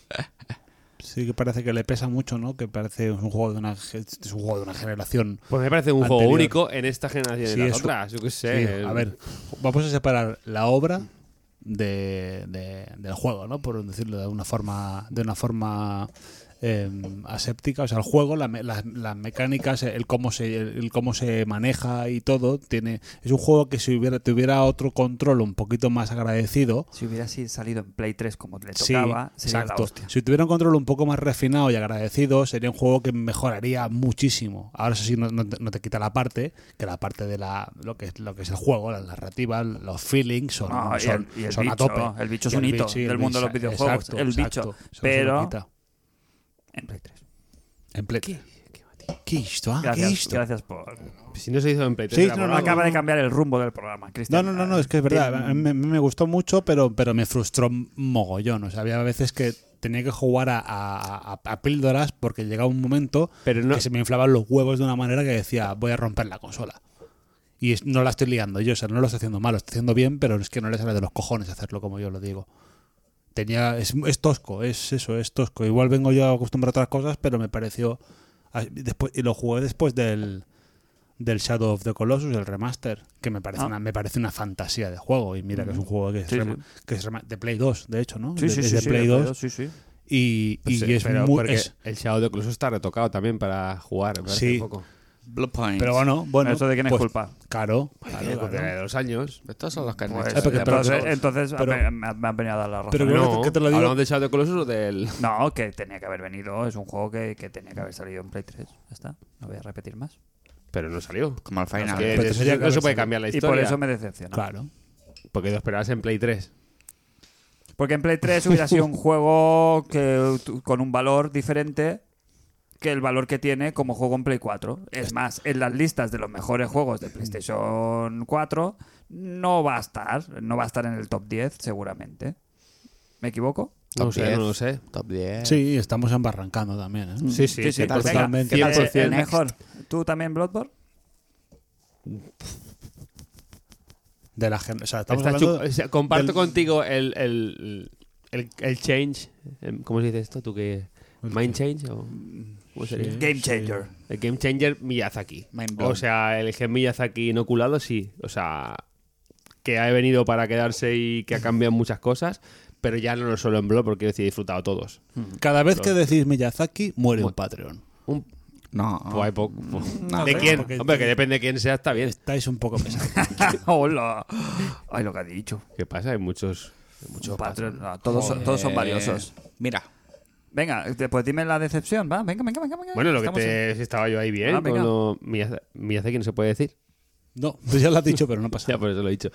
S1: Sí que parece que le pesa mucho, ¿no? Que parece un juego de una, ge- es un juego de una generación.
S4: Pues me parece un juego
S1: Anterior.
S4: único en esta generación y
S1: Sí,
S4: en las
S1: eso-
S4: otras. Yo qué sé.
S1: Sí, a ver, vamos a separar la obra de, de- del juego, ¿no? Por decirlo de una forma, de una forma eh, aséptica. O sea, el juego, la me- las- las mecánicas, el cómo se, el cómo se maneja y todo, tiene. Es un juego que si hubiera, tuviera otro control un poquito más agradecido.
S3: Si hubiera sido salido en Play 3 como le
S1: Sí,
S3: tocaba, sería la
S1: exacto.
S3: hostia.
S1: Si tuviera un control un poco más refinado y agradecido, sería un juego que mejoraría muchísimo. Ahora eso sí no, no te, no te quita la parte, que la parte de la lo que es lo que es el juego, la narrativa, los feelings son,
S3: No, y el-
S1: son-
S3: y el
S1: son
S3: bicho,
S1: a tope.
S3: el bicho es
S1: Y
S3: un hito
S1: y el
S3: del mundo de los
S1: bicho,
S3: videojuegos,
S1: exacto,
S3: el
S1: exacto.
S3: bicho.
S1: Eso no se
S3: Pero-
S1: lo quita.
S3: En Play 3.
S1: En ple- ¿Qué? esto? ah? ¿Qué
S3: Gracias,
S1: esto?
S3: gracias por...
S4: Si no se hizo en Play
S1: Sí,
S4: 3,
S1: no,
S4: era
S1: no,
S4: morado.
S3: Acaba de cambiar el rumbo del programa,
S1: No,
S3: Cristian.
S1: no, no, no, es que es verdad. A mí me, me gustó mucho, pero, pero me frustró mogollón. O sea, había veces que tenía que jugar a, a- a- a píldoras porque llegaba un momento
S4: Pero no-
S1: que se me inflaban los huevos de una manera que decía, voy a romper la consola. Y es- no la estoy liando yo, o sea, no lo estoy haciendo mal, lo estoy haciendo bien, pero es que no le sale de los cojones hacerlo como yo lo digo. Tenía, es, es tosco, es eso, es tosco. Igual vengo yo acostumbrado a otras cosas, pero me pareció. ah, Después, y lo jugué después del, del Shadow of the Colossus, el remaster, que me parece,
S3: Ah.
S1: una, me parece una fantasía de juego. Y mira que es un juego que es,
S3: Sí,
S1: rema- que es rema- de Play 2, de hecho, ¿no?
S3: Sí,
S1: De-
S3: sí,
S1: es
S3: sí,
S1: de
S3: sí,
S1: Play Ah,
S3: de
S1: 2.
S3: sí, sí.
S1: Y,
S4: Pues
S1: y
S4: sí,
S1: es
S4: pero
S1: muy.
S4: porque
S1: es-
S4: el Shadow de Colossus está retocado también para jugar. me parece
S1: Sí.
S4: un poco.
S2: Blue Points.
S1: pero bueno, bueno.
S3: ¿Eso de quién es
S1: pues,
S3: culpa?
S1: Claro.
S4: Claro,
S1: claro.
S4: de los años.
S2: Estos son los que han
S3: Pues,
S2: hecho.
S1: porque- pero-
S3: entonces, entonces
S1: pero-
S3: me, me- me han venido a dar la razón.
S1: Pero creo
S4: No,
S1: que te lo digo-
S4: hablamos de Shadow of the Colossus o del...
S3: No, que tenía que haber venido. Es un juego que, que tenía que haber salido en Play 3. Ya está. No voy a repetir más.
S4: Pero no salió.
S2: Como al
S4: Es
S2: final.
S4: que
S1: Pero
S4: de-
S1: tendría que
S4: no
S1: haber
S4: se puede
S1: salido.
S4: cambiar la
S3: Y
S4: historia.
S3: por eso me decepciona.
S1: Claro.
S4: Porque lo esperabas en Play 3.
S3: Porque en Play 3 hubiera sido un juego que, tú- con un valor diferente que el valor que tiene como juego en Play 4. Es más, en las listas de los mejores juegos de PlayStation 4 no va a estar. No va a estar en el top 10 seguramente. ¿Me equivoco?
S4: No
S2: Top
S4: sé,
S2: 10.
S4: no lo sé.
S2: Top 10.
S1: Sí, estamos embarrancando también, ¿eh?
S4: Sí, sí,
S3: Eh. sí,
S4: tal?
S3: venga,
S1: Totalmente.
S3: ¿qué tal?
S4: 100%.
S3: el mejor. ¿Tú también, Bloodborne?
S1: De la gen- o sea, estamos
S4: Está
S1: hablando-
S4: chu- o sea, comparto
S1: del-
S4: contigo el, el, el, el change. em, ¿Cómo se dice esto? ¿Tú qué? ¿Mind change? ¿O cómo sería?
S1: Sí.
S3: Game Changer.
S4: El Game Changer Miyazaki.
S2: Mind blown.
S4: O sea, el gen Miyazaki inoculado, sí. O sea, que ha venido para quedarse y que ha cambiado muchas cosas, pero ya no lo solo en blog, porque quiero decir, he disfrutado todos.
S1: Cada vez que decís Miyazaki, muere un Patreon.
S4: Un-
S2: No.
S3: Ah.
S4: pues hay po- po-
S2: no.
S4: ¿De quién?
S1: porque-
S4: Hombre, que depende de quién sea, está bien.
S1: Estáis un poco pesados.
S3: Hola. Ay, lo que ha dicho.
S4: ¿Qué pasa? Hay muchos. hay muchos
S3: Patreon. No, todos, son, todos son
S2: Eh,
S3: valiosos.
S2: Mira,
S3: Venga, te- pues dime la decepción, va. Venga, venga, venga. venga.
S4: Bueno, lo que
S3: Estamos en-
S4: te si estaba yo ahí bien,
S3: Ah, venga.
S4: con lo Miyaza- Miyazaki no se puede decir.
S1: No, tú ya lo has dicho, pero no pasa
S4: Ya por eso lo he dicho.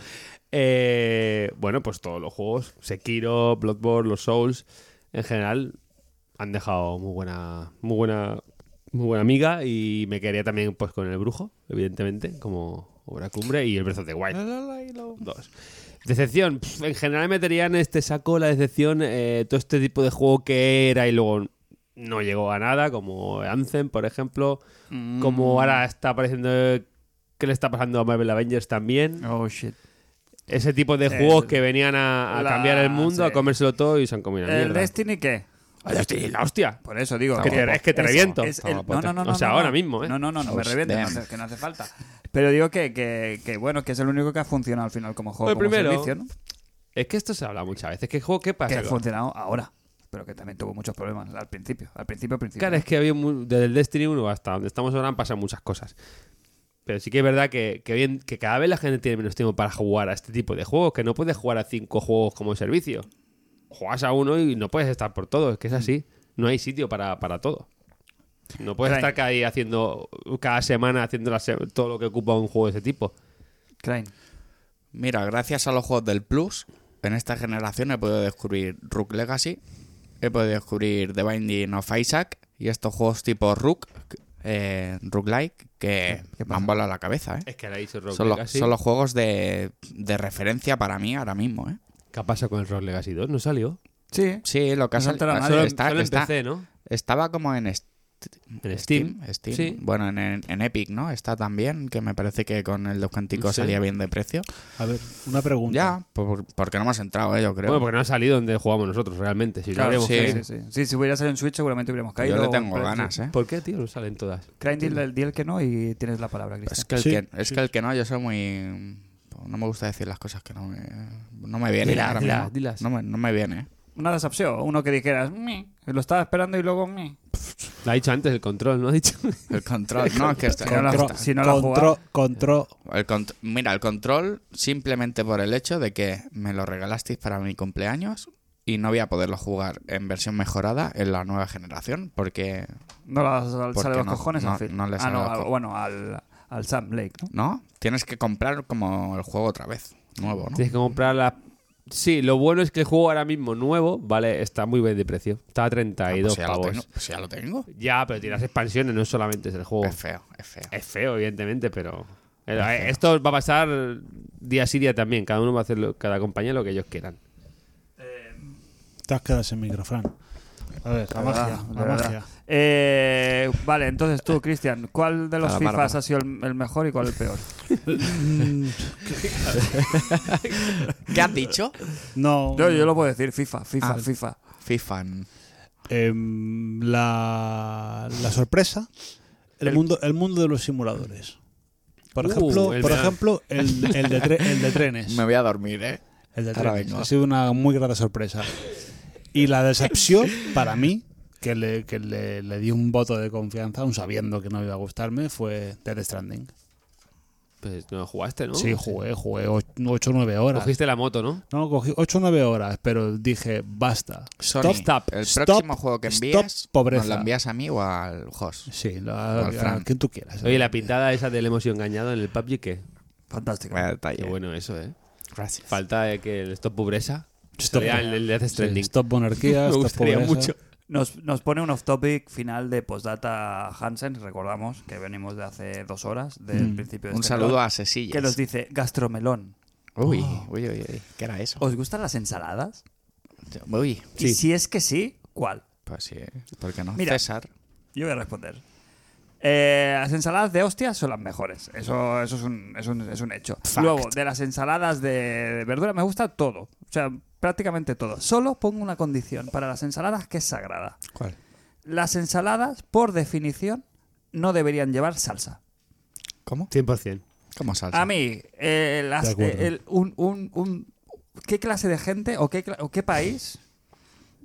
S4: Eh, bueno, pues todos los juegos, Sekiro, Bloodborne, los Souls, en general, han dejado muy buena, muy buena, muy buena amiga y me quedaría también pues con el brujo, evidentemente, como obra cumbre y el Breath of the Wild. Dos. Decepción. pf, en general metería en este saco la decepción eh, todo este tipo de juego que era y luego no llegó a nada, como Anthem, por ejemplo, como ahora está apareciendo... eh, ¿Qué le está pasando a Marvel Avengers también?
S3: Oh, shit.
S4: Ese tipo de
S3: El-
S4: juegos que venían a, a
S3: Eh, la-
S4: cambiar el mundo,
S3: sí.
S4: a comérselo todo y se han comido la
S3: ¿El
S4: mierda.
S3: Eh, Destiny qué?
S4: ¡Ay, Destiny, la hostia!
S3: Por eso digo.
S4: Que te-
S3: guapo.
S4: es que te
S3: Eso,
S4: reviento.
S3: es el-
S2: Guapo,
S3: no, no, no, no,
S4: O sea,
S3: no,
S4: ahora
S3: no.
S4: mismo, ¿eh?
S3: No, no, no, no me
S2: Hostia.
S3: revientes, no hace- que no hace falta. Pero digo que, que, que, bueno, que es el único que ha funcionado al final como juego,
S4: Pues
S3: como
S4: primero,
S3: servicio, ¿no?
S4: Es que esto se habla muchas veces. ¿Qué juego? ¿Qué
S3: Que
S4: pasa?
S3: ha funcionado ahora, pero que también tuvo muchos problemas al principio, al principio, al principio.
S4: Claro, es que había mu- desde el Destiny 1 hasta donde estamos ahora han pasado muchas cosas. Pero sí que es verdad que, que bien, que cada vez la gente tiene menos tiempo para jugar a este tipo de juegos, que no puedes jugar a cinco juegos como servicio. Juegas a uno y no puedes estar por todo, es que es así. No hay sitio para, para todo. No puedes
S3: Claro.
S4: estar cada día haciendo, cada semana haciendo la se- todo lo que ocupa un juego de ese tipo.
S3: Crane.
S2: mira, gracias a los juegos del Plus, en esta generación he podido descubrir Rook Legacy, he podido descubrir The Binding of Isaac y estos juegos tipo Rook, eh, Rook-like, que me han volado la cabeza, ¿eh?
S4: Es que la he dicho Rogue
S2: Son los,
S4: Legacy.
S2: son los juegos de, de referencia para mí ahora mismo, ¿eh?
S4: ¿Qué pasa con el Rogue Legacy 2? ¿No salió?
S3: Sí.
S2: Sí, lo que ha
S3: No se
S2: salido-
S3: entera
S2: ha
S3: nadie.
S2: salido-
S4: Solo,
S2: está-
S4: em- solo en
S2: está-
S4: PC, ¿no?
S2: Estaba como en est-
S4: En Steam.
S2: Steam.
S4: Sí.
S2: Bueno, en, en- en Epic, ¿no? Está también, que me parece que con el descuentico
S4: Sí.
S2: salía bien de precio.
S1: A ver, una pregunta.
S2: Ya, por- porque no hemos entrado, ¿eh? yo creo.
S4: Bueno, porque no ha salido donde jugamos nosotros realmente. Si no
S3: Claro,
S4: habríamos
S3: sí,
S4: caído.
S3: sí, sí. Sí, si hubiera salido en Switch seguramente hubiríamos caído.
S2: yo le tengo
S3: Pero-
S2: ganas, ¿eh?
S4: ¿Por qué, tío? No salen todas.
S3: Crane, dile el, di el que no y tienes la palabra, Cristian.
S2: Es que el,
S1: Sí,
S2: que, es que, el que no, yo soy muy... No me gusta decir las cosas que no me, no me vienen
S4: Dilas,
S2: Eh, ahora
S4: dilas,
S2: mismo.
S4: dilas.
S2: No, me, no me viene.
S3: Una decepción, uno que dijeras, "Me", lo estaba esperando y luego, "Me".
S4: Lo ha dicho antes, el control, ¿no ha dicho?
S2: El control... No, es que está-
S3: no la-
S2: que está-
S3: si no la has jugado.
S1: control,
S2: El cont- Mira, el control simplemente por el hecho de que me lo regalasteis para mi cumpleaños y no voy a poderlo jugar en versión mejorada en la nueva generación porque...
S3: No le
S2: Porque
S3: sale los
S2: no-
S3: cojones
S2: no-
S3: al Phil.
S2: no le
S3: ah,
S2: sale
S3: no,
S2: los
S3: al-
S2: co-
S3: bueno, al, al Sam Lake, ¿no?
S2: ¿No? Tienes que comprar como el juego otra vez, nuevo, ¿no?
S4: Tienes que comprar la... Sí, lo bueno es que el juego ahora mismo nuevo, vale, está muy bien de precio. Está a
S2: Ah,
S4: 32
S2: pues ya, lo
S4: pavos.
S2: tengo, pues ya lo tengo.
S4: Ya, pero tiene las expansiones, no solamente es el juego.
S2: Es feo, es feo.
S4: Oh. Es feo, evidentemente, pero... pero, eh, Esto va a pasar día sí día también. Cada uno va a hacer, lo- cada compañía lo que ellos quieran.
S1: te has quedado sin microfran. A ver, la
S3: De
S1: magia,
S3: verdad, de
S1: la
S3: verdad.
S1: magia.
S3: Eh, vale, entonces tú, Cristian, ¿cuál de los
S2: A la
S3: FIFAs
S2: bárbara.
S3: ha sido el, el mejor y cuál el peor?
S1: Mm,
S2: ¿Qué has dicho?
S1: No,
S3: Yo, yo lo puedo decir, FIFA, FIFA,
S2: Ah.
S3: FIFA.
S2: FIFA.
S1: em, la, la sorpresa, el,
S3: El-
S1: mundo, el mundo de los simuladores. Por
S4: Uh,
S1: ejemplo,
S4: el
S1: por
S4: verano.
S1: ejemplo el, el de tre- el de trenes.
S2: Me voy a dormir, ¿eh?
S1: El de
S2: Ahora
S1: trenes.
S2: vengo.
S1: Ha sido una muy grata sorpresa. Y la decepción para mí, que, le, que le, le di un voto de confianza, aun sabiendo que no iba a gustarme, fue Dead Stranding.
S4: Pues no jugaste,
S2: Oh.
S4: ¿no?
S1: Sí, jugué, jugué 8 o 9 horas.
S4: Cogiste la moto, ¿no?
S1: No, cogí 8 o 9 horas, pero dije, basta.
S2: Sony,
S1: Stop,
S2: el
S1: stop,
S2: próximo juego que
S1: stop
S2: envías,
S1: pobreza.
S2: ¿nos lo envías a mí o al host?
S1: Sí, lo- a,
S2: Al Fran.
S1: a quien tú quieras.
S4: Oye, la pintada esa del hemos sido engañado en el PUBG, ¿qué?
S3: Fantástico.
S2: Vaya detalle.
S4: Qué bueno eso, ¿eh?
S2: Gracias.
S4: Falta de que el stop pobreza
S1: Stop.
S4: sería el, el Death
S1: Sí,
S4: Stranding.
S1: stop monarquía,
S4: Me
S1: stop
S4: gustaría
S1: pobreza.
S4: mucho.
S3: Nos, nos pone un off-topic final de postdata Hansen, recordamos que venimos de hace dos horas, del principio de
S2: Mm. Un
S3: este
S2: saludo
S3: melón,
S2: a Sesillas.
S3: Que nos dice, gastromelón,
S2: Uy, uy, uy, uy, ¿qué era eso?
S3: ¿os gustan las ensaladas?
S2: Uy,
S3: Y si es que sí, ¿cuál?
S2: pues sí, ¿por qué no?
S3: Mira.
S2: César.
S3: Yo voy a responder. Eh, las ensaladas de hostias son las mejores. Eso, eso es, un, es un- es un hecho.
S2: Fact.
S3: Luego, de las ensaladas de, de verdura me gusta todo. O sea, prácticamente todo. Solo pongo una condición para las ensaladas que es sagrada.
S2: ¿Cuál?
S3: Las ensaladas, por definición, no deberían llevar salsa.
S2: ¿Cómo?
S4: 100%.
S2: ¿Cómo salsa?
S3: A mí, eh, las-
S1: De acuerdo.
S3: eh, el- un, un- un- ¿qué clase de gente o qué, cla- o qué país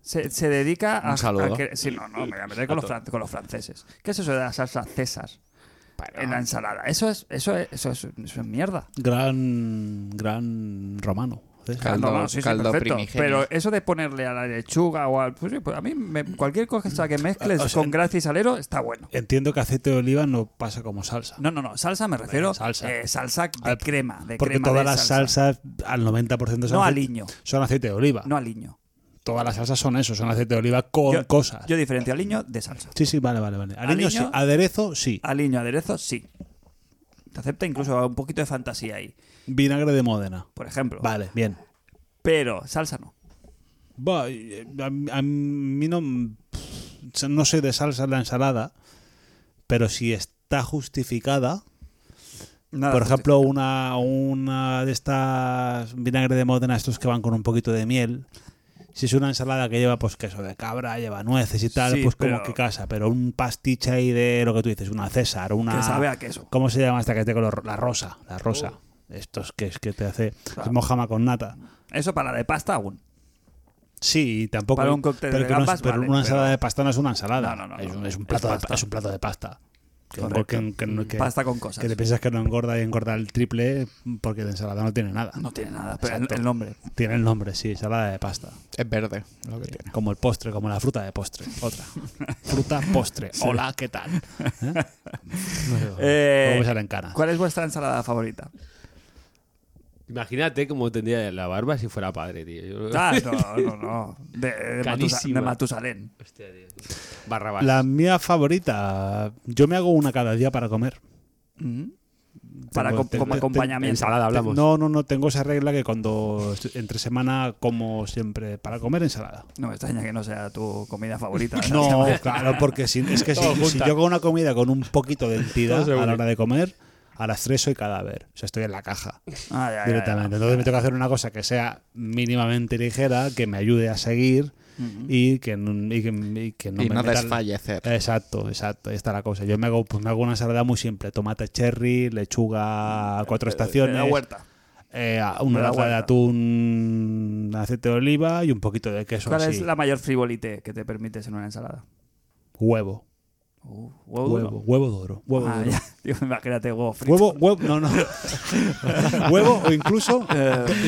S3: se, se dedica
S2: Un
S3: a...
S2: saludo.
S3: a que- sí, no, no, me voy a meter con los, fran- con los franceses. ¿Qué es eso de la salsa César?
S2: Para-
S1: Ah.
S3: en la ensalada. Eso es, eso es, eso es, eso es mierda.
S1: Gran, gran romano. ¿eh?
S2: Claro. Caldo-
S3: No, no, sí, sí,
S2: caldo
S3: perfecto.
S2: primigenio.
S3: Pero eso de ponerle a la lechuga o al. Pues, sí, pues a mí, me- cualquier cosa que mezcles
S1: Ah, O sea,
S3: con gracia y salero está bueno.
S1: Entiendo que aceite de oliva no pasa como salsa.
S3: No, no, no. Salsa me refiero.
S1: salsa.
S3: eh, salsa de
S1: Al-
S3: crema. De
S1: porque
S3: crema
S1: todas
S3: de
S1: las
S3: salsa.
S1: salsas, al 90% son, Ah.
S3: No
S1: aceite,
S3: aliño.
S1: son aceite de oliva.
S3: No aliño.
S1: Todas las salsas son eso, son aceite de oliva con
S3: Yo-
S1: cosas.
S3: Yo diferencio aliño de salsa.
S1: sí, sí, vale, vale, vale. Aliño,
S3: Aliño- Ah.
S1: sí. Aderezo, sí.
S3: Aliño, aderezo, sí. Te acepta incluso un poquito de fantasía ahí,
S1: Vinagre de Módena.
S3: por ejemplo.
S1: Vale, bien.
S3: Pero salsa no.
S1: Va, eh, a, mí- a mí no, pff, no sé de salsa en la ensalada, pero si está justificada,
S3: Nada
S1: por
S3: justi-
S1: ejemplo, una, una de estas vinagre de Módena, estos que van con un poquito de miel. Si es una ensalada que lleva pues queso de cabra, lleva nueces y tal,
S3: Sí,
S1: pues
S3: pero-
S1: como que casa, pero un pastiche ahí de lo que tú dices, una César, una
S3: Que sabe a queso. Oh.
S1: ¿Cómo se llama esta que es de color? La rosa, la rosa. Estos que es que te hace es mojama con nata.
S3: Eso para la de pasta aún.
S1: Sí, y tampoco.
S3: Para un cóctel
S1: pero
S3: de
S1: que no es-
S3: gambas,
S1: pero
S3: vale,
S1: una
S3: pero-
S1: ensalada de pasta no es una ensalada.
S3: No, no, no,
S1: es,
S3: no,
S1: un,
S3: no.
S1: es un
S3: Es
S1: plato de,
S3: pasta.
S1: pa- es un plato de pasta. Que,
S3: Correcto.
S1: que- que- que-
S3: Pasta con cosas.
S1: que te piensas que no engorda y engorda el triple porque de ensalada no tiene nada.
S3: No tiene nada, pero el,
S1: Exacto.
S3: el nombre.
S1: Tiene el nombre, sí, ensalada de pasta.
S2: Es verde lo que tiene.
S1: Como el postre, como la fruta de postre. Otra. fruta postre. Hola, ¿qué tal? ¿Eh? No sé,
S3: Eh,
S1: luego me sale en cara.
S3: ¿Cuál es vuestra ensalada favorita?
S4: Imagínate cómo tendría la barba si fuera padre, tío. Yo-
S3: Ah, no, no, no. De, de, Matusa-
S4: Carísima.
S3: de Matusalén.
S4: Hostia, tío. Barrabás.
S1: La mía favorita, yo me hago una cada día para comer.
S3: Mm. Para
S1: Tengo-
S3: co-
S1: te-
S3: como
S1: te-
S3: acompañamiento.
S4: Ensalada hablamos.
S1: No, no, no, tengo esa regla que cuando entre semana como siempre para comer ensalada.
S3: No me extraña que no sea tu comida favorita.
S1: No, claro, porque si, es que si,
S4: Todo
S1: si
S4: junta.
S1: yo hago una comida con un poquito de entidad
S4: Todo se
S1: a
S4: une.
S1: la hora de comer, a las tres soy cadáver. O sea, estoy en la caja
S3: Ah, ya, ya, ya.
S1: directamente. Entonces me toca hacer una cosa que sea mínimamente ligera, que me ayude a seguir y que, n- y que- y que no
S2: y
S1: me
S2: no
S1: meta-
S2: desfallecer.
S1: Exacto, exacto, ahí está la cosa. Yo me hago, pues me hago una ensalada muy simple, tomate cherry, lechuga, a cuatro
S3: De
S1: estaciones,
S3: la huerta.
S1: eh, a-
S3: de
S1: una
S3: la
S1: lata de
S3: huerta.
S1: atún, aceite de oliva y un poquito de queso
S3: ¿Cuál
S1: así.
S3: es la mayor frivolité que te permites en una ensalada?
S1: Huevo,
S3: Uh, huevo. duro.
S1: huevo, huevo duro, huevo
S3: Ah,
S1: duro.
S3: ya. Digo, imagínate huevo frito.
S1: Huevo, huevo, no, no. huevo o incluso,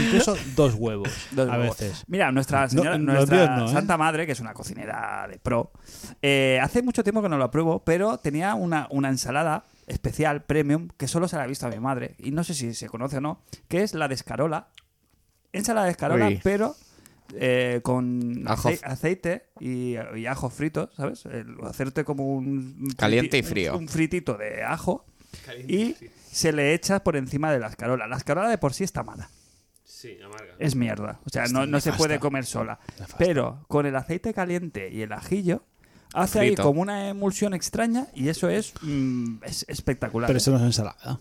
S1: incluso dos huevos
S3: Eh. Dos
S1: a
S3: huevos.
S1: veces.
S3: Mira, nuestra,
S1: No,
S3: señora,
S1: los
S3: nuestra
S1: míos no, ¿eh?
S3: Santa Madre, que es una cocinera de pro, eh, hace mucho tiempo que no la pruebo, pero tenía una, una ensalada especial, premium, que solo se la ha visto a mi madre, y no sé si se conoce o no, que es la de escarola. Ensalada de escarola,
S2: Uy.
S3: pero eh, con
S2: Ajo.
S3: acei- aceite y, y ajo frito, ¿sabes? El- hacerte como un...
S2: Caliente y
S3: friti-
S2: frío.
S3: Un, un fritito de ajo y se le echa por encima de la escarola. La escarola de por sí está mala
S4: Sí, amarga.
S3: es mierda. O sea, no, no se puede comer sola. Pero con el aceite caliente y el ajillo, hace
S2: Frito.
S3: ahí como una emulsión extraña y eso es, mm, es espectacular.
S1: Pero
S3: ¿eh?
S1: eso no es ensalada.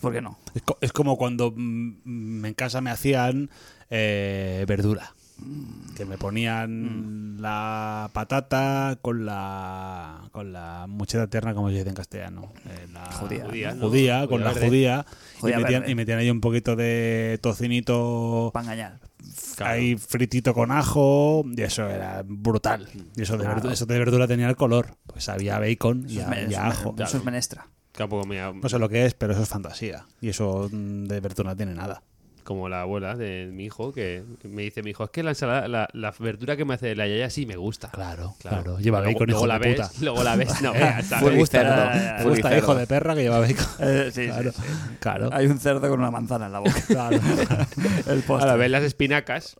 S3: ¿Por qué no?
S1: Es, co- es como cuando mm, mm, en casa me hacían eh, verdura.
S3: Mm.
S1: Que me ponían la patata con la con la mucheta tierna, como se dice en castellano. eh, la
S3: Judía.
S4: Judía,
S1: judía,
S4: ¿no? Judía
S1: con la
S4: verde.
S1: judía.
S3: Judía
S1: y, metían,
S3: verde.
S1: y metían ahí un poquito de tocinito
S3: Para engañar.
S4: Claro.
S1: ahí fritito con ajo. Y eso era brutal. Y eso de,
S3: Claro.
S1: verdura, eso de verdura tenía el color. Pues había bacon y,
S3: Eso es
S1: a- y
S3: me- eso es me-
S1: ajo.
S3: Eso es menestra.
S4: Capo comía
S1: No sé lo que es, pero eso es fantasía. Y eso mm, de verdura no tiene nada.
S4: como la abuela de mi hijo, que me dice mi hijo, es que la ensalada, la, la verdura que me hace la yaya sí me gusta.
S1: Claro, claro. Lleva
S4: Luego-
S1: bacon,
S4: luego
S1: hijo
S4: la
S1: de
S4: ves,
S1: puta.
S4: Luego la ves, no veas, ¿sabes?
S2: Full
S1: Me gusta,
S2: cerdo,
S1: me
S2: full
S1: gusta,
S2: cerdo.
S1: hijo de perra que lleva bacon.
S3: Eh, sí, sí,
S1: claro,
S3: sí.
S1: claro.
S3: Hay un cerdo con una manzana en la boca.
S1: claro.
S3: El postre.
S4: Ahora ves las espinacas,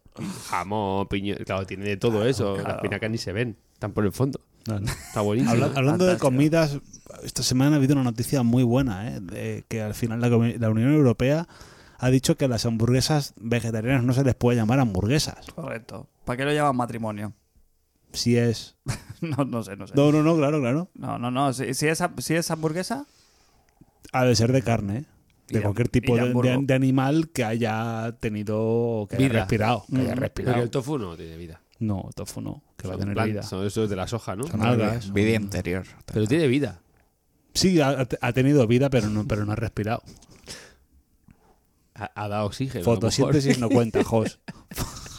S4: jamón, piñón, claro, tiene de todo eso. Las
S3: claro.
S4: espinacas ni se ven, están por el fondo.
S1: No, no.
S4: Está buenísimo.
S1: Habla- hablando de
S3: Fantástico.
S1: comidas, esta semana ha habido una noticia muy buena, ¿eh? De que al final la, comi- la Unión Europea ha dicho que las hamburguesas vegetarianas no se les puede llamar hamburguesas.
S3: Correcto. ¿Para qué lo llaman matrimonio?
S1: Si es...
S3: No, no sé, no sé.
S1: No, no, no, claro, claro.
S3: No, no, no. Si, si es, ha- si es hamburguesa,
S1: Ha de ser de carne, ¿eh?
S3: Y
S1: de
S3: de-
S1: cualquier
S3: y
S1: tipo
S3: de
S1: de,
S3: hamburgo.
S1: de- de animal que haya tenido, o que haya
S4: Vida.
S1: respirado. Que haya
S4: Pero
S1: respirado.
S4: el tofu no tiene vida.
S1: No, tofu no, que va a
S4: Son
S1: tener
S4: plant-
S1: vida.
S4: Son esos de la soja, ¿no?
S1: Son algas.
S2: Vida interior.
S4: Pero tiene vida.
S1: Sí, ha, ha tenido vida, pero no, pero no ha respirado.
S4: Ha, ha dado oxígeno. a lo mejor.
S1: Fotosíntesis no cuenta, Jos.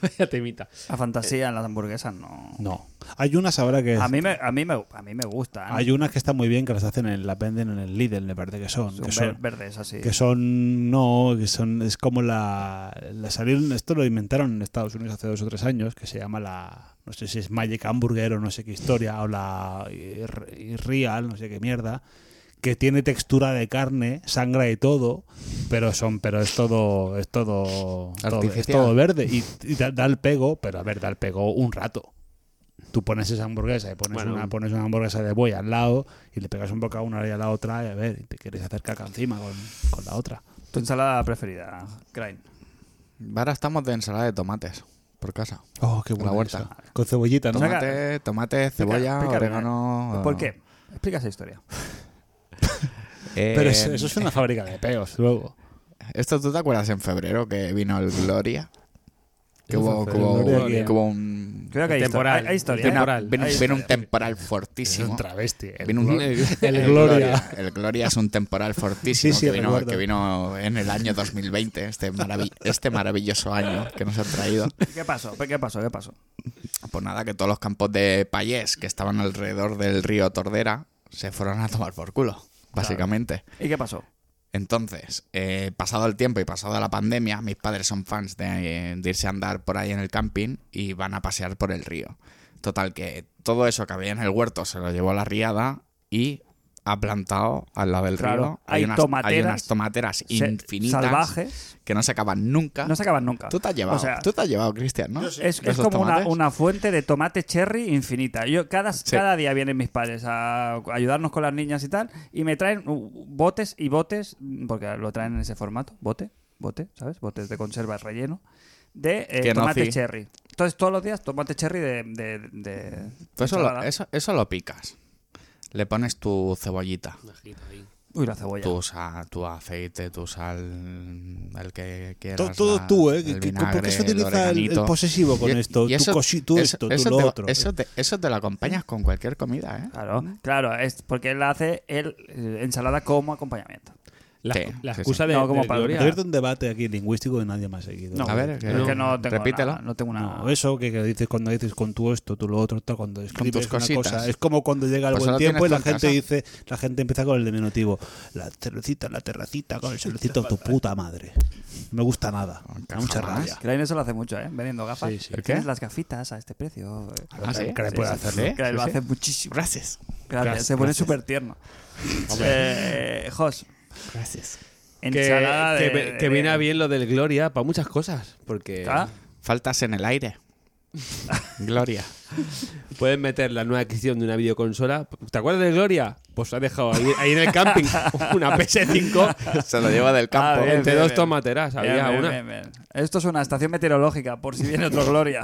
S4: Vaya temita.
S3: la fantasía en las hamburguesas no.
S1: No. Hay unas ahora que.
S3: A mí me, a mí me, a mí me gusta. ¿eh?
S1: Hay unas que están muy bien que las hacen en las venden en el Lidl, me parece que son. Que son,
S3: verdes así.
S1: que son- no, que son, es como la, la salieron, esto lo inventaron en Estados Unidos hace dos o tres años, que se llama la, no sé si es Magic Hamburger o no sé qué historia, o la Ir- Irreal, no sé qué mierda, que tiene textura de carne, sangra y todo, pero son, pero es todo, es todo, todo- es
S2: Artificial.
S1: todo verde y, y da, da el pego, pero a ver, da el pego un rato. Tú pones esa hamburguesa y pones,
S4: Bueno.
S1: una, pones una hamburguesa de buey al lado y le pegas un bocado a una y a la otra y a ver, y te quieres hacer caca encima con, con la otra.
S3: ¿Tu ensalada preferida, Crane?
S2: Ahora estamos de ensalada de tomates por casa.
S1: Oh, qué
S2: buena
S1: buena
S2: La huerta.
S1: Con Pues cebollita, ¿no?
S3: Saca-
S1: eh,
S2: Tomate, tomate, cebolla,
S3: explica,
S2: orégano.
S3: ¿Por qué? Explica esa historia.
S2: eh,
S1: Pero eso, eso es una fábrica de peos, luego.
S2: Esto tú te acuerdas en febrero que vino el Gloria. Que
S4: Eso
S2: hubo,
S4: fue
S2: que
S4: en
S2: hubo-
S1: febrero, Gloria.
S2: que hubo un.
S3: Creo que hay
S4: Temporal.
S3: historia. Hay, hay historia. ¿eh?
S4: Temporal.
S2: Vino,
S3: Hay
S2: vino un
S3: historia.
S2: temporal
S1: Es un
S2: fortísimo.
S1: travesti. El
S2: Vino un-
S1: Gloria.
S2: el
S1: el
S2: Gloria.
S1: Gloria.
S2: El Gloria es un temporal fortísimo
S1: Sí, sí,
S2: que, vino,
S1: recuerdo.
S2: que vino en el año 2020, este, maravi- este maravilloso año que nos ha traído.
S3: ¿Qué pasó? ¿Qué pasó? ¿Qué pasó?
S2: Pues nada, que todos los campos de payés que estaban alrededor del río Tordera se fueron a tomar por culo, básicamente.
S3: ¿Y qué pasó?
S2: Entonces, eh, pasado el tiempo y pasado la pandemia, mis padres son fans de, de irse a andar por ahí en el camping y van a pasear por el río. Total, que todo eso que había en el huerto se lo llevó la riada y ha plantado al lado del
S3: Claro,
S2: río.
S3: hay
S2: unas,
S3: tomateras.
S2: unas tomateras
S3: Se-
S2: infinitas
S3: Salvajes.
S2: que no se acaban nunca.
S3: No se acaban nunca.
S2: Tú te has llevado,
S3: O sea,
S2: tú te has llevado, Cristian, ¿no?
S3: Es,
S2: De
S3: es
S2: esos
S3: como una,
S2: tomates.
S3: una fuente de tomate cherry infinita. Yo cada, cada día vienen mis padres a ayudarnos con las niñas y tal, y me traen uh, botes y botes, porque lo traen en ese formato, bote, bote, ¿sabes? Botes de conserva relleno, de eh,
S2: Que no,
S3: tomate
S2: sí.
S3: cherry. Entonces todos los días tomate cherry de... de, de-
S2: Tú Pues eso, lo,
S3: ensalada.
S2: eso, eso lo picas. Le pones tu cebollita,
S4: Una jita ahí.
S3: Uy, la cebolla.
S2: tu, sa- tu aceite, tu sal, el que quieras.
S1: Todo, todo
S2: la-
S1: tú, ¿eh?
S2: el
S1: Que- que- ¿Por qué
S2: vinagre,
S1: se
S2: el
S1: utiliza el, el
S2: oreganito.
S1: posesivo con
S2: Y-
S1: esto?
S2: y eso-
S1: tú cosi- tú
S2: eso-
S1: esto, tú
S2: eso
S1: lo
S2: te,
S1: otro.
S2: Eso te, eso te lo acompañas con cualquier comida, ¿eh?
S3: Claro, claro, es porque él hace el, eh, ensalada como acompañamiento.
S4: La,
S2: Sí,
S4: la
S2: sí,
S4: excusa
S3: sí.
S4: de,
S3: No, como
S4: de
S3: para-
S1: Te
S4: Gloria-
S1: ha abierto un debate aquí lingüístico que nadie más ha seguido.
S3: No,
S2: A ver,
S3: es que no tengo
S2: repítelo.
S3: nada, no tengo una...
S1: No, eso que, que dices cuando dices con tú esto, tú lo otro, tal, cuando escribes
S2: tus
S1: una
S2: cositas.
S1: cosa. Es como cuando llega el
S2: Pues
S1: buen
S2: ahora
S1: tiempo y
S2: tienes
S1: la
S2: tú en
S1: gente
S2: casa.
S1: dice, la gente empieza con el diminutivo. La cervecita, la terracita, con el cervecito de tu puta madre. No me gusta nada. Me da mucha
S2: Jamás.
S1: rabia.
S3: Que la Inés lo hace mucho, ¿eh? Vendiendo gafas.
S4: Sí, sí.
S2: ¿El
S3: Tienes
S2: qué?
S3: las gafitas a este precio. eh.
S2: Ah, sí,
S1: que le
S2: sí,
S1: puede
S2: sí,
S1: hacerlo.
S2: sí,
S3: Que lo
S2: sí,
S3: hace
S2: sí.
S3: muchísimo.
S2: Gracias.
S3: Gracias, se pone súper tierno. Eh, Jos,
S2: Gracias.
S3: ensalada
S4: que,
S3: de-
S4: que-
S3: de-
S4: que viene a bien lo del Gloria para muchas cosas. Porque
S3: Ah,
S2: Faltas en el aire. Gloria.
S4: pueden meter la nueva adquisición de una videoconsola. ¿Te acuerdas de Gloria? Pues ha dejado ahí, ahí en el camping una PS5
S2: Se lo lleva del campo.
S3: Ah, bien.
S4: entre dos tomateras.
S3: bien,
S4: Había
S3: bien,
S4: una.
S3: bien, bien. Esto es una estación meteorológica, por si viene otro Gloria.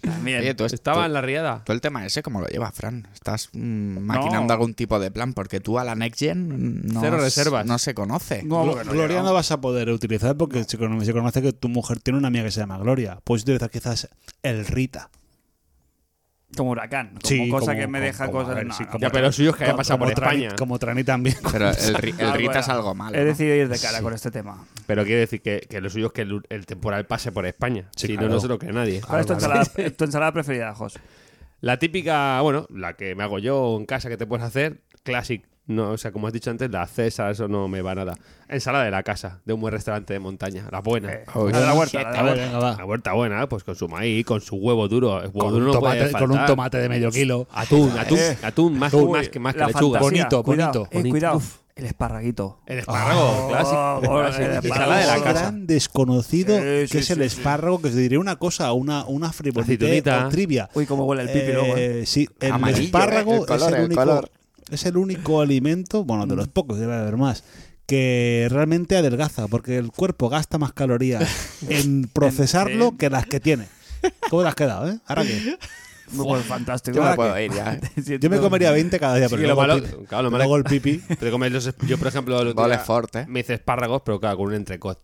S3: También.
S2: Oye, tú,
S4: Estaba
S2: tú-
S4: en la riada.
S2: Tú el tema ese, ¿cómo lo llevas, Fran? ¿Estás mm, maquinando
S3: No.
S2: algún tipo de plan? Porque tú a la Next Gen no,
S4: Cero
S2: s-
S4: reservas.
S2: no se conoce.
S3: No,
S1: Glo-
S3: porque no
S1: Gloria
S3: llegamos.
S1: no vas a poder utilizar porque se, cono- se conoce que tu mujer tiene una amiga que se llama Gloria. Puedes utilizar quizás el Rita.
S3: Como huracán, como
S1: Sí,
S3: cosa
S1: como-
S3: que me
S1: como-
S3: deja
S1: como- a
S3: cosas.
S1: ver,
S3: no,
S1: sí,
S3: no,
S1: como-
S4: Ya,
S3: no.
S4: pero los suyos que haya
S1: Co-
S4: pasado por
S1: como Trani-
S4: España.
S1: Como Trani también.
S2: Pero el, ri- el
S3: Ah,
S2: Rita
S3: bueno.
S2: es algo malo.
S3: He
S2: ¿no?
S3: decidido ir de cara con este tema.
S4: Pero quiere decir que, que lo suyo es que el, el temporal pase por España.
S1: Sí,
S4: si no,
S1: claro.
S4: no se lo cree nadie.
S3: ¿Cuál es tu ensalada, tu ensalada preferida, Jos?
S4: La típica, bueno, la que me hago yo en casa que te puedes hacer, classic. No, o sea, como has dicho antes, la César, eso no me va nada. Ensalada de la casa, de un buen restaurante de montaña, la buena.
S3: Eh,
S2: Uy,
S3: la de la huerta, la de
S1: A
S3: la
S1: ver,
S3: huerta.
S1: venga,
S4: La
S1: va.
S4: huerta buena, pues con su maíz, con su huevo duro. El huevo
S1: Con
S4: duro
S1: un,
S4: no puede
S1: tomate, con un
S4: faltar.
S1: tomate de medio kilo. Eh,
S4: Atún, atún, atún, más,
S1: Atún.
S4: más que, más que
S3: La
S4: lechuga.
S3: fantasía.
S1: Bonito,
S3: Cuidado,
S1: bonito,
S3: eh,
S4: bonito.
S3: cuidado. El esparraguito.
S4: El espárrago,
S3: Oh,
S4: clásico.
S3: oh,
S4: clásico.
S3: el
S4: Ensalada de la
S1: Un
S3: espárrago.
S4: casa.
S1: gran desconocido
S3: Sí,
S1: que
S3: sí,
S1: es
S3: sí,
S1: el
S3: sí.
S1: espárrago, que os diré una cosa, una, una frivolita
S4: Aceitunita.
S1: o trivia.
S3: Uy, cómo huele el pipi
S1: Eh,
S3: luego. eh.
S1: Sí, el
S2: Amarillo,
S1: espárrago
S2: eh, el color,
S1: es, el
S2: el
S1: único,
S2: color. Mm.
S1: es el único alimento, bueno, de los pocos, debe haber más, que realmente adelgaza, porque el cuerpo gasta más calorías en procesarlo
S3: sí.
S1: que las que tiene. ¿Cómo te has quedado, eh? Ahora qué.
S3: Pues fantástico.
S2: Yo me
S1: ¿Ahora
S2: puedo
S1: qué?
S2: ir ya. ¿eh?
S1: Yo me comería 20 cada día,
S4: Sí,
S1: pero
S4: que lo
S1: luego, el
S4: malo-
S1: pipi-
S4: claro, lo malo-
S1: luego el pipi.
S4: Te comes los- yo, por ejemplo, el otro
S2: Gol
S4: día
S2: es fuerte, ¿eh?
S4: me hice espárragos, pero claro, con un entrecot.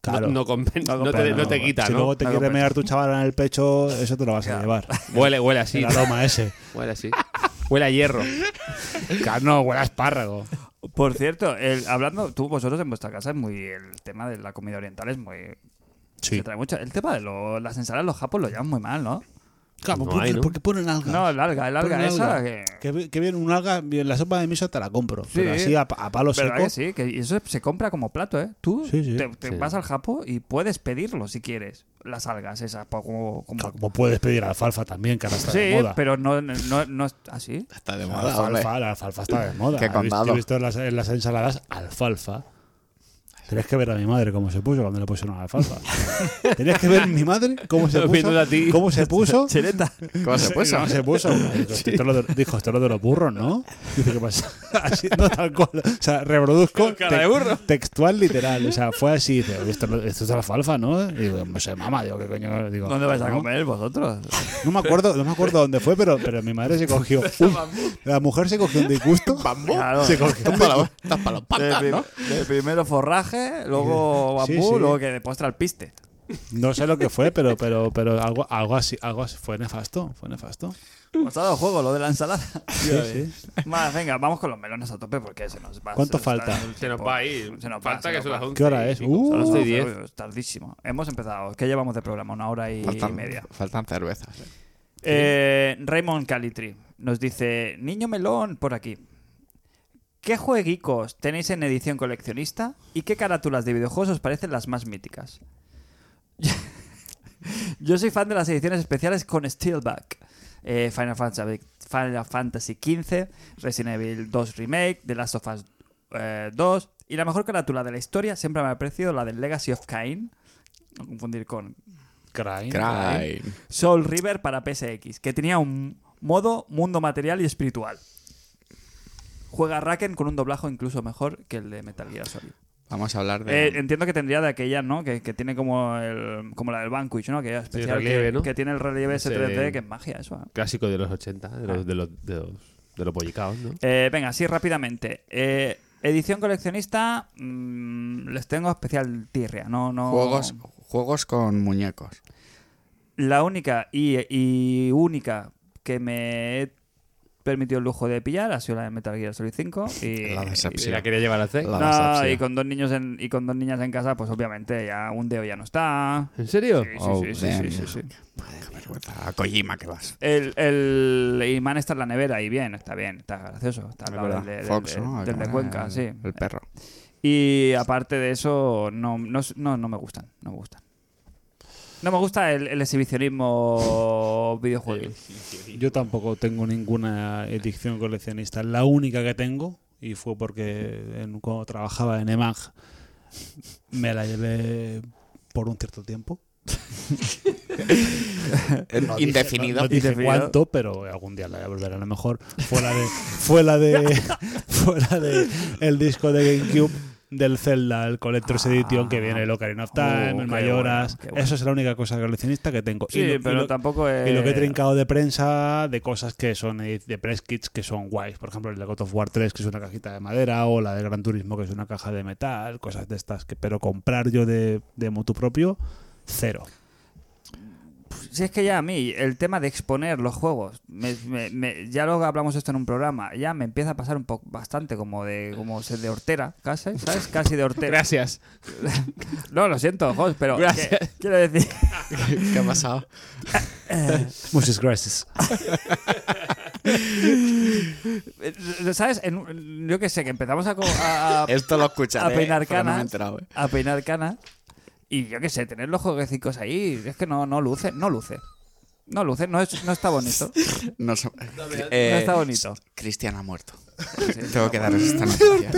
S1: Claro.
S4: No,
S3: No
S4: no compen- no te,
S3: compensa,
S4: no
S3: no
S4: te
S3: compensa.
S4: quita,
S1: si
S4: ¿no? pues.
S1: luego te
S3: No
S1: quiere
S3: compensa.
S1: mear tu chaval en el pecho, eso te lo vas a llevar.
S4: Huele, huele así.
S1: El aroma ese.
S4: Huele así. Huele a hierro.
S1: No, huele a espárrago.
S3: Por cierto, el- hablando, tú vosotros en vuestra casa es muy. El tema de la comida oriental es muy.
S1: Sí.
S3: Se trae mucho. El tema de lo- las ensaladas, los japos lo llaman muy mal, ¿no?
S1: Claro,
S4: No
S1: porque,
S4: hay, ¿no?
S1: porque ponen algas.
S3: No, el alga, el alga
S1: Ponen
S3: esa.
S1: alga.
S3: Que,
S1: Que, vi- que bien, un alga, bien, la sopa de miso te la compro. Pero así a, a palo
S3: ¿Verdad
S1: seco.
S3: que sí? Que eso se compra como plato, ¿eh? Tú
S1: Sí, sí.
S3: te, te
S4: Sí.
S3: vas al japo y puedes pedirlo si quieres. Las algas esas, pa- como. como-
S1: Claro, Como puedes pedir alfalfa también, que ahora está
S3: sí,
S1: de moda.
S3: pero no, no, no es así.
S2: Está de
S1: La
S2: moda, hombre.
S1: alfalfa, la alfalfa está de moda.
S2: Ah, Qué
S1: He visto-
S2: condado.
S1: He visto en las, en las ensaladas alfalfa. Tenías que ver a mi madre cómo se puso cuando le pusieron alfalfa. Tenías que ver a mi madre cómo se
S4: Viéndote a ti.
S1: puso. ¿Cómo se puso?
S3: Cheleta.
S2: ¿Cómo se puso?
S1: No, se puso. Dijo, esto lo de, dijo, esto es lo de los burros, ¿no? Dice, ¿qué pasa? Así, no, tal cual. O sea, reproduzco.
S4: Cara de burro.
S1: Textual, literal. O sea, fue así. Dice, oye, esto, es lo- esto es alfalfa, ¿no? Y digo, no sé, mamá. Digo, ¿qué coño? Digo,
S3: ¿Dónde vais a
S1: ¿no?
S3: comer vosotros?
S1: No me acuerdo, no me acuerdo dónde fue, pero, pero mi madre se cogió. un- la mujer se cogió un disgusto.
S2: ¿Bambú?
S3: Claro.
S1: Se cogió un
S2: Estás para, estás para los
S3: De,
S2: pantas,
S3: pri-
S2: ¿no?
S3: de primero forraje, luego bambú,
S1: Sí, sí.
S3: luego que de postre al piste.
S1: No sé lo que fue, pero, pero, pero algo, algo así, algo así. Fue nefasto, fue nefasto.
S3: Os ha dado juego lo de la ensalada.
S1: Sí, sí.
S3: Más, venga, vamos con los melones a tope porque se nos va.
S1: ¿Cuánto
S3: se nos está
S1: falta?
S3: yendo el
S4: Se nos
S3: tiempo.
S4: va a ir.
S3: Se nos va,
S4: Falta
S3: se
S4: que
S3: nos
S4: son
S3: va.
S4: las 11.
S1: ¿Qué hora es?
S4: y pico.
S1: Uh.
S4: Son las
S3: Son
S4: 11 y
S3: las
S4: 10.
S3: 12, uy, es tardísimo. Hemos empezado. ¿Qué llevamos de programa? Una hora y
S2: Faltan,
S3: media.
S2: faltan cervezas.
S3: Eh, Raymond Calitri nos dice: Niño melón, por aquí. ¿Qué jueguicos tenéis en edición coleccionista y qué carátulas de videojuegos os parecen las más míticas? Yo soy fan de las ediciones especiales con Steelback. eh, Final, Fantasy, Final Fantasy XV, Resident Evil 2 Remake, The Last of Us eh, 2. Y la mejor carátula de la historia siempre me ha parecido la del Legacy of Kain. No confundir con
S1: Crane.
S2: Cry.
S3: Soul River para PSX, que tenía un modo mundo material y espiritual. Juega Raken con un doblajo incluso mejor que el de Metal Gear Solid.
S2: Vamos a hablar de.
S3: Eh, entiendo que tendría de aquella, ¿no? Que, que tiene como el, como la del Vanquish, ¿no? Que, especial
S4: relieve,
S3: que,
S4: ¿no?
S3: que tiene el relieve
S4: Ese
S3: ese 3D,
S4: de-
S3: que es magia eso. ¿eh?
S4: Clásico de los 80, de los, de los, de los, de los bollicaos, ¿no?
S3: Eh, venga, así rápidamente. Eh, edición coleccionista, mm, les tengo especial tirria, ¿no? no
S2: Juegos, juegos con muñecos.
S3: La única y, y única que me he permitido el lujo de pillar ha sido la de Metal Gear Solid 5. Y,
S2: La decepción.
S4: Si la quería llevar a hacer.
S2: La-
S3: No,
S2: vasapsia.
S3: y con dos niños en- y con dos niñas en casa, pues obviamente ya un dedo ya no está.
S4: ¿En serio?
S3: Sí, sí,
S2: Oh,
S3: sí, sí,
S2: damn.
S3: sí, sí, sí.
S2: Qué vergüenza. A Kojima que vas.
S3: El, el imán está en la nevera y bien, está bien, está gracioso. Está al
S2: Es
S3: lado
S2: verdad.
S3: del, de- del
S2: Fox,
S3: de-
S2: ¿no?
S3: del de
S2: El-
S3: Cuenca, sí.
S2: El perro.
S3: Y aparte de eso, no, no, no, no me gustan, no me gustan. No me gusta el, el exhibicionismo videojuego.
S1: Yo tampoco tengo ninguna edición coleccionista. La única que tengo, y fue porque en- cuando trabajaba en E EMAG me la llevé por un cierto tiempo. No dije-
S2: Indefinido.
S1: no- no dije
S3: Indefinido.
S1: cuánto, pero algún día la voy a volver a lo mejor. Fue la de, fue la de, fue la de el disco de GameCube del Zelda, el Collector's Edition que viene el Ocarina of Time, el
S3: Oh, Ah, qué
S1: Mayoras.
S3: bueno, qué bueno.
S1: Eso es la única cosa coleccionista que tengo. Y
S3: Sí,
S1: lo- y
S3: pero
S1: lo-
S3: tampoco es...
S1: y lo que he trincado de prensa, de cosas que son edi- de press kits que son guays. Por ejemplo, el de God of War 3, que es una cajita de madera, o la de Gran Turismo, que es una caja de metal, cosas de estas. que Pero comprar yo de, de motu propio, cero.
S3: Si es que ya a mí el tema de exponer los juegos, me- me- me- ya luego hablamos esto en un programa, ya me empieza a pasar un poco bastante como de como ser de hortera, casi, ¿sabes? Casi de hortera.
S4: Gracias.
S3: No, lo siento, Jos, pero que-
S4: Gracias.
S3: quiero decir,
S2: ¿Qué ha pasado?
S1: Muchas gracias.
S3: eh, ¿sabes? En un- yo que sé, que empezamos a, co- a, a-
S2: Esto lo escucharé.
S3: A peinar
S2: pero no me he
S3: canas.
S2: enterado, ¿eh?
S3: a peinar canas y yo que sé, tener los jueguecitos ahí, es que no, no luce, no luce. No luce, no, es- no está bonito.
S2: No, so-
S3: No
S2: eh,
S3: está bonito.
S2: Cristian ha muerto.
S3: Sí, sí.
S2: Tengo que dar esta noticia.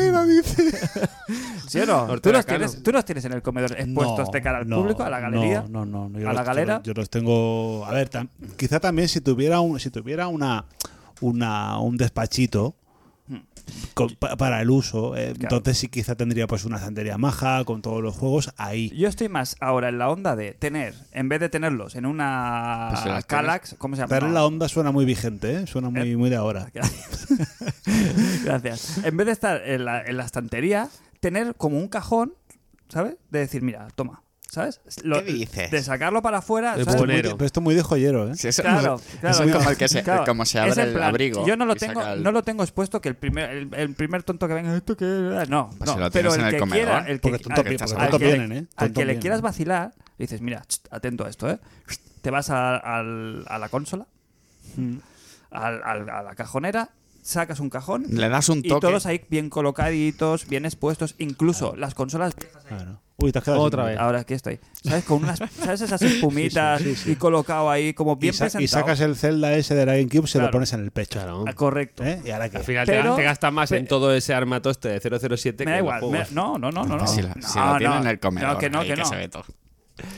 S3: ¿Sí o no? ¿Tú
S4: Ortega
S3: los,
S4: Cano.
S3: tienes, tú los tienes en el comedor expuestos
S1: No,
S3: de este cara al
S1: no,
S3: público, a la galería.
S1: No, no, no. yo
S3: ¿A la
S1: los- yo
S3: galera?
S1: los- Yo, los tengo. A ver, tam- quizá también si tuviera un, si tuviera una, una un despachito. con- pa- para el uso, eh,
S3: Hmm. Claro.
S1: entonces sí quizá tendría pues una estantería maja con todos los juegos ahí.
S3: Yo estoy más ahora en la onda de tener, en vez de tenerlos en una
S2: Pues se las
S3: Calax, ¿cómo se llama?
S1: Pero
S3: No.
S1: la onda suena muy vigente, ¿eh? suena muy, muy de ahora.
S3: Gracias. En vez de estar en la, en la estantería, tener como un cajón, ¿sabes? De decir, mira, toma, ¿sabes? Lo-
S2: ¿Qué dices?
S3: De sacarlo para afuera,
S4: De
S3: ¿sabes?
S1: Muy de-
S4: Bolero.
S1: pero esto es muy de joyero, ¿eh?
S2: Si eso-
S3: Claro, claro,
S2: eso es como el que se,
S3: claro.
S2: como se
S3: Es
S2: abre
S3: en
S2: el
S3: plan,
S2: abrigo.
S3: Yo no lo
S2: y
S3: tengo,
S2: saca el-
S3: no lo tengo expuesto que el primer, el, el primer tonto que venga, ¿esto qué es?". No,
S2: Pues
S3: no,
S2: se lo
S3: pero
S2: tienes
S3: el,
S2: en el
S3: que
S2: comedor.
S3: quiera, el que,
S1: Porque
S3: al-
S1: tonto, pi- porque
S3: al
S1: tonto
S3: que-
S1: vienen, ¿eh?
S3: al
S1: Tonto
S3: que le
S1: vienen.
S3: quieras vacilar, le dices, mira, chst, atento a esto, ¿eh? Te vas a, al- a la consola,
S1: Mm.
S3: al- al- a la cajonera, sacas un cajón
S2: Le das un
S3: y
S2: toque.
S3: todos ahí bien colocaditos, bien expuestos, incluso las
S1: Ah,
S3: consolas viejas ahí.
S1: Claro. Uy, te has quedado
S4: Otra
S1: sin-
S4: vez.
S3: Ahora aquí estoy. ¿Sabes? Con unas, ¿sabes esas espumitas
S1: Sí, sí, sí, sí.
S3: y colocado ahí como
S1: Y,
S3: bien
S1: sa- y
S3: presentado?
S1: sacas el Zelda ese de la GameCube, se lo
S3: Claro.
S1: pones en el pecho.
S3: Ah, correcto.
S1: ¿Eh? ¿Y ahora qué?
S4: Al final
S3: Pero-
S4: te, te gastas más en
S3: pe-
S4: todo ese armatoste este de
S3: Me
S4: 007 que
S3: da
S4: en
S3: igual.
S4: los
S3: me-
S4: juegos.
S3: no, no, no, no. no.
S2: Si la, si la
S3: No,
S2: tiene
S3: no.
S2: en el comedor.
S3: No, que no,
S2: ahí
S3: que no.
S2: se ve todo.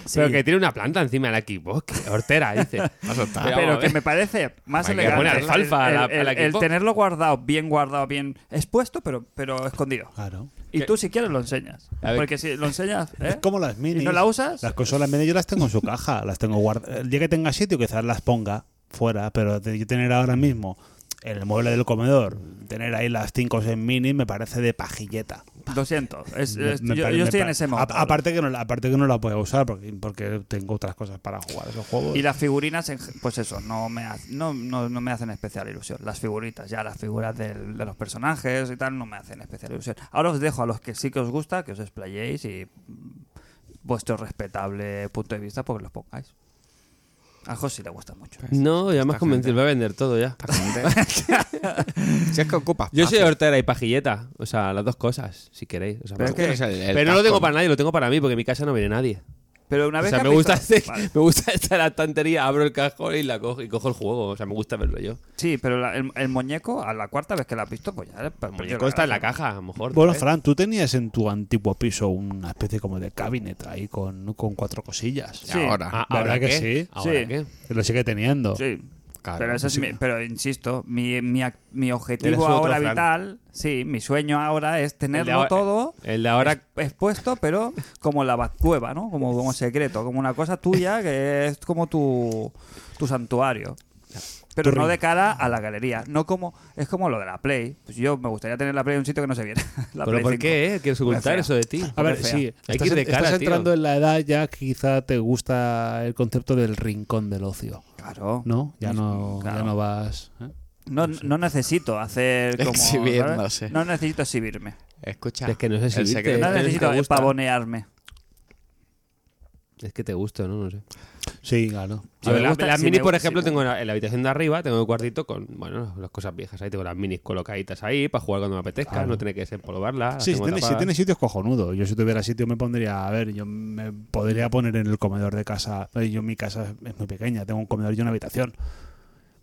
S3: Sí.
S4: Pero que tiene una planta encima del Xbox. que Hortera, dice.
S2: Vas a estar.
S4: Pero-
S3: Pero
S4: Vamos a
S3: que
S1: eh.
S4: ver.
S3: me parece más
S4: Hay que
S3: elegante
S4: poner
S3: el,
S4: alfalfa a la-
S3: el-
S4: al
S3: el-
S4: equipo.
S3: el tenerlo guardado, bien guardado, bien expuesto, pero, pero escondido.
S1: Claro.
S3: Y
S4: ¿Qué?
S3: tú si quieres lo enseñas.
S4: A ver.
S3: Porque si lo enseñas... ¿eh?
S1: Es como las minis.
S3: ¿Y no la usas?
S1: Las consolas mini yo las tengo en su caja, las tengo guardadas. El día que tenga sitio quizás las ponga fuera, pero de yo tener ahora mismo en el mueble del comedor, tener ahí las 5 o 6 minis me parece de pajilleta.
S3: Lo siento. es-
S1: Me-
S3: es-
S1: me
S3: yo,
S1: pare- me
S3: yo estoy en
S1: pare-
S3: ese
S1: A-
S3: modo.
S1: Aparte que, no, la- aparte que no la voy a usar porque, porque tengo otras cosas para jugar esos juegos.
S3: Y las figurinas, en- pues eso, no me, ha- no, no, no me hacen especial ilusión. Las figuritas, ya las figuras del- de los personajes y tal, no me hacen especial ilusión. Ahora os dejo a los que sí que os gusta, que os explayéis y mm, vuestro respetable punto de vista, porque los pongáis. A Jos sí le gusta mucho.
S4: No, ya me has
S2: Esta
S4: convencido.
S2: gente.
S4: Va a vender todo ya.
S2: si es que ocupas.
S4: Yo soy hortera y pajilleta. O sea, las dos cosas, si queréis. O sea,
S3: Pero
S4: me-
S3: es que-
S4: Pero no lo tengo para nadie, lo tengo para mí, porque en mi casa no viene nadie.
S3: Pero una
S4: O
S3: vez
S4: sea,
S3: que
S4: me
S3: has
S4: gusta,
S3: visto-
S4: este-
S3: Vale.
S4: me gusta estar la estantería, abro el cajón y, la cojo, y cojo el juego. O sea, me gusta verlo yo.
S3: Sí, pero la- el, el muñeco, a la cuarta vez que lo has visto, pues ya le has
S4: El
S3: perdido
S4: muñeco está en la caja, a lo mejor.
S1: Bueno,
S4: ¿sabes?
S1: Fran, tú tenías en tu antiguo piso una especie como de cabinet ahí con, con cuatro cosillas.
S3: Sí.
S2: Ahora.
S4: Ah,
S1: ¿Verdad
S4: ¿ahora
S1: que
S4: qué?
S1: sí?
S4: ¿Ahora
S3: Sí.
S4: qué?
S1: Que Lo sigue teniendo.
S3: Sí.
S4: Claro,
S3: pero, eso sí me- pero insisto, mi, mi, ac- mi
S4: Eres
S3: objetivo
S4: otro
S3: ahora
S4: Fran.
S3: vital, sí, mi sueño ahora es
S4: El de
S3: tenerlo
S4: ahora- eh,
S3: todo
S4: El de ahora.
S3: expuesto, pero como la Batcueva, ¿no? Como, como secreto, como una cosa tuya que es como tu, tu santuario. Pero
S1: Tu
S3: no
S1: ring.
S3: de cara a la galería, no como es como lo de la Play. Pues yo me gustaría tener la Play en un sitio que no se viera. La
S4: ¿Pero
S3: Play
S4: por
S3: 5.
S4: qué? eh? ¿Quieres
S3: Muy
S4: ocultar
S3: fea.
S4: eso de ti?
S1: A ver,
S3: fea.
S1: sí,
S4: Hay que
S1: estás,
S4: ir de
S1: estás
S4: cara, tío.
S1: entrando en la edad ya que quizá te gusta el concepto del rincón del ocio,
S3: Claro. No,
S1: ¿no?
S4: Mm,
S1: Ya no,
S3: Claro.
S1: ya no vas... ¿eh?
S3: no necesito hacer como
S2: Exhibiéndose.
S3: ¿sabes? No necesito exhibirme.
S2: Escucha.
S4: Es que no sé si
S2: el
S4: irte.
S2: secreto
S3: No
S2: es-
S4: Eh,
S3: necesito
S2: te gusta.
S3: pavonearme.
S4: Es que te gusta, ¿no? No sé.
S1: Sí, claro.
S3: Si
S4: A ver,
S3: me
S4: la-
S3: gusta-
S4: las
S3: si
S4: minis,
S3: me-
S4: por
S3: si
S4: ejemplo,
S3: me-
S4: tengo en la, en la habitación de arriba, tengo el cuartito con, bueno, las cosas viejas. Ahí tengo las minis colocaditas ahí para jugar cuando me apetezca, no tiene que desempolvarlas. las
S1: Sí, si
S4: tengo
S1: tiene, si
S4: tapadas.
S1: tiene sitios cojonudos. Yo si tuviera sitio me pondría, a ver, yo me podría poner en el comedor de casa. Eh, Yo mi casa es muy pequeña, tengo un comedor y una habitación.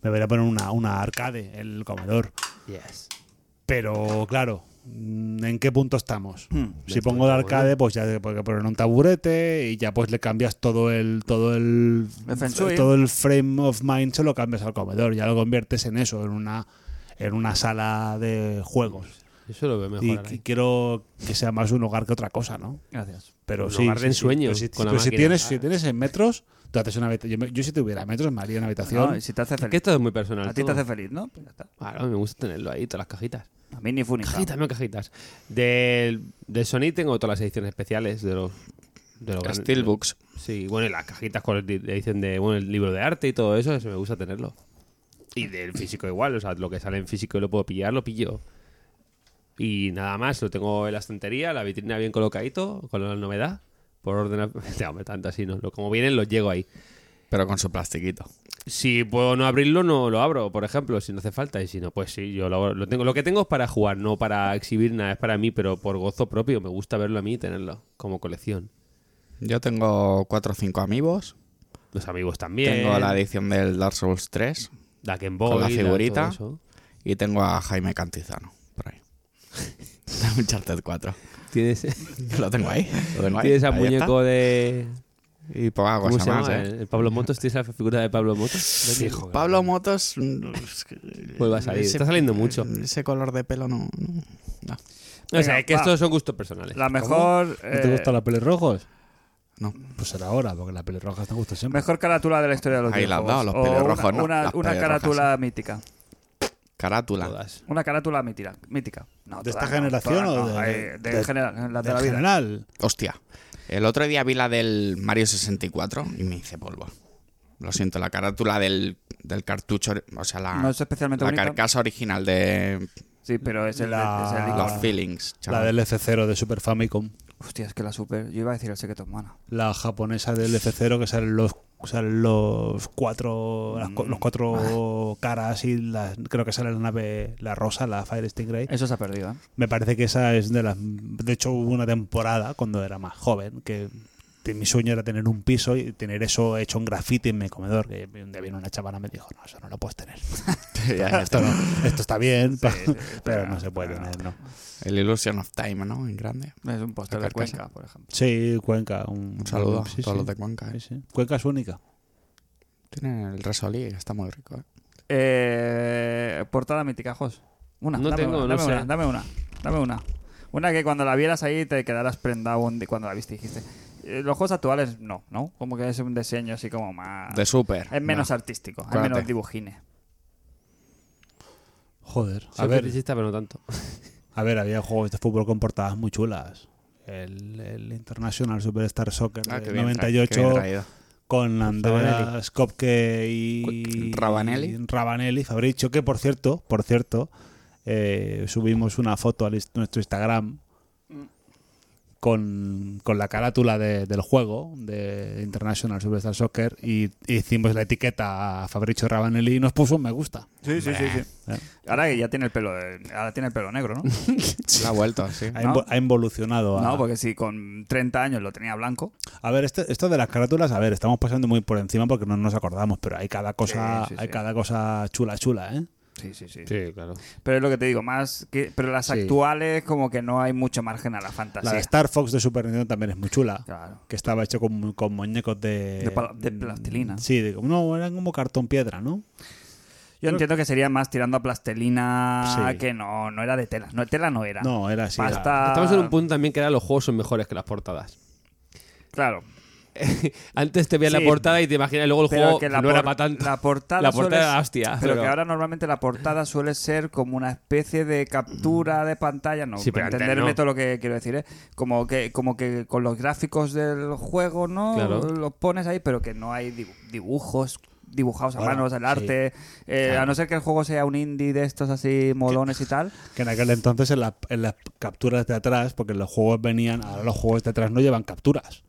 S1: Me debería poner una, una arcade en el comedor.
S4: Yes.
S1: Pero claro, mm, ¿en qué punto estamos?
S3: Hmm.
S1: Si
S4: Estoy
S1: pongo el
S4: de
S1: arcade,
S4: acuerdo.
S1: pues ya te puedo poner un taburete y ya pues le cambias todo el todo el,
S3: El feng shui.
S1: todo el frame of mind se lo cambias al comedor, ya lo conviertes en eso, en una en una sala de juegos.
S4: Eso lo veo mejor.
S1: Y,
S4: ahora.
S1: y quiero que sea más un hogar que otra cosa, ¿no?
S3: Gracias.
S1: Pero
S4: Un
S1: sí,
S4: hogar
S1: sí,
S4: de
S1: sí.
S4: ensueño
S1: Pero si,
S4: con la
S1: pero si
S4: máquina.
S1: tienes si tienes en metros, tú haces una habitación. Yo, me- yo si tuviera metros me haría una habitación.
S3: No, y si te hace
S4: Es que
S3: feliz.
S4: esto es muy personal.
S3: A ti te
S4: todo.
S3: hace feliz, ¿no? Pues ya está.
S4: Claro, me gusta tenerlo ahí, todas las cajitas.
S3: A mí ni fu ni fa.
S4: Cajitas, no cajitas. Del, del Sony tengo todas las ediciones especiales de los. De los gran-
S2: Steelbooks.
S4: Sí, bueno, y las cajitas con el, di- edición de, bueno, el libro de arte y todo eso, eso me gusta tenerlo. Y del físico igual, o sea, lo que sale en físico y lo puedo pillar, lo pillo. Y nada más, lo tengo en la estantería, la vitrina bien colocadito, con la novedad, por orden... al- No, hombre, tanto así, ¿no? Lo- Como vienen, los llego ahí.
S2: Pero con su plastiquito.
S4: Si puedo no abrirlo, no lo abro, por ejemplo, si no hace falta. Y si no, pues sí, yo lo, lo tengo. Lo que tengo es para jugar, no para exhibir nada, es para mí, pero por gozo propio. Me gusta verlo a mí y tenerlo como colección.
S2: Yo tengo 4 o 5 amigos.
S4: Los amigos también.
S2: Tengo la edición del Dark Souls 3.
S4: la Game Boy,
S2: con la figurita.
S4: todo eso.
S2: Y tengo a Jaime Cantizano. Por ahí. De Uncharted 4.
S4: Tienes,
S2: Lo tengo ahí. Lo tengo ahí.
S4: tienes al
S2: Ahí
S4: muñeco de.
S2: está. Y poca
S4: ¿Cómo
S2: cosa
S4: se
S2: más,
S4: llama?
S2: ¿eh?
S4: El- el Pablo Motos, tienes la figura de Pablo Motos. Hijo,
S2: Pablo Motos. mm,
S4: Pues va a salir.
S2: ese- eh,
S4: Está saliendo mucho.
S2: Ese color de pelo no. no. no.
S4: O sea, es que
S3: Venga, va.
S4: estos son gustos personales.
S3: La mejor,
S1: ¿No te
S3: eh,
S1: gustan las pelirrojos?
S2: No.
S1: Pues será ahora, porque las pelirrojas te gustan siempre.
S3: mejor carátula de la historia de los
S2: Ahí la han
S3: videojuegos.
S2: dado, los
S3: O
S2: pelirrojos,
S3: una,
S2: ¿no?
S3: una-
S2: Las
S3: una
S2: pelirrojas.
S3: carátula mítica.
S2: Carátula.
S4: Todas.
S3: Una carátula mítica. mítica. No,
S1: ¿De
S3: todas
S1: esta
S3: no,
S1: generación
S3: todas
S1: o
S3: no,
S1: de-
S3: eh, de,
S1: de-
S3: general, la de
S1: En
S3: la vida.
S1: general,
S2: Hostia. El otro día vi la del Mario 64 y me hice polvo. Lo siento, la carátula del, del cartucho, ori- o sea, la,
S3: No es especialmente
S2: Ah, la
S3: bonita.
S2: carcasa original de
S3: Sí, pero es el,
S1: La-
S3: es el icono.
S2: Los Feelings.
S1: la
S2: chaval.
S1: del F0 de Super Famicom.
S3: Hostia, es que la super. Yo iba a decir el secreto humano.
S1: la japonesa del F0 que salen los salen los cuatro las cu- los cuatro caras y las- creo que sale la nave la rosa la Fire Stingray
S3: Eso se ha perdido, ¿eh?
S1: me parece que esa es de las de hecho hubo una temporada cuando era más joven que te- mi sueño era tener un piso y tener eso hecho en graffiti en mi comedor que un día vino una chavana y me dijo no eso no lo puedes tener
S2: Ya, ya
S1: esto,
S2: está.
S1: no, esto está bien pero,
S3: sí,
S1: pero
S3: pero-
S1: no se puede
S3: pero-
S1: tener no
S2: El Illusion of Time, ¿no? En grande.
S3: Es un póster
S2: La
S3: de
S2: carcasa.
S3: Cuenca, por ejemplo.
S1: sí Cuenca un,
S3: Mm,
S2: Un saludo
S1: sí,
S2: a todos
S1: sí.
S2: los de Cuenca.
S1: Sí,
S2: ¿eh?
S1: sí. Cuenca es única
S2: Tienen el Resolí, que está muy rico. ¿eh?
S3: Eh, portada mítica, Jos. Una.
S4: No
S3: dame
S4: tengo,
S3: una,
S4: no
S3: dame
S4: sé.
S3: Una, dame una. Dame una. Una que cuando la vieras ahí te quedarás prendado un di- cuando la viste dijiste. Eh, los juegos actuales no, ¿no? Como que es un diseño así como más.
S2: De Super.
S3: Ah,
S2: Ah,
S3: es menos
S2: Va.
S3: artístico, es
S2: Acuérdate.
S3: menos dibujines.
S1: joder a
S4: Soy
S1: ver
S4: feticista, pero no tanto.
S1: A ver, había juegos de fútbol con portadas muy chulas. El, el International Superstar Soccer
S2: Ah,
S1: del
S2: qué bien tra- qué
S1: 98
S2: bien traído.
S3: Pues
S1: con
S4: Ravanelli.
S1: Andreas Kopke y
S2: Cu- Ravanelli.
S1: y Ravanelli, Fabricio, que por cierto, por cierto, eh, subimos una foto a nuestro Instagram con, con la carátula de- del juego de International Superstar Soccer y hicimos la etiqueta a Fabricio Rabanelli y nos puso un me gusta.
S3: Sí, sí, sí, sí. Ahora que ya tiene el pelo, eh, ahora tiene el pelo negro, ¿no?
S2: La ha vuelto, sí.
S1: Ha,
S3: ¿No?
S1: invo- ha involucionado a...
S3: No, pues porque si con 30 años lo tenía blanco.
S1: A ver, este- esto de las carátulas, a ver, estamos pasando muy por encima porque no nos acordamos, pero hay cada cosa,
S3: Sí, sí,
S1: hay
S3: sí.
S1: cada cosa chula chula, ¿eh?
S3: Sí, sí, sí.
S4: Sí, claro.
S3: Pero es lo que te digo, más que, pero las
S1: Sí.
S3: actuales como que no hay mucho margen a la
S1: La de
S3: fantasía.
S1: Star Fox de Super Nintendo también es muy chula.
S3: Claro.
S1: Que estaba hecho con, mu- con muñecos de...
S3: De pla- de plastilina.
S1: Sí, de- no, eran como cartón piedra, ¿no?
S3: Yo entiendo que sería más tirando a plastelina
S4: Sí.
S3: que no, no era de tela. No, tela no era.
S1: No, era así. era-
S3: Pasta-
S4: Estamos
S2: Ah.
S4: en un punto también que ahora los juegos son mejores que las portadas.
S3: Claro.
S4: Antes te veías
S3: Sí.
S4: la portada y te imaginas luego el juego
S3: que la,
S4: no era
S3: por-
S4: para tanto.
S3: la portada,
S4: La
S3: suele
S4: portada
S3: ser-
S4: era la hostia,
S3: Pero,
S4: pero-
S3: que ahora normalmente la portada suele ser como una especie de captura de pantalla. No,
S4: Sí, pero antes
S3: entenderme
S4: no.
S3: todo lo que quiero decir. ¿eh? Como, que, como que con los gráficos del juego, ¿no?
S4: Claro.
S3: Los pones ahí, pero que no hay dibu- dibujos dibujados a
S1: Bueno,
S3: manos, el
S1: sí.
S3: arte. eh,
S4: Claro.
S3: A no ser que el juego sea un indie de estos así molones y tal.
S1: Que en aquel entonces en, la- en las capturas de atrás, porque los juegos venían, ahora los juegos de atrás no llevan capturas.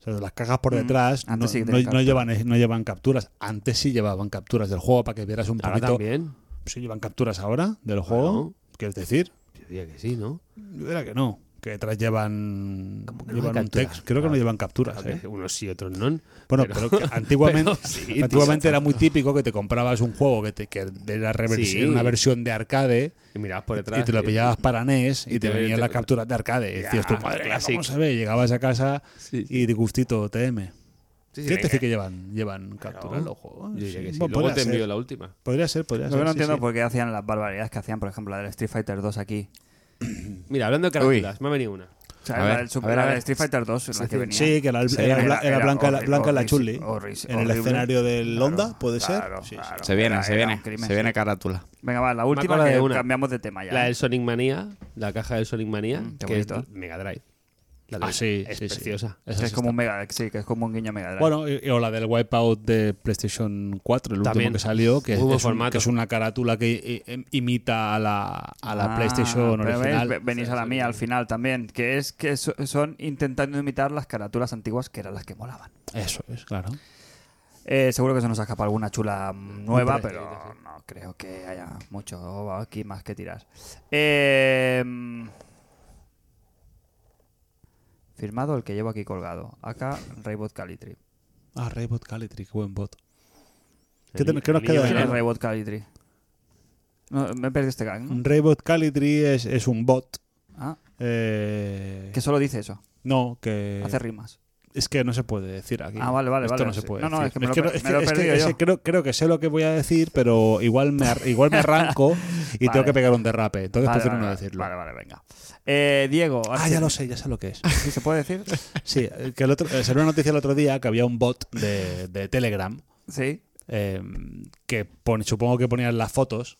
S1: O sea, las cajas por
S3: Mm.
S1: detrás no,
S3: Antes sí que
S1: no- no
S3: tenían capturas.
S1: llevan, no llevan capturas. Antes sí llevaban capturas del juego para que vieras un
S4: Ahora
S1: poquito.
S4: también.
S1: Sí llevan capturas ahora del juego. ¿Quieres decir?
S4: Yo diría que sí, ¿no?
S1: Yo diría que no. Que detrás llevan,
S4: ¿Cómo que no
S1: llevan
S4: hay
S1: un
S4: capturas?
S1: texto. Creo que no
S4: Claro.
S1: llevan capturas.
S4: Claro que
S1: ¿eh?
S4: Unos sí, otros no.
S1: Bueno, pero, que antiguamente,
S4: pero sí,
S1: antiguamente era muy típico que te comprabas un juego que, te, que era reversi-
S4: Sí.
S1: una versión de arcade
S4: Y mirabas por detrás.
S1: y te lo pillabas para NES y,
S4: y
S1: te,
S4: te-
S1: venían
S4: te-
S1: las capturas de arcade. Y decías tú,
S4: Ya,
S1: madre mía, ¿cómo
S4: clásico.
S1: se ve? Llegabas a casa
S4: Sí.
S1: y de gustito TM. ¿Qué
S4: Sí, sí,
S1: te
S4: venga.
S1: dice que llevan, llevan capturas los juegos?
S4: Yo diría que sí.
S1: Bueno,
S4: Luego
S1: podría
S4: te
S1: ser.
S4: envío la última.
S1: Podría ser, podría
S3: Lo
S1: ser.
S3: que no
S1: sí,
S3: entiendo
S1: sí.
S3: por qué hacían las barbaridades que hacían, por ejemplo, la del Street Fighter 2 aquí.
S4: Mira, hablando de carátulas, me ha venido una.
S3: O sea,
S2: A
S3: la,
S2: ver,
S3: del Super-
S2: a ver, a
S3: la
S2: ver.
S3: del Street Fighter 2 la que venía.
S1: Sí, que era, el-
S2: Sí,
S1: era,
S3: era-
S1: Bla- era
S3: era
S1: Blanca, la-
S3: horri-
S1: Blanca la
S3: horri-
S1: Chulli.
S3: horri-
S1: en el
S3: horrible.
S1: escenario del
S3: Claro,
S1: Honda, ¿puede
S3: claro,
S1: ser? Sí, sí.
S3: claro.
S2: Se viene,
S3: Era-
S2: se
S3: era
S2: viene.
S3: un crimen,
S2: Se
S3: sí.
S2: viene carátula.
S3: Venga, va, la última
S4: acuerdo
S3: que
S4: de una.
S3: cambiamos de tema ya. ¿eh?
S4: La del Sonic Manía, la caja del Sonic Manía,
S3: Mm, qué
S4: que es
S3: bonito.
S4: Mega Drive. La
S1: Ah,
S4: de-
S1: sí,
S4: es
S1: sí, sí.
S4: preciosa.
S1: Esa
S3: que
S1: sí
S3: es como un mega, sí, que es como un guiño mega. Drive.
S1: Bueno, y- y- o la del Wipeout de PlayStation 4, el
S4: También.
S1: último que salió, que es,
S4: Muy buen
S1: es un-
S4: formato.
S1: que es una carátula que i- im- imita a la, a la
S3: Ah,
S1: PlayStation
S3: pero veis,
S1: original.
S3: ve- venís a la mía al final también, que es que so- son intentando imitar las carátulas antiguas que eran las que molaban.
S1: Eso es, claro.
S3: Eh, seguro que se nos ha escapado alguna chula mm, nueva,
S4: Hombre,
S3: pero
S4: sí,
S3: no creo que haya mucho aquí más que tirar. Eh, mm, firmado el que llevo aquí colgado. Acá Raybot Calitri.
S1: Ah, Raybot Calitri, qué buen bot. ¿Qué,
S4: El
S1: te-
S4: niño-
S1: qué nos
S4: el niño
S1: queda de
S3: ¿Quién es
S1: Raybot?
S3: Raybot Calitri? No, me he perdido este gang. ¿no?
S1: Raybot Calitri es, es un bot.
S3: Ah,
S1: eh,
S3: que solo dice eso.
S1: no, que.
S3: Hace rimas.
S1: Es que no se puede decir aquí.
S3: Ah, vale, vale,
S1: Esto
S3: vale,
S1: no se
S3: sí.
S1: puede
S3: No, no,
S1: decir.
S3: es que me lo per- me lo he
S1: es que-
S3: perdido
S1: es que
S3: yo.
S1: creo, creo que sé lo que voy a decir, pero igual me, ar- igual me arranco y
S3: Vale.
S1: tengo que pegar un derrape. Entonces prefiero no decirlo.
S3: Vale, vale, venga. Eh, Diego, ahora
S1: Ah,
S3: sí.
S1: ya lo sé, ya sé lo que es.
S3: ¿Sí se puede decir?
S1: Sí, eh, que el otro, eh, salió una noticia el otro día que había un bot de, de Telegram
S3: Sí.
S1: eh, que pone- supongo que ponían las fotos,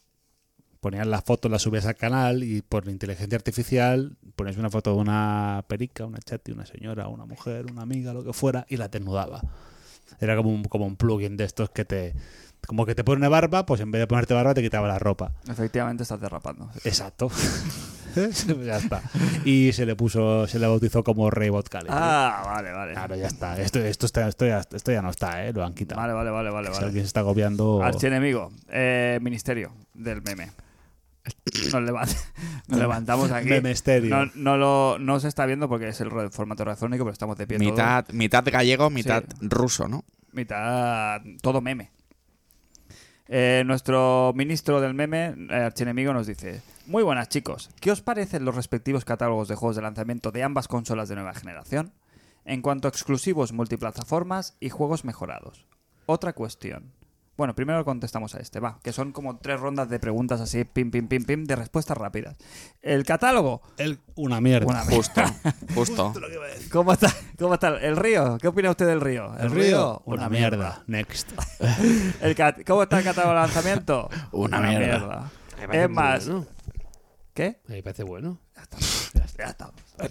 S1: ponían las fotos, las subías al canal y por inteligencia artificial ponías una foto de una perica, una chati, una señora, una mujer, una amiga, lo que fuera y la desnudaba. Era como un, como un plugin de estos que te... Como que te pone una barba, pues en vez de ponerte barba te quitaba la ropa.
S3: Efectivamente estás derrapando.
S1: Exacto. ya está. Y se le puso, se le bautizó como Raybot Cali.
S3: Ah, vale, vale.
S1: Claro, ya está. Esto, esto, está, esto, ya, esto ya no está, ¿eh? Lo han quitado.
S3: Vale, vale, vale, vale.
S1: Si
S3: vale.
S1: alguien se está copiando...
S3: Archienemigo, eh, ministerio del meme. Nos, levant- nos levantamos aquí.
S1: Memesterio.
S3: No, no, lo, no se está viendo porque es el ro- formato radiofónico, pero estamos de pie. todos.
S2: Mitad, mitad gallego, mitad
S3: Sí.
S2: ruso, ¿no?
S3: mitad todo meme. Eh, nuestro ministro del meme, eh, archienemigo, nos dice: Muy buenas, chicos. ¿Qué os parecen los respectivos catálogos de juegos de lanzamiento de ambas consolas de nueva generación? En cuanto a exclusivos multiplataformas y juegos mejorados. Otra cuestión. Bueno, primero contestamos a este, va, que son como tres rondas de preguntas así, pim, pim, pim, pim, de respuestas rápidas. El catálogo,
S1: El- una mierda.
S3: Una mierda.
S2: Justo, justo.
S3: ¿cómo está? ¿Cómo está? El río, ¿qué opina usted del río?
S1: El río, una, mierda. Next.
S3: El cat- ¿Cómo está el catálogo de lanzamiento?
S2: Una mierda.
S4: Ahí parece
S3: Es
S4: muy
S3: más,
S4: bueno.
S3: ¿qué?
S4: Ahí parece bueno.
S3: Ya estamos.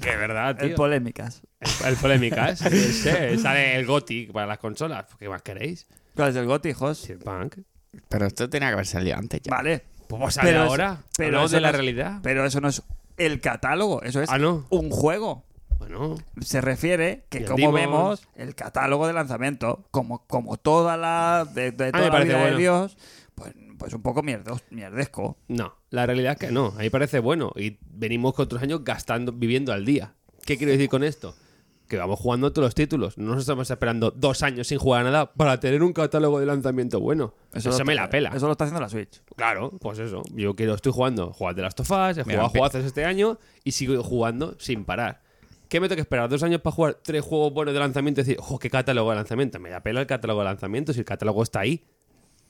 S4: Que verdad, tío.
S3: En eh, polémicas.
S4: El polémicas. sí, sí. Sale el Gothic para las consolas. ¿Qué más queréis?
S3: ¿Cuál es el goti, Jos?
S4: Cyberpunk.
S2: Pero esto tenía que haber salido antes ya.
S3: Vale.
S4: ¿Cómo sale
S3: Pero es-
S4: ahora?
S3: pero
S4: Hablamos
S3: eso
S4: de la
S3: no es-
S4: realidad.
S3: Pero eso no es el catálogo. Eso es
S4: Ah, ¿no?
S3: un juego.
S4: Bueno,
S3: Se refiere que,
S4: Y el
S3: como
S4: Dimos.
S3: vemos, el catálogo de lanzamiento, como, como toda la. de, de toda la
S4: Ah, parece
S3: vida
S4: bueno.
S3: de Dios, pues, pues un poco mierdos- mierdesco.
S4: no. La realidad es que no. A mí parece bueno. Y venimos con otros años gastando, viviendo al día. ¿Qué quiero decir con esto? Que vamos jugando todos los títulos. No nos estamos esperando dos años sin jugar a nada para tener un catálogo de lanzamiento bueno. Eso,
S3: lo
S4: me
S3: está-
S4: la pela.
S3: Eso lo está haciendo la Switch.
S4: Claro, pues eso. Yo quiero, estoy jugando. Jugar de Last of Us, he
S2: Mira,
S4: jugado
S2: pe-
S4: jugazos este año y sigo jugando sin parar. ¿Qué me tengo que esperar? ¿Dos años para jugar tres juegos buenos de lanzamiento? Y decir, ojo, qué catálogo de lanzamiento. Me da pela el catálogo de lanzamiento. Si el catálogo está ahí,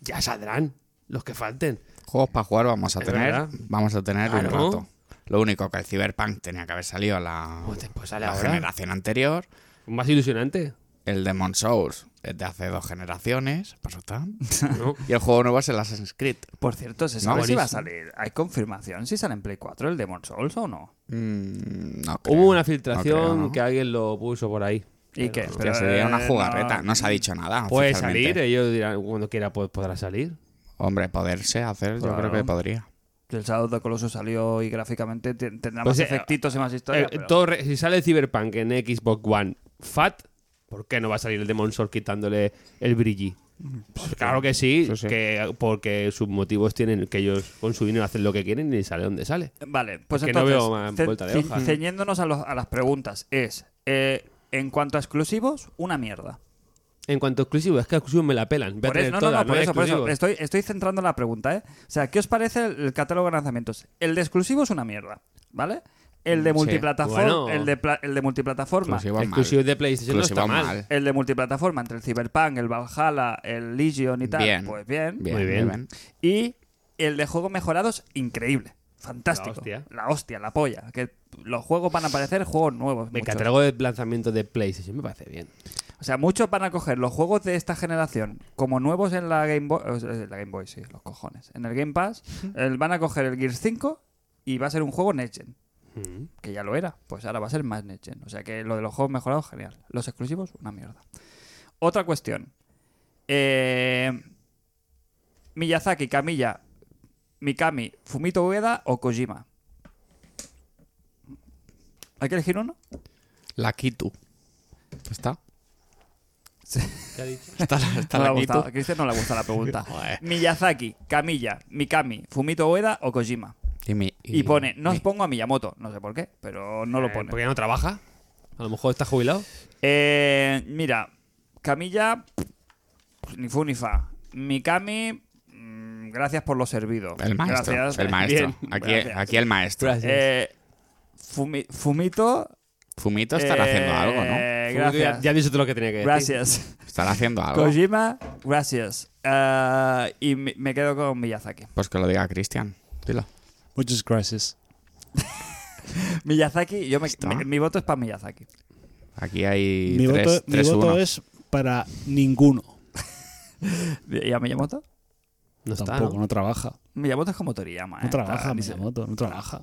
S4: ya saldrán los que falten.
S2: Juegos para jugar vamos a
S4: Es
S2: tener.
S4: verdad.
S2: Vamos a tener
S4: Claro.
S2: un rato. Lo único que el Cyberpunk tenía que haber salido a la,
S4: Joder, pues sale
S2: la
S4: ahora.
S2: generación anterior.
S4: Más ilusionante.
S2: El Demon Souls es de hace dos generaciones. Pues está.
S4: ¿no?
S2: Y el juego nuevo es el Assassin's Creed.
S3: Por cierto, ¿se
S2: No,
S3: sabe si va
S2: buenísimo.
S3: a salir? ¿Hay confirmación si sale en Play 4 el Demon Souls o no?
S2: Mm, no creo,
S4: Hubo una
S2: no
S4: filtración
S2: creo, ¿no?
S4: que alguien lo puso por ahí.
S3: ¿Y qué?
S2: Hostia, sería una
S3: eh,
S2: jugarreta.
S3: no.
S2: No se ha dicho nada.
S4: Puede
S2: oficialmente.
S4: salir, eh. ellos dirán, cuando quiera pues, podrá salir.
S2: Hombre, poderse hacer, yo
S3: Claro.
S2: creo que podría.
S3: El Shadow de Colossus salió y gráficamente te- tendrá más
S4: Pues, eh,
S3: efectitos y más
S4: Eh,
S3: historia. pero-
S4: todo re- si sale Cyberpunk en Xbox One Fat, ¿por qué no va a salir el Demon Souls quitándole el brilli? Pues claro que sí,
S2: Sí, sí.
S4: que- porque sus motivos tienen que ellos con su dinero hacen lo que quieren y sale donde sale.
S3: Vale, pues
S4: Es que no
S3: entonces,
S4: veo más
S3: ce-
S4: vuelta de
S3: ce-
S4: hoja.
S3: ceñiéndonos a, los- a las preguntas, es, eh, en cuanto a exclusivos, una mierda.
S4: En cuanto a exclusivos, es que exclusivos me la pelan. Voy a
S3: Por eso,
S4: tener
S3: no, no,
S4: todas,
S3: no, por
S4: hay
S3: eso, por eso.
S4: exclusivos.
S3: Estoy, estoy centrando la pregunta, ¿eh? O sea, ¿qué os parece el, el catálogo de lanzamientos? El de exclusivos, una mierda, ¿vale? El de
S2: Sí.
S3: multiplataforma,
S4: Bueno.
S3: el, de pla- el de multiplataforma,
S2: Exclusivo
S4: Exclusivos
S2: mal.
S4: de PlayStation no
S2: Exclusivo
S4: está mal.
S2: mal.
S3: el de multiplataforma entre el Cyberpunk, el Valhalla, el Legion y tal,
S2: Bien.
S3: pues bien.
S2: Bien,
S4: Muy bien.
S2: muy bien.
S3: Y el de juegos mejorados, increíble. Fantástico.
S4: La hostia.
S3: la hostia, la polla. Que los juegos van a aparecer juegos nuevos.
S4: El
S3: muchos.
S4: catálogo de lanzamiento de PlayStation me parece bien.
S3: O sea, muchos van a coger los juegos de esta generación como nuevos en la Game Boy. o sea, en la Game Boy, sí, los cojones. En el Game Pass el- van a coger el Gears 5 y va a ser un juego Next Gen, que ya lo era. Pues ahora va a ser más Next Gen. O sea que lo de los juegos mejorados, genial. Los exclusivos, una mierda. Otra cuestión. Eh, Miyazaki, Kamiya, Mikami, Fumito Ueda o Kojima. ¿Hay que elegir uno?
S2: La Kitu. ¿Está?
S3: Sí.
S4: ¿Qué ha dicho?
S2: ¿Está la, está
S3: No
S2: la
S3: le ha
S2: Kitu?
S3: gustado. A Cristian no le gusta la pregunta. Miyazaki, Kamiya, Mikami, Fumito Ueda o Kojima.
S2: Y, mi-
S3: Y pone, no os
S2: mi-
S3: pongo a Miyamoto. No sé por qué, pero no lo
S4: Eh,
S3: pone.
S4: Porque no trabaja. A lo mejor está jubilado.
S3: Eh, mira, Kamiya, pff, ni fu ni fa. Mikami, mm, gracias por lo servido.
S2: El maestro.
S3: Gracias.
S2: El maestro.
S3: Bien,
S2: Aquí,
S3: gracias.
S2: aquí el maestro.
S3: Eh, Fumi- Fumito.
S2: Fumito estará
S3: eh,
S2: haciendo algo, ¿no?
S3: Gracias.
S4: Ya, ya has dicho todo lo que tenía que decir.
S3: gracias.
S2: Estará haciendo algo.
S3: Kojima, gracias. Eh, y me- me quedo con Miyazaki.
S2: Pues que lo diga Cristian. Dilo.
S1: Muchas gracias.
S3: Miyazaki, yo me,
S2: ¿Está?
S3: mi, mi voto es para Miyazaki.
S2: Aquí hay
S1: Mi,
S2: tres,
S1: voto, mi
S2: tres,
S1: voto
S2: uno.
S1: es para ninguno.
S3: ¿Y a Miyamoto?
S4: No está,
S1: Tampoco,
S4: ¿no?
S1: no trabaja.
S3: Miyamoto es como Toriyama, ¿eh?
S1: No trabaja
S3: Está- ni se-
S1: Miyamoto, no trabaja.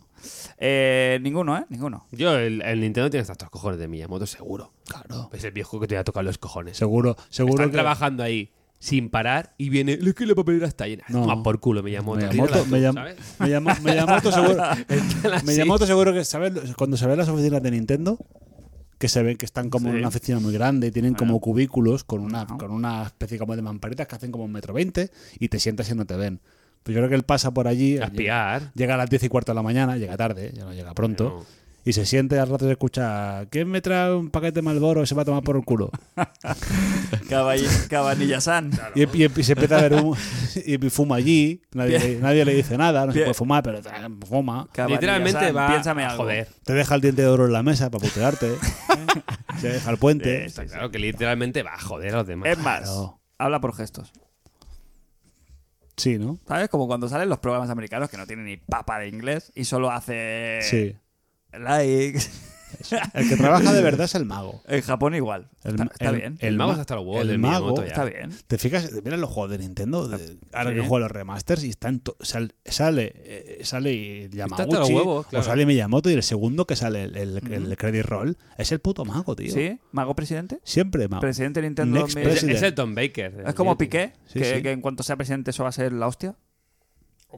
S3: Eh, ninguno, ¿eh? Ninguno.
S4: Yo, el, el Nintendo tiene estos cojones de Miyamoto, seguro.
S1: Claro.
S4: Es el viejo que te va a tocar los cojones.
S1: Seguro, seguro
S4: Están
S1: que
S4: trabajando ahí sin parar y viene. Es que la papelera está llena.
S1: No.
S4: Toma por culo, Miyamoto.
S1: Miyamoto,
S4: tírala tú,
S1: Miyam-
S4: ¿sabes?
S1: Miyamo- Miyamoto seguro,
S4: Tírala así.
S1: Miyamoto seguro que ¿sabes? cuando se ven las oficinas de Nintendo que se ven que están como en
S3: Sí.
S1: una oficina muy grande y tienen como cubículos con una,
S3: Ajá.
S1: con una especie como de mamparitas que hacen como un metro veinte y te sientas y no te ven. Pues yo creo que él pasa por allí,
S4: A espiar.
S1: llega a las diez y cuarto de la mañana, llega tarde, ¿eh? ya no llega pronto.
S4: No.
S1: Y se siente al rato se escucha ¿Quién me trae un paquete de Malboro y se va a tomar por el culo?
S3: Cabanilla-san.
S1: Y, y- y se empieza a ver humo y fuma allí, nadie, le- nadie le dice nada, no se
S3: Bien.
S1: puede fumar, pero eh, fuma.
S4: Literalmente va.
S3: Piénsame algo.
S4: Joder.
S1: Te deja el diente de oro en la mesa para putearte. ¿eh? Se deja el puente.
S4: Está claro que literalmente va a joder a los demás.
S3: Es más,
S1: Claro.
S3: habla por gestos.
S1: Sí, ¿no?
S3: ¿Sabes? Como cuando salen los programas americanos que no tienen ni papa de inglés y solo hace
S1: Sí.
S3: like.
S1: El que trabaja de verdad es el mago.
S3: En Japón igual.
S1: El,
S3: está
S1: ma-
S3: está bien.
S4: El mago
S1: ma-
S4: está hasta los huevos
S1: el
S4: del
S1: mago.
S4: Miyamoto ya.
S3: está bien.
S1: Te fijas, mira los juegos de Nintendo, de- ahora
S3: sí.
S1: que juego a los remasters y están to- sal- sale eh, sale
S4: hasta los
S1: Yamaguchi
S4: huevos, claro.
S1: o sale Miyamoto y el segundo que sale el, el- el credit roll es el puto mago, tío.
S3: ¿Sí? ¿Mago presidente?
S1: Siempre mago.
S3: Presidente de Nintendo.
S1: Next
S3: 2000.
S4: Es,
S1: president.
S4: es el Tom Baker.
S3: Es como Piqué,
S1: Sí,
S3: que,
S1: sí.
S3: que en cuanto sea presidente eso va a ser la hostia.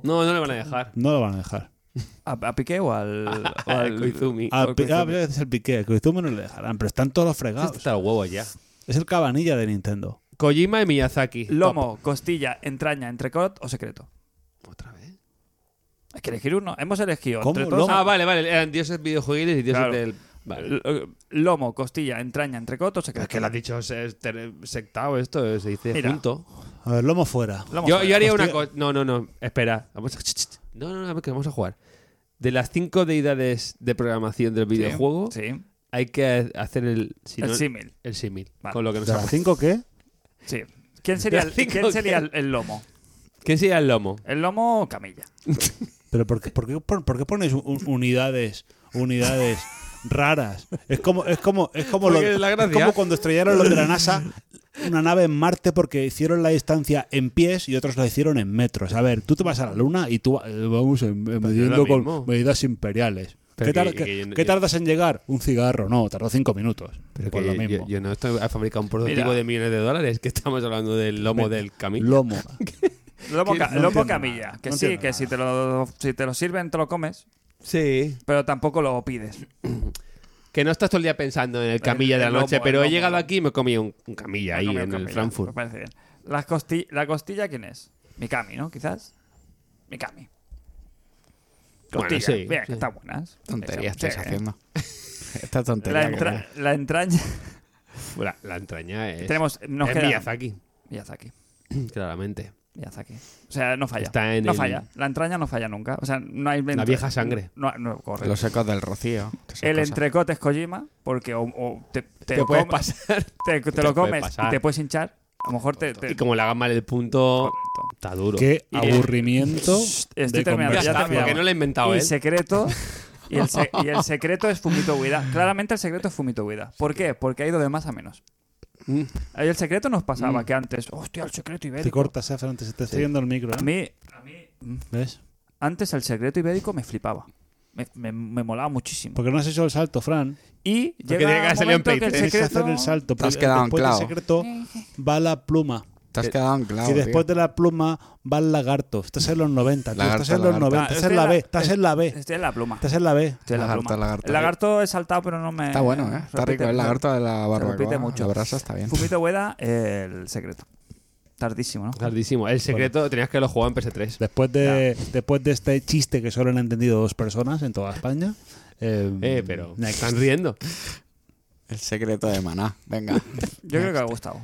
S4: No, no le van a dejar.
S1: No lo van a dejar.
S3: ¿A, a Piqué o al, o
S4: Al
S3: al-
S4: Koizumi.
S1: A,
S3: o al
S1: Pi- ah, a
S3: Koizumi?
S1: veces el piqué, el Koizumi no le dejarán, pero están todos los fregados.
S4: Hasta los huevos ya.
S1: Es el cabanilla de Nintendo.
S4: Kojima y Miyazaki.
S3: Lomo, costilla, entraña, entrecot o secreto.
S4: Top. ¿Otra vez?
S3: Hay que elegir uno. Hemos elegido
S1: ¿Cómo?
S3: entre todos.
S4: Ah, vale, vale. Eran dioses videojuegos y dioses
S3: Claro.
S4: del... Vale.
S3: L- eh, Lomo, costilla, entraña, entrecot o secreto.
S4: Es que lo has dicho se- ter- sectado esto, eh, se dice
S3: Mira.
S4: junto.
S1: A ver, lomo fuera.
S3: Lomo
S4: Yo,
S3: fuera.
S4: yo haría
S1: Hostia.
S4: una cosa. No, no, no. Espera. Vamos a... No, no, no, que vamos a jugar. De las cinco deidades de programación del
S3: Sí,
S4: videojuego,
S3: Sí.
S4: hay que hacer el si no,
S3: El símil.
S4: el símil.
S3: Vale.
S4: Con lo
S1: ¿De
S4: que nos ha
S1: las 5 qué?
S3: Sí. ¿Quién sería, el,
S4: cinco,
S3: ¿quién sería
S4: ¿quién?
S3: el, el lomo?
S4: ¿Qué sería el lomo?
S3: El lomo o camilla.
S1: ¿Pero por qué, por qué, por- por qué ponéis un- unidades, unidades raras? Es como, es como, es como, lo-
S4: Porque es la
S1: es
S4: gracia.
S1: como cuando estrellaron los de la NASA una nave en Marte porque hicieron la distancia en pies y otros la hicieron en metros. A ver, tú te vas a la Luna y tú eh, vamos en- eh, midiendo
S4: mismo.
S1: con medidas imperiales. ¿Qué,
S4: Pero que-
S1: tar-
S4: que
S1: qué-
S4: yo-
S1: qué
S4: yo-
S1: tardas en llegar? Un cigarro, no, tardó cinco minutos.
S4: Pero
S1: Pues
S4: que
S1: lo
S4: yo-
S1: mismo.
S4: Yo, no estoy, he fabricado un prototipo
S3: Mira.
S4: de millones de dólares, que estamos hablando del lomo del camino.
S1: Lomo.
S3: Lomo,
S1: Que
S3: ca-
S1: no
S3: lomo
S1: entiendo
S3: camilla.
S1: nada,
S3: Que
S1: no
S3: sí,
S1: entiendo
S3: que
S1: nada.
S3: si te, lo, si te lo sirven, te lo comes,
S4: Sí.
S3: pero tampoco lo pides.
S4: Que no estás todo el día pensando en el camilla
S3: el
S4: de la
S3: lomo,
S4: noche,
S3: el
S4: pero he
S3: lomo.
S4: llegado aquí y me he comido un, un camilla ahí
S3: Come
S4: en
S3: camilla,
S4: el Frankfurt.
S3: Me parece bien. Las costi- ¿La costilla quién es? Mikami, ¿no? Quizás. Mikami.
S4: Bueno,
S3: Costilla.
S4: sí,
S3: bien,
S4: sí.
S3: que están buenas.
S2: Tontería
S3: Esa-
S2: estás
S3: sí.
S2: haciendo. Esta tontería.
S3: La,
S2: que
S3: entra-
S2: haces.
S3: la entraña.
S4: La, la entraña es.
S3: Tenemos. Nos
S4: es
S3: queda.
S4: Miyazaki,
S3: Miyazaki.
S4: claramente.
S3: Miyazaki. O sea, no falla.
S4: Está en
S3: no
S4: el-
S3: falla. La entraña no falla nunca. O sea, no hay.
S4: La vieja sangre.
S3: No, no, correcto.
S2: Los ecos del rocío. que esas
S3: El
S2: cosas.
S3: entrecot es Kojima, porque o, o te, te
S4: Te puedes
S3: come-
S4: pasar.
S3: te- te
S4: te
S3: lo
S4: puede
S3: comes y
S4: pasar.
S3: te puedes hinchar. A lo mejor te. te-
S4: Y como le hagan mal el punto,
S3: Correcto.
S4: está duro.
S1: Qué
S4: Y-
S1: aburrimiento.
S3: Estoy
S1: de
S3: terminando,
S4: este Ya
S3: ya
S1: conversación.
S4: está,
S3: terminamos.
S4: porque no lo he inventado ¿eh?
S3: y
S4: él.
S3: secreto. Y el, se- y el secreto es Fumito Ueda. Claramente el secreto es Fumito Ueda. ¿Por qué? Porque ha ido de más a menos.
S4: Mm.
S3: Ahí El secreto nos pasaba que antes, hostia, el secreto
S1: Te
S3: ibérico.
S1: cortas, Efra, antes se te está yendo el micro.
S3: A
S1: ¿eh?
S3: mí, a mí, mm,
S1: ¿Ves?
S3: antes el secreto ibérico me flipaba. Me, me- me molaba muchísimo.
S1: Porque no has hecho el salto, Fran.
S3: Y
S4: tenía que
S3: llega
S4: haber
S3: un
S4: salido en
S3: momento que el
S4: Playtest.
S1: Tienes que
S3: secreto...
S1: hacer el salto.
S2: Te has
S1: porque
S2: quedado
S1: después del
S2: anclado.
S1: secreto va la pluma.
S2: Te has quedado anclado.
S1: y después
S2: tío.
S1: de la pluma va el lagarto. Estás en los 90, tío.
S2: Lagarto,
S1: Estás en los
S2: lagarto.
S1: 90.
S3: Ah,
S1: Estás en la
S3: estoy
S1: B.
S3: en la-
S1: Estás en la B.
S3: Estoy en la pluma.
S1: Estás en la B.
S3: Estoy en la
S2: Lagarto,
S3: pluma.
S2: lagarto.
S3: El lagarto he saltado, pero no me...
S2: Está bueno, ¿eh? Está
S3: repite-
S2: rico. El lagarto de la
S3: se
S2: barbacoa.
S3: repite mucho.
S2: La brasa está bien.
S3: Fumito Ueda, el secreto. Tardísimo, ¿no?
S4: Tardísimo. El secreto tenías que lo jugar en PS3.
S1: Después de, después de este chiste que solo han entendido dos personas en toda España. Eh,
S4: Eh, pero
S1: next.
S4: están riendo.
S2: El secreto de Maná. Venga.
S3: Yo creo que ha gustado.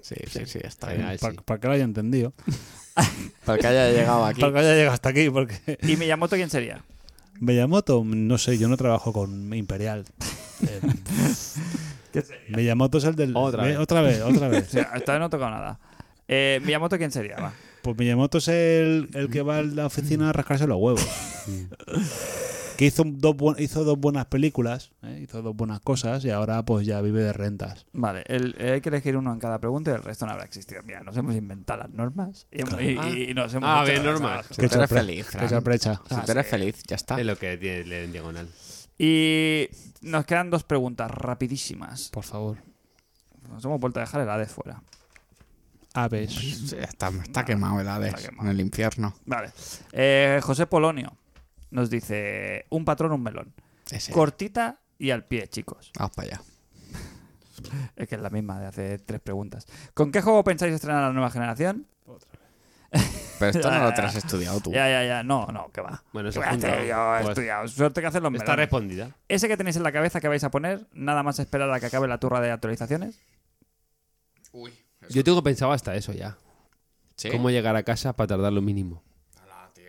S2: Sí, sí, sí, está
S4: Venga,
S2: bien.
S4: sí.
S1: Pa- Para que lo haya entendido.
S2: Para que haya llegado aquí.
S1: Para que haya llegado hasta aquí. Porque
S3: ¿Y Miyamoto quién sería?
S1: Miyamoto, no sé, yo no trabajo con Imperial. Eh, Miyamoto es el del.
S4: Otra
S1: ve,
S4: vez.
S1: Otra vez, otra
S3: O
S1: vez.
S3: sea, todavía no he tocado nada. Eh, Miyamoto quién sería, va.
S1: Pues Miyamoto es el, el que va a la oficina a rascarse los huevos. que hizo un- dos, buen- hizo dos buenas películas, ¿eh? hizo dos buenas cosas y ahora pues ya vive de rentas.
S3: Vale, el- eh, hay que elegir uno en cada pregunta y el resto no habrá existido. Mira, nos hemos inventado las normas y, hemos- y- y- y nos hemos.
S4: Ah,
S3: hecho
S4: bien,
S3: las-
S4: normas.
S2: Si tú eres
S1: chapre-
S2: feliz,
S1: Que
S2: Fran.
S1: se aprecha.
S2: Si
S3: Ah,
S2: tú eres feliz, ya está.
S4: Es lo que tiene leer en diagonal.
S3: Y nos quedan dos preguntas rapidísimas.
S1: Por favor.
S3: Nos hemos vuelto a dejar el AD fuera.
S1: Aves.
S2: Sí, Pues, está, está quemado el Hades.
S3: Está quemado.
S2: En el infierno.
S3: Vale. Eh, José Polonio nos dice: un patrón, un melón.
S2: Ese.
S3: Cortita y al pie, chicos.
S2: Vamos para allá.
S3: Es que es la misma de hace tres preguntas. ¿Con qué juego pensáis estrenar a la nueva generación?
S2: Pero esto no lo
S3: Ya,
S2: has
S3: ya.
S2: estudiado tú.
S3: Ya, ya, ya. No, no, que va.
S4: Bueno,
S3: Que
S4: se
S3: va,
S4: ha juntado.
S3: este, yo he
S4: Pues,
S3: estudiado. Suerte que hacen los
S4: Está
S3: melones.
S4: respondida.
S3: Ese que tenéis en la cabeza que vais a poner, nada más esperar a que acabe la turra de actualizaciones.
S2: Uy.
S4: Yo tengo pensado hasta eso ya.
S2: Sí.
S4: Cómo llegar a casa para tardar lo mínimo.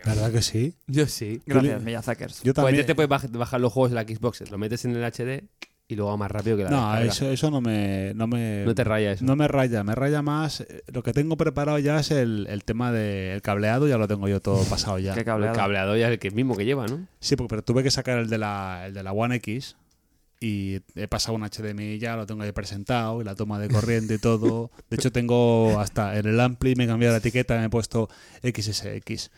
S1: ¿Verdad que sí?
S4: Yo sí.
S3: Gracias, Miyazakers.
S1: Yo
S4: Pues
S1: también.
S4: ya te puedes baj- bajar los juegos en la Xbox, lo metes en el HD y luego va más rápido que la
S1: No,
S4: descarga.
S1: eso, eso no me. No me
S4: No te raya eso.
S1: no me raya, me raya más. eh, Lo que tengo preparado ya es el, el tema del cableado, ya lo tengo yo todo pasado ya.
S3: Qué
S4: El
S3: cableado.
S4: cableado ya es el que mismo que lleva, ¿no?
S1: Sí, porque, pero tuve que sacar el de la, el de la One X y he pasado un HDMI ya, lo tengo ahí presentado, y la toma de corriente y todo. De hecho, tengo hasta en el Ampli, me he cambiado la etiqueta, me he puesto XSX.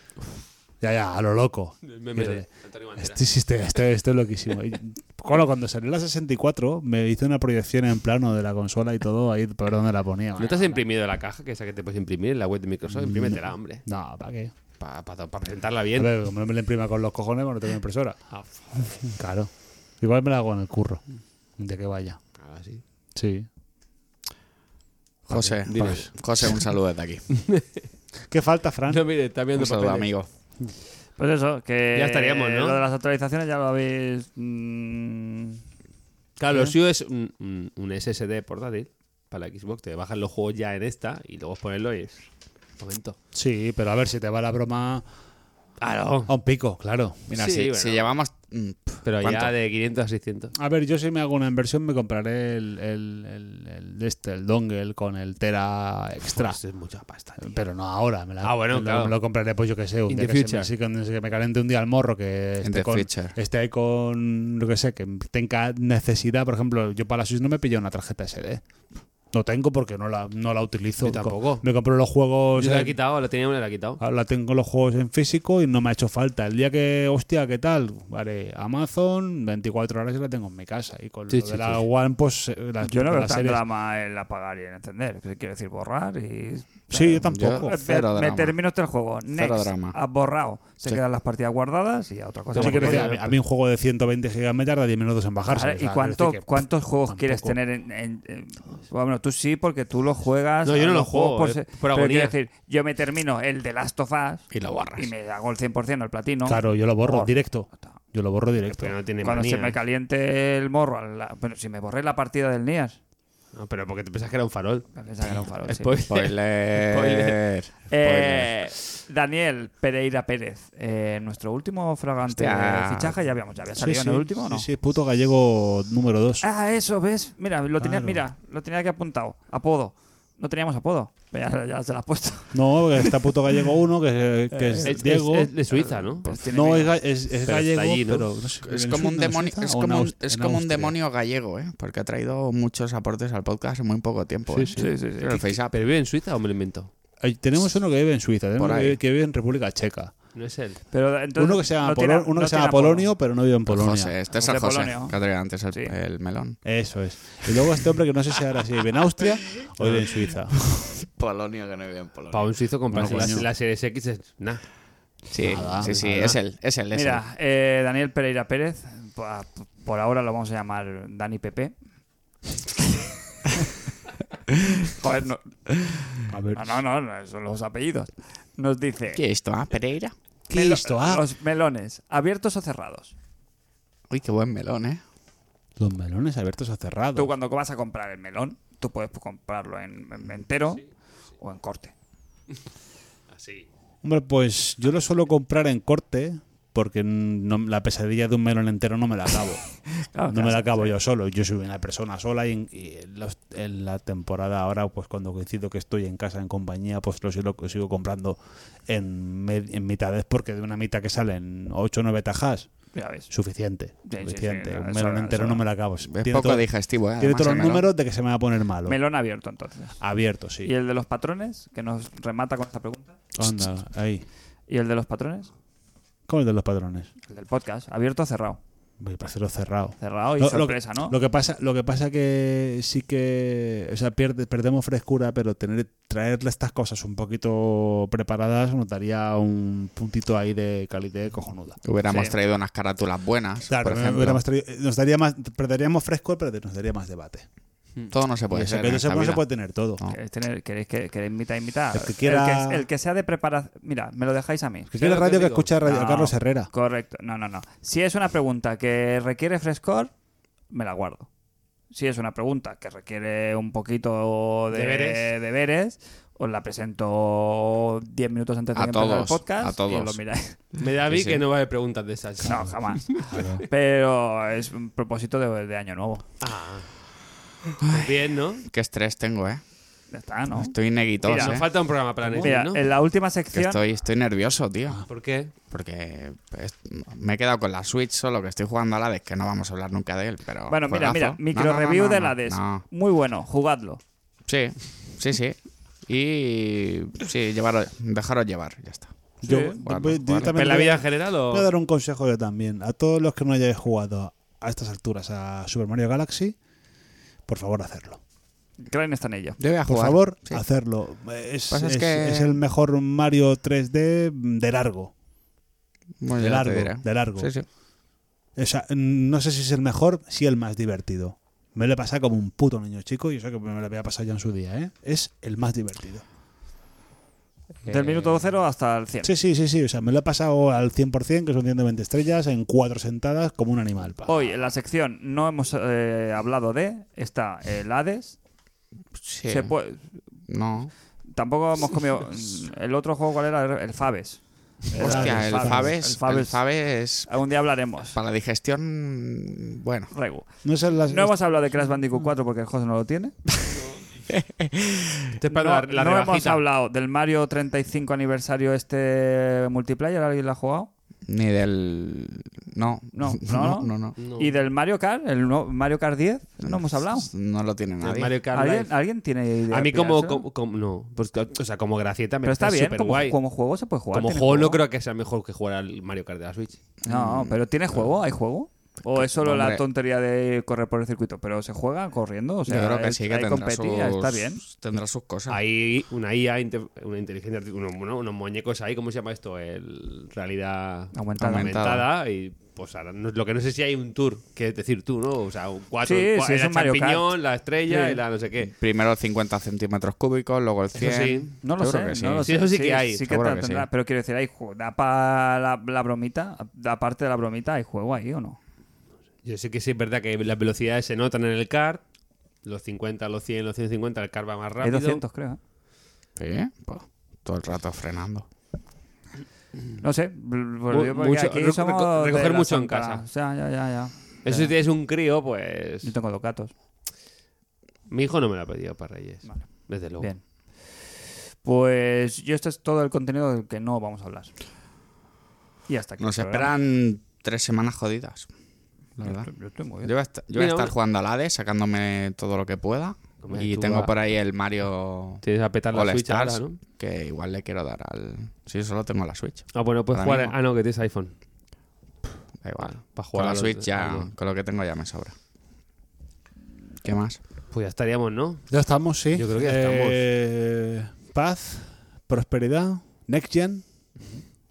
S1: Ya, ya, a lo loco. Mírale. Este, sí, este, este- este es loquísimo. Y, claro, cuando salió la 64, me hice una proyección en plano de la consola y todo, ahí por donde la ponía.
S4: ¿No te has imprimido la caja que esa que te puedes imprimir en la web de Microsoft? Imprímetela, hombre.
S1: No, ¿para qué?
S4: Para presentarla bien.
S1: Mm. A ver, como no me la imprima con los cojones, cuando tengo impresora.
S4: Ah,
S1: Claro. Igual me la hago en el curro. De que vaya.
S4: ahora Ah, sí.
S1: Sí.
S2: José,
S4: Dime.
S2: José, un saludo desde aquí.
S1: ¿Qué falta, Fran?
S4: No, mire, está viendo
S2: Un saludo,
S4: papeles.
S2: amigo.
S3: Pues eso, que.
S4: Ya estaríamos, ¿no?
S3: Lo de las actualizaciones ya lo habéis. mm,
S4: Claro, lo
S1: ¿Eh?
S4: suyo es un, un- un SSD portátil para la Xbox. Te bajas los juegos ya en esta y luego ponerlo y es. Momento.
S1: Sí, pero a ver si te va la broma
S4: Claro.
S1: a un pico, claro.
S2: Mira,
S4: Sí,
S2: si,
S4: bueno.
S2: si llevamos. mm, pff,
S4: Pero
S2: ¿cuánto?
S4: ya de 500 a 600.
S1: A ver, yo si me hago una inversión me compraré el, el, el, el de este, el dongle con el Tera Extra.
S4: Pues es mucha pasta. tío.
S1: Pero no ahora. Me la-
S4: Ah, bueno,
S1: me lo,
S4: claro.
S1: me lo compraré, pues yo que sé, un
S4: In
S1: día
S4: the
S1: que se,
S4: future.
S1: me, sí, cuando se me caliente un día al morro, que esté,
S2: the
S1: con,
S2: future.
S1: esté ahí con, lo que sé, que tenga necesidad. Por ejemplo, yo para la Switch no me pillé una tarjeta SD. No tengo porque no la, no la utilizo.
S4: Yo tampoco.
S1: Me compro los juegos.
S4: Yo la
S1: en-
S4: he quitado, la tenía una y la he quitado.
S1: Ahora tengo los juegos en físico y no me ha hecho falta. El día que, hostia, ¿qué tal? Vale, Amazon, 24 horas y la tengo en mi casa. Y con
S4: Sí,
S1: lo
S4: sí,
S1: de la
S4: sí.
S1: One, pues. eh, la-
S3: Yo no veo
S1: las
S3: tan
S1: series-
S3: drama el apagar y el encender. que Quiero decir, borrar y.
S1: Sí, yo tampoco.
S2: Yo- Cero
S3: me
S2: drama.
S3: termino este juego. Next.
S2: Cero drama.
S3: Has borrado. Se
S2: Sí.
S3: quedan las partidas guardadas y a otra
S1: Sí,
S3: cosa. Vale,
S1: quiero decir,
S3: vale,
S1: a, mí, a mí un juego de 120 GB me tarda 10 minutos en bajarse.
S3: vale,
S1: o
S3: ¿Y
S1: sea,
S3: cuánto,
S1: quiero decir que-
S3: cuántos juegos
S1: tampoco.
S3: quieres tener en, en- en- Bueno, tú sí, porque tú los juegas.
S4: No, yo
S3: a
S4: no
S3: los
S4: los juego,
S3: juegos
S4: eh,
S3: se-
S4: por
S3: pero
S4: agonía.
S3: quiero decir, yo me termino el de Last of Us
S2: Y lo
S3: y
S2: borras.
S3: me hago el 100% al platino.
S1: Claro, yo lo borro
S3: Por-
S1: directo. Yo lo borro directo.
S4: Pero no tiene
S3: Cuando
S4: manía.
S3: se me caliente el morro. al- la- bueno, si me borré la partida del NIAS.
S4: No, pero porque te pensás que era un farol.
S3: me pensaba que era un farol, sí.
S4: Spoiler.
S2: Spoiler.
S4: Spoiler.
S1: Pues
S2: Spoiler.
S3: Eh, Daniel Pereira Pérez, eh, nuestro último fragante
S2: Hostia.
S3: de fichaje, ya habíamos, ya había
S1: Sí,
S3: salido
S1: sí,
S3: en el último, ¿o
S1: sí,
S3: ¿no?
S1: sí, puto gallego número 2.
S3: Ah, eso, ¿ves? Mira, lo tenía,
S1: Claro.
S3: mira, lo tenía aquí apuntado. Apodo. No teníamos apodo. Pero Ya, ya se lo has puesto.
S1: No, está puto gallego 1, que, que es,
S4: Es, es-
S1: Diego.
S4: es de Suiza, ¿no?
S3: Pues tiene
S1: no,
S3: vida.
S1: es, ga- es- es
S4: Pero
S1: gallego,
S4: está allí, ¿no?
S1: pero Eh, no sé, Ah,
S2: Es
S1: ¿en
S2: como un
S1: Suiza, en
S2: demonio,
S1: Suiza
S2: es
S1: o en
S2: como un,
S1: Austria?
S2: es
S1: En
S2: como un
S1: Austria.
S2: demonio gallego, ¿eh? Porque ha traído muchos aportes al podcast en muy poco tiempo.
S1: Sí,
S2: ¿eh?
S1: sí.
S3: Sí, sí, sí.
S2: Pero el FaceApp.
S4: ¿Pero vive en Suiza o me lo invento?
S1: Ay, tenemos uno que vive en Suiza, tenemos
S2: Por
S1: uno que
S2: ahí.
S1: vive- que vive en República Checa.
S4: No es él.
S3: Pero, entonces,
S1: uno que se llama,
S3: no tiene-
S1: Polo- uno
S3: no
S1: que se llama
S3: tiene apodo.
S1: Polonio, pero no vive en Polonia.
S2: José, este es
S3: Hombre,
S2: el José,
S3: Polonio.
S2: que ha traído antes el,
S3: Sí.
S2: el melón.
S1: Eso es. Y luego este hombre que no sé si ahora sí vive en Austria o vive en Suiza.
S2: Polonio que no vive en
S4: Para
S2: Polonia.
S4: un suizo comprarse
S1: Bueno,
S4: Pues la-
S1: coño.
S4: la, Series X es nada.
S2: Sí,
S1: Nada,
S2: sí, sí,
S4: nada.
S2: es él, es él, es
S3: Mira, eh, Daniel Pereira Pérez, po- a- por ahora lo vamos a llamar Dani Pepe. Joder, no,
S1: A ver.
S3: no, no, no, no, son los apellidos. Nos dice...
S2: él. ¿Qué es esto, ah? ¿Pereira?
S1: ¿Qué
S3: Melo-
S1: esto? Ah,
S3: Los melones, abiertos o cerrados.
S2: Uy, qué buen melón, ¿eh?
S1: los melones abiertos o cerrados.
S3: Tú cuando vas a comprar el melón, tú puedes comprarlo en, en entero o en corte.
S4: Así.
S1: Hombre, pues yo lo suelo comprar en corte porque no- la pesadilla de un melón entero no me la acabo.
S3: Claro,
S1: no
S3: claro,
S1: me la acabo yo solo. Yo soy una persona sola y, en, y en los- en la temporada ahora, pues cuando coincido que estoy en casa en compañía, pues lo sigo, sigo comprando en, me- en mitades porque de una mitad que salen 8 o 9 tajas,
S3: Ya ves.
S1: suficiente.
S3: sí, sí,
S1: suficiente.
S3: no,
S1: un
S3: eso
S1: melón
S3: no,
S1: entero
S3: eso
S1: no
S3: no.
S1: me la acabo.
S2: Es
S1: Tiene
S2: poco
S1: todo-
S2: digestivo, ¿eh?
S1: tiene
S2: Además,
S1: todos
S2: el
S1: los
S2: melón.
S1: números de que se me va a poner malo.
S3: Melón abierto, entonces.
S1: Abierto, Ah, sí.
S3: ¿Y el de los patrones? Que nos remata con esta pregunta.
S1: Anda, ahí.
S3: ¿Y el de los patrones?
S1: ¿Cómo el de los padrones?
S3: El del podcast. ¿Abierto o cerrado?
S1: Voy para hacerlo cerrado.
S3: Cerrado y
S1: Lo- lo
S3: sorpresa,
S1: que-
S3: ¿no?
S1: Lo que pasa, lo que pasa que sí que, o sea, pierde- perdemos frescura, pero tener traerle estas cosas un poquito preparadas notaría un puntito ahí de calidad cojonuda.
S2: Hubiéramos
S3: Sí.
S2: traído unas carátulas buenas,
S1: Claro,
S2: por
S1: me-
S2: ejemplo.
S1: hubiéramos traído- nos daría más, perderíamos frescor, pero nos daría más debate.
S2: Todo no se
S1: Y
S2: puede
S1: eso
S2: ser.
S1: que
S2: en
S1: no se,
S2: esta
S1: no se
S2: vida.
S1: puede tener todo.
S2: No.
S3: ¿Queréis, tener, queréis, que- queréis mitad y mitad?
S1: El que quiera-
S3: El que, el que sea de preparación... Mira, me lo dejáis a mí.
S1: Que quiere
S4: lo que
S1: radio que
S4: digo?
S1: escucha a radio, a
S3: No.
S1: Carlos Herrera.
S3: Correcto. No, no, no. Si es una pregunta que requiere frescor, me la guardo. Si es una pregunta que requiere un poquito de
S4: Deberes.
S3: deberes, os la presento 10 minutos antes de
S2: A
S3: que empezara
S2: todos,
S3: el podcast
S2: a todos.
S3: y lo miráis.
S4: Me da a mí
S2: Sí, sí.
S4: que no va a haber preguntas de esas.
S3: No, jamás.
S1: Claro.
S3: Pero es un propósito de, de año nuevo.
S4: Ah. Pues Bien, ¿no?
S2: Qué estrés tengo, ¿eh?
S3: Ya está, ¿no?
S2: Estoy neguitos,
S3: Mira,
S2: ¿eh?
S4: Nos falta un programa para Netflix,
S3: Mira, eh,
S4: ¿no?
S3: en la última
S2: Que
S3: sección...
S2: estoy, estoy nervioso, tío.
S1: Ah.
S4: ¿Por qué?
S2: Porque pues, me he quedado con la Switch, solo que estoy jugando a la DES, que no vamos a hablar nunca de él, pero.
S3: Bueno, mira,
S2: juegazo.
S3: mira,
S2: No,
S3: micro
S2: no, no,
S3: review
S2: no,
S3: de
S2: no,
S3: la DES.
S2: no.
S3: Muy bueno, jugadlo.
S2: Sí, sí, sí. Y. Sí, llevaros, dejaros llevar, ya está.
S1: Yo,
S3: Sí.
S1: yo voy- yo
S2: Bueno,
S1: también
S4: ¿En la
S1: voy a-
S4: vida en general o...?
S1: Voy a dar un consejo yo también. A todos los que no hayáis jugado a estas alturas a Super Mario Galaxy, por favor, hacerlo.
S3: Crane está en ello.
S2: Debe a
S1: Por
S2: jugar.
S1: favor,
S2: Sí.
S1: hacerlo. Es,
S2: Pasa es
S1: es-
S2: que-
S1: es el mejor Mario 3D de largo.
S2: Bueno,
S1: De
S2: Pues ya te
S1: largo,
S2: diré.
S1: de largo.
S2: eh. Sí, sí.
S1: O sea, no sé si es el mejor, si el más divertido. Me lo he pasado como un puto niño chico y eso que me lo había pasado ya en su día, ¿eh? Es el más divertido.
S2: Eh,
S3: Del minuto cero hasta el 100.
S1: Sí, sí, sí, sí. O sea, me lo he pasado al 100%, que son 120 estrellas, en cuatro sentadas, como un animal. pa.
S3: Hoy en la sección no hemos eh, hablado de. Está el Hades.
S2: Sí.
S3: Se puede-
S2: No.
S3: tampoco hemos comido. mm, El otro juego, ¿cuál era? El Fabes.
S1: El
S2: Hostia, el
S1: Hades.
S2: Fabes.
S3: El
S2: El
S3: Fabes.
S2: Fabes. es
S3: Algún día hablaremos.
S2: para la digestión. Bueno.
S3: Regu.
S1: No es el-
S3: No hemos hablado de Crash Bandicoot 4 porque el José no lo tiene.
S4: Estoy
S3: No,
S4: esperando la, la
S3: no hemos
S4: rebajita.
S3: hablado del Mario 35 aniversario este multiplayer. ¿Alguien lo ha jugado?
S2: Ni del. No.
S3: No, no,
S2: no, no. no.
S4: No.
S3: ¿Y del Mario Kart? ¿El no- Mario Kart 10? No hemos hablado.
S2: No lo tiene
S3: Pues
S4: El
S2: nadie.
S4: Mario Kart
S3: ¿Alguien,
S4: Live.
S3: alguien tiene idea?
S4: A mí
S3: de
S4: como,
S3: pillárselo?
S4: como- como- no, pues, o sea, como gracieta me
S3: Pero está
S4: parece
S3: bien, como,
S4: superguay.
S3: como juego se puede jugar.
S4: Como
S3: ¿tiene
S4: juego no creo que sea mejor que jugar al Mario Kart de la Switch.
S3: No, pero ¿tiene juego? ¿Hay juego? ¿O es solo la
S2: Mm, hombre.
S3: tontería de correr por el circuito? Pero se juega corriendo, o sea,
S2: Yo creo que
S3: hay-
S2: sí que
S3: hay
S2: tendrá
S3: competir,
S2: sus,
S3: eh, está bien.
S2: Tendrá sus
S3: Ah.
S2: cosas.
S4: Hay una IA, inte- una inteligencia artificial, unos, unos- unos muñecos ahí, ¿cómo se llama esto? El realidad
S3: Aumentada.
S4: aumentada, y pues ahora, no- lo que no sé si hay un tour, que es decir tú, ¿no? O sea, un cuatro,
S3: Sí,
S4: cua-
S3: sí, es
S4: la
S3: un Mario
S4: champiñón,
S3: Kart.
S4: la estrella
S3: Sí.
S4: y la no sé qué.
S2: Primero 50 centímetros cúbicos, luego el 100.
S4: Eso sí.
S3: No lo
S2: Yo
S3: sé,
S2: creo que sí.
S3: no lo
S4: Sí,
S3: sé.
S4: eso sí que hay,
S3: Sí que
S2: seguro
S3: te-
S2: que sí.
S3: tendrá, pero quiero decir, hay juego. Da para la, la bromita, aparte de la bromita, ¿hay juego ahí o no?
S4: Yo sé que sí es verdad que las velocidades se notan en el kart. Los 50, los 100, los 150, el kart va más rápido.
S3: Hay 200, creo. ¿eh?
S2: Sí, pues, todo el rato frenando.
S3: No sé, bl- bl-
S4: Mu-
S3: yo porque
S4: mucho-
S3: aquí
S4: reco-
S3: somos
S4: reco-
S3: de
S4: recoger
S3: la
S4: mucho en
S3: Santa-
S4: casa.
S3: O sea, ya, ya, ya.
S4: Eso si tienes un crío, pues...
S3: Yo tengo dos gatos.
S4: Mi hijo no me lo ha pedido para Reyes.
S3: Vale.
S4: Desde luego.
S3: Bien. Pues yo esto es todo el contenido del que no vamos a hablar. Y hasta aquí.
S2: Nos
S3: el programa.
S2: esperan tres semanas jodidas. La verdad.
S3: Yo estoy muy
S2: Yo
S3: bien.
S2: voy a estar, yo voy a
S4: Mira,
S2: estar
S4: una-
S2: jugando al Hades, sacándome todo lo que pueda.
S4: Hombre,
S2: y
S4: tú
S2: tengo
S4: va-
S2: por ahí el Mario
S4: Tienes a petar la
S2: All
S4: Switch
S2: Stars,
S4: ahora, ¿no?
S2: que igual le quiero dar al... Sí, solo tengo la Switch.
S4: Ah, bueno, puedes
S2: Ahora
S4: jugar...
S2: mismo.
S4: Ah, no, que tienes iPhone.
S2: Da igual.
S4: Para jugar
S2: Con
S4: a
S2: la
S4: los-
S2: Switch ya,
S4: Ah, algo.
S2: con lo que tengo ya me sobra. ¿Qué más?
S4: Pues ya estaríamos, ¿no?
S1: Ya estamos, sí.
S4: Yo creo que ya
S1: Eh, Paz, prosperidad, Next Gen.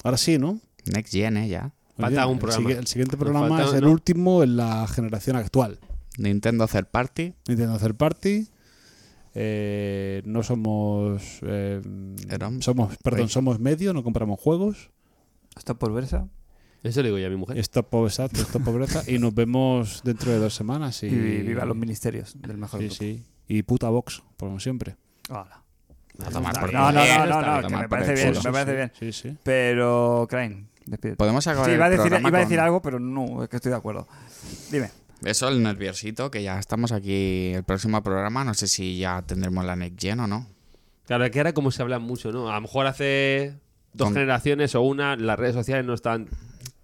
S1: Ahora sí, ¿no?
S2: Next Gen, ¿eh? Ya.
S4: Falta
S1: Oye,
S4: un
S1: el
S4: programa.
S1: sigui- El, siguiente
S4: Nos
S1: programa
S4: falta,
S1: es el
S4: ¿no?
S1: último en la generación actual.
S2: Nintendo Third Party,
S1: Nintendo hacer Party. eh, no somos. eh,
S2: Éramos-
S1: somos Perdón,
S2: Oye.
S1: somos medio, no compramos juegos.
S3: ¿Está por versa?
S4: Eso le digo yo a mi mujer.
S1: Esto es pobreza, esto es pobreza. y nos vemos dentro de dos semanas. Y,
S3: Y viva los ministerios del mejor
S1: Sí,
S3: grupo.
S1: sí. Y puta box, como siempre.
S3: Hola.
S2: A tomar
S3: Está
S2: por
S3: bien. No, no,
S2: culo. Está
S3: no, no,
S2: bien.
S3: no, que me
S2: Tomar por
S3: parece
S2: el
S3: bien,
S2: culo.
S3: me parece bien.
S1: Sí, sí.
S3: Pero, Crane, despídete.
S2: Podemos acabar
S3: Sí, iba a
S2: el
S3: decir,
S2: programa
S3: iba a decir
S2: con-
S3: algo, pero no, es que estoy de acuerdo. Dime.
S2: Eso, el nerviosito, que ya estamos aquí. El próximo programa, no sé si ya tendremos la Next Gen o no.
S4: Claro, es que ahora como se habla mucho, ¿no? A lo mejor hace dos
S2: Con-
S4: generaciones o una, las redes sociales no están,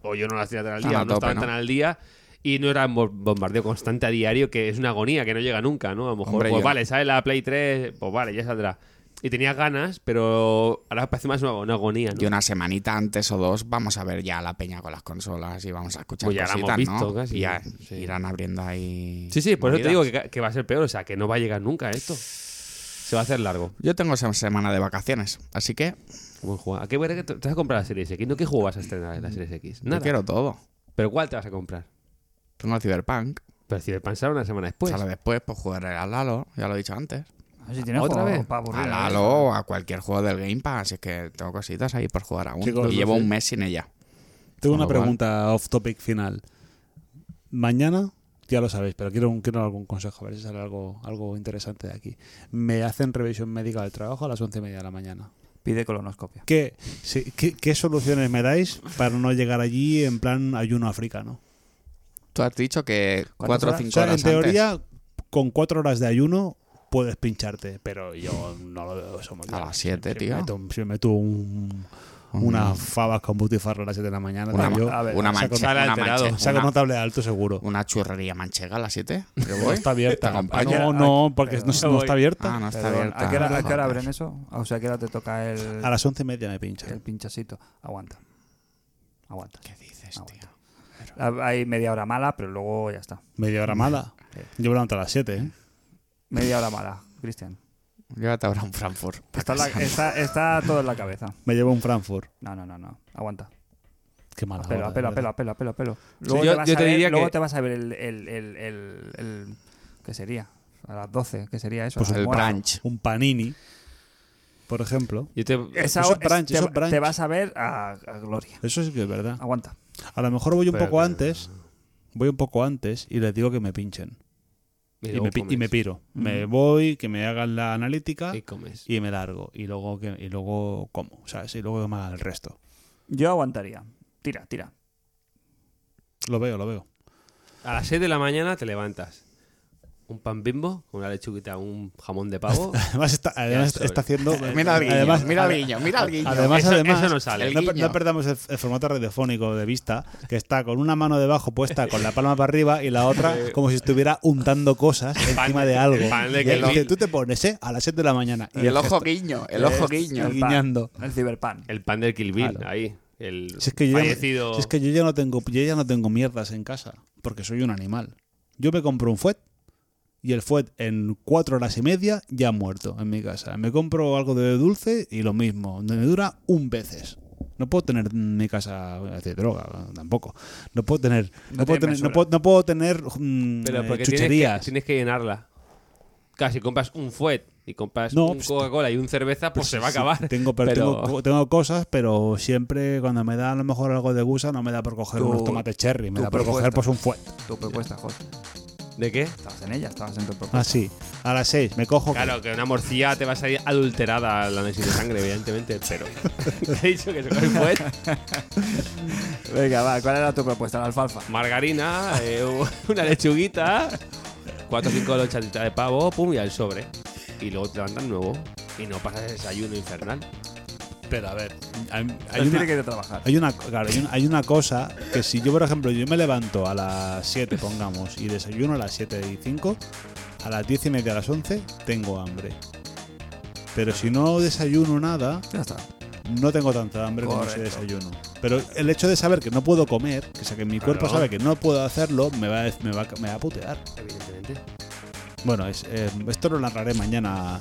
S4: o yo no las tenía tan al
S2: Están
S4: día,
S2: a
S4: o no
S2: tope,
S4: estaban
S2: ¿no?
S4: tan al día y no era un bo- bombardeo constante a diario, que es una agonía que no llega nunca, ¿no? A lo mejor,
S2: Hombre,
S4: pues
S2: yo-
S4: vale, sale la Play 3, pues vale, ya saldrá. Y tenía ganas, pero ahora parece más una, una agonía, ¿no?
S2: Y una semanita antes o dos vamos a ver ya la peña con las consolas y vamos a escuchar
S4: Pues ya la hemos
S2: cositas,
S4: visto
S2: ¿no?
S4: casi,
S2: Y ya
S4: sí.
S2: irán abriendo ahí...
S4: Sí, sí, por eso te
S2: movidas.
S4: digo que, que va a ser peor, o sea, que no va a llegar nunca esto. Se va a hacer largo.
S2: Yo tengo esa semana de vacaciones, así que
S4: Buen juego. ¿A qué hora que te te vas a comprar la Series X? ¿No qué juego vas a estrenar en la Series X?
S2: no
S4: Nada.
S2: quiero todo.
S4: ¿Pero cuál te vas a comprar?
S2: Tengo el Cyberpunk,
S4: Pero si pensar una semana después.
S2: sale después, pues jugaré al Lalo, ya lo he dicho antes.
S3: A ver si tienes
S4: ¿Otra
S3: juego
S4: vez?
S3: para aburrir.
S2: Al
S3: ¿eh?
S2: Lalo o a cualquier juego del Game Pass, es que tengo cositas ahí por jugar aún.
S1: Chicos,
S2: y
S1: no
S3: eh?
S2: llevo
S1: sé.
S2: un mes sin ella.
S1: Tengo
S2: Con
S1: una
S2: lo cual-
S1: pregunta off topic final. Mañana, ya lo sabéis, pero quiero, un- quiero algún consejo, a ver si sale algo, algo interesante de aquí. Me hacen revisión médica del trabajo a las once y media de la mañana.
S3: Pide colonoscopia.
S1: ¿Qué, sí, qué, qué soluciones me dais para no llegar allí en plan ayuno africano?
S2: Tú has dicho que 4 o
S3: ¿Cuántas horas?
S2: 5
S1: O sea,
S2: horas
S1: en teoría, con cuatro horas de ayuno puedes pincharte, pero yo no lo veo eso muy
S2: A
S1: claro.
S2: las 7,
S1: Si me
S2: tío.
S1: meto, si me meto un- unas fabas con butifarra a las 7 de la mañana,
S2: Una,
S1: tío, yo
S2: ma-
S3: a ver,
S2: una
S1: saco-
S2: manche-
S4: sale
S2: una
S4: alterado.
S2: manche-
S1: saco
S2: una-
S1: notable alto seguro.
S2: una churrería manchega a las 7. Yo
S1: No
S2: voy.
S1: está abierta.
S2: Te acompaño.
S1: No, no, porque no, no
S3: Voy.
S1: está abierta.
S2: Ah, no está
S3: Perdón,
S2: abierta.
S3: ¿A qué hora, a qué hora
S2: Joder.
S3: abren eso? O sea, ¿a qué hora te toca el,
S1: A las once y media me pincha.
S3: el pinchacito? Aguanta. Aguanta.
S2: ¿Qué dices,
S3: Ah,
S2: tío?
S3: Hay media hora mala, pero luego ya está.
S1: Media hora mala. Yo me levanto a las siete, ¿eh?
S3: Media hora mala. Cristian.
S2: Llévate ahora un Frankfurt. pa'
S3: Está, en la-
S2: casa.
S3: está- está todo en la cabeza.
S1: Me llevo un Frankfurt.
S3: No, no, no, no. Aguanta.
S1: Qué mala
S3: Apelo,
S1: hora,
S3: apelo,
S1: de verdad.
S3: apelo, apelo, apelo, apelo. Luego,
S2: yo-
S3: te, vas
S2: yo
S3: a
S2: te
S3: ver,
S2: diría
S3: luego
S2: que-
S3: te vas a ver el, el, el, el- el- ¿Qué sería? A las 12. ¿Qué sería eso?
S1: Pues
S3: A las
S2: el
S3: moras.
S2: brunch.
S1: Un panini, por ejemplo.
S4: Yo te-
S1: Eso
S3: Esa
S1: es
S3: hora-
S1: Pues brunch,
S3: te,
S1: eso es brunch.
S3: te vas a ver a, a Gloria.
S1: Eso sí que es verdad.
S3: Aguanta.
S1: A lo mejor voy un
S4: Pero-
S1: poco antes. Voy un poco antes y les digo que me pinchen. Y,
S4: luego pues
S1: me, pi- y
S4: comes.
S1: me piro. Me
S3: Mm.
S1: voy, que me hagan la analítica
S4: Y comes.
S1: y me largo. Y luego que y luego como, ¿sabes? Y luego que me hagan el resto.
S3: Yo aguantaría. Tira, tira.
S1: Lo veo, lo veo.
S4: A las 6 de la mañana te levantas. Un pan bimbo, una lechuguita, un jamón de pavo.
S1: Además está, además
S4: sobre.
S1: está haciendo.
S3: Eh,
S2: Mira al guiño,
S1: además-
S2: mira al guiño, mira al guiño.
S1: Además,
S4: Eso-
S1: además,
S4: eso no sale.
S2: El
S1: No, per-
S2: guiño.
S1: no perdamos el, el formato radiofónico de vista, que está con una mano debajo puesta con la palma para arriba y la otra como si estuviera untando cosas encima de algo.
S4: el pan de
S1: Y
S4: que
S1: él
S4: lo-
S1: dice, tú te pones, ¿eh? A las 7 de la mañana.
S2: Y el
S1: gesto-
S2: ojo guiño, el ojo
S1: Es-
S2: guiño.
S1: el Guiñando.
S3: Pan. El ciberpan.
S4: el pan del Kill Bill,
S1: Claro.
S4: ahí. El
S1: Si es que yo, ya,
S4: fallecido.
S1: si es que yo ya no tengo, yo ya no tengo mierdas en casa, porque soy un animal. Yo me compro un fuet y el fuet en cuatro horas y media ya ha muerto en mi casa. Me compro algo de dulce y lo mismo, me dura un veces. No puedo tener en mi casa es decir, droga, tampoco. No puedo tener, no,
S3: tiene
S1: puedo, tener no,
S3: mesura.
S1: puedo, no puedo tener mm,
S4: Pero
S1: eh,
S4: porque tienes que,
S1: chucherías.
S4: tienes que llenarla. Casi compras un fuet y compras
S1: No,
S4: un
S1: pues,
S4: Coca-Cola y un cerveza, pues, se va a acabar.
S1: Sí, tengo, pero
S4: pero
S1: Tengo, co- tengo cosas, pero siempre cuando me da a lo mejor algo de gusa, no me da por coger
S3: Tu-
S1: unos tomates cherry, me
S3: tu
S1: da por coger
S3: propuesta.
S1: pues un fuet.
S3: Tu propuesta, José.
S4: ¿De qué?
S3: Estabas en ella, estabas en tu propuesta.
S1: Así, Ah, a las 6 me cojo.
S4: Claro, que una morcilla te va a salir adulterada al análisis de sangre, evidentemente, pero. Te he dicho que se coge un fuet,
S3: Venga, va. ¿Cuál era tu propuesta? La alfalfa.
S4: margarina, eh, una lechuguita, cuatro o cinco lonchatitas de pavo, pum, y al sobre. Y luego te levantas nuevo y no pasas ese desayuno infernal.
S1: pero a ver, hay, hay
S3: Él
S1: una,
S3: tiene que ir a trabajar.
S1: hay una- claro, hay una- hay una cosa que si yo, por ejemplo, yo me levanto a las 7, pongamos, y desayuno a las 7 y 5, a las 10 y media, a las 11, tengo hambre. Pero si no desayuno nada,
S3: Ya está.
S1: no tengo tanta hambre como si
S3: Correcto.
S1: desayuno. Pero el hecho de saber que no puedo comer, que, o sea, que mi cuerpo
S4: Claro.
S1: sabe que no puedo hacerlo, me va, a- me va, a- me va a putear.
S4: Evidentemente.
S1: Bueno, es, eh, esto lo narraré mañana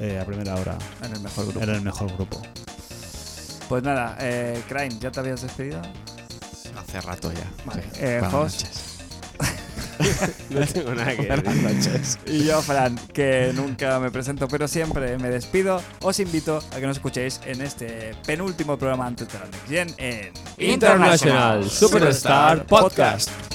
S1: eh, a primera hora
S3: En el mejor grupo.
S1: en el mejor grupo.
S3: Pues nada, eh, Crime, ¿ya te habías despedido?
S2: Hace rato ya.
S3: Vale.
S2: Sí.
S3: Eh,
S2: Buenas
S3: Jos.
S2: noches.
S4: No tengo nada que decir.
S2: Buenas noches.
S3: Y yo, Fran, que nunca me presento, pero siempre me despido. Os invito a que nos escuchéis en este penúltimo programa antes de la Next Gen en
S4: International Superstar Podcast.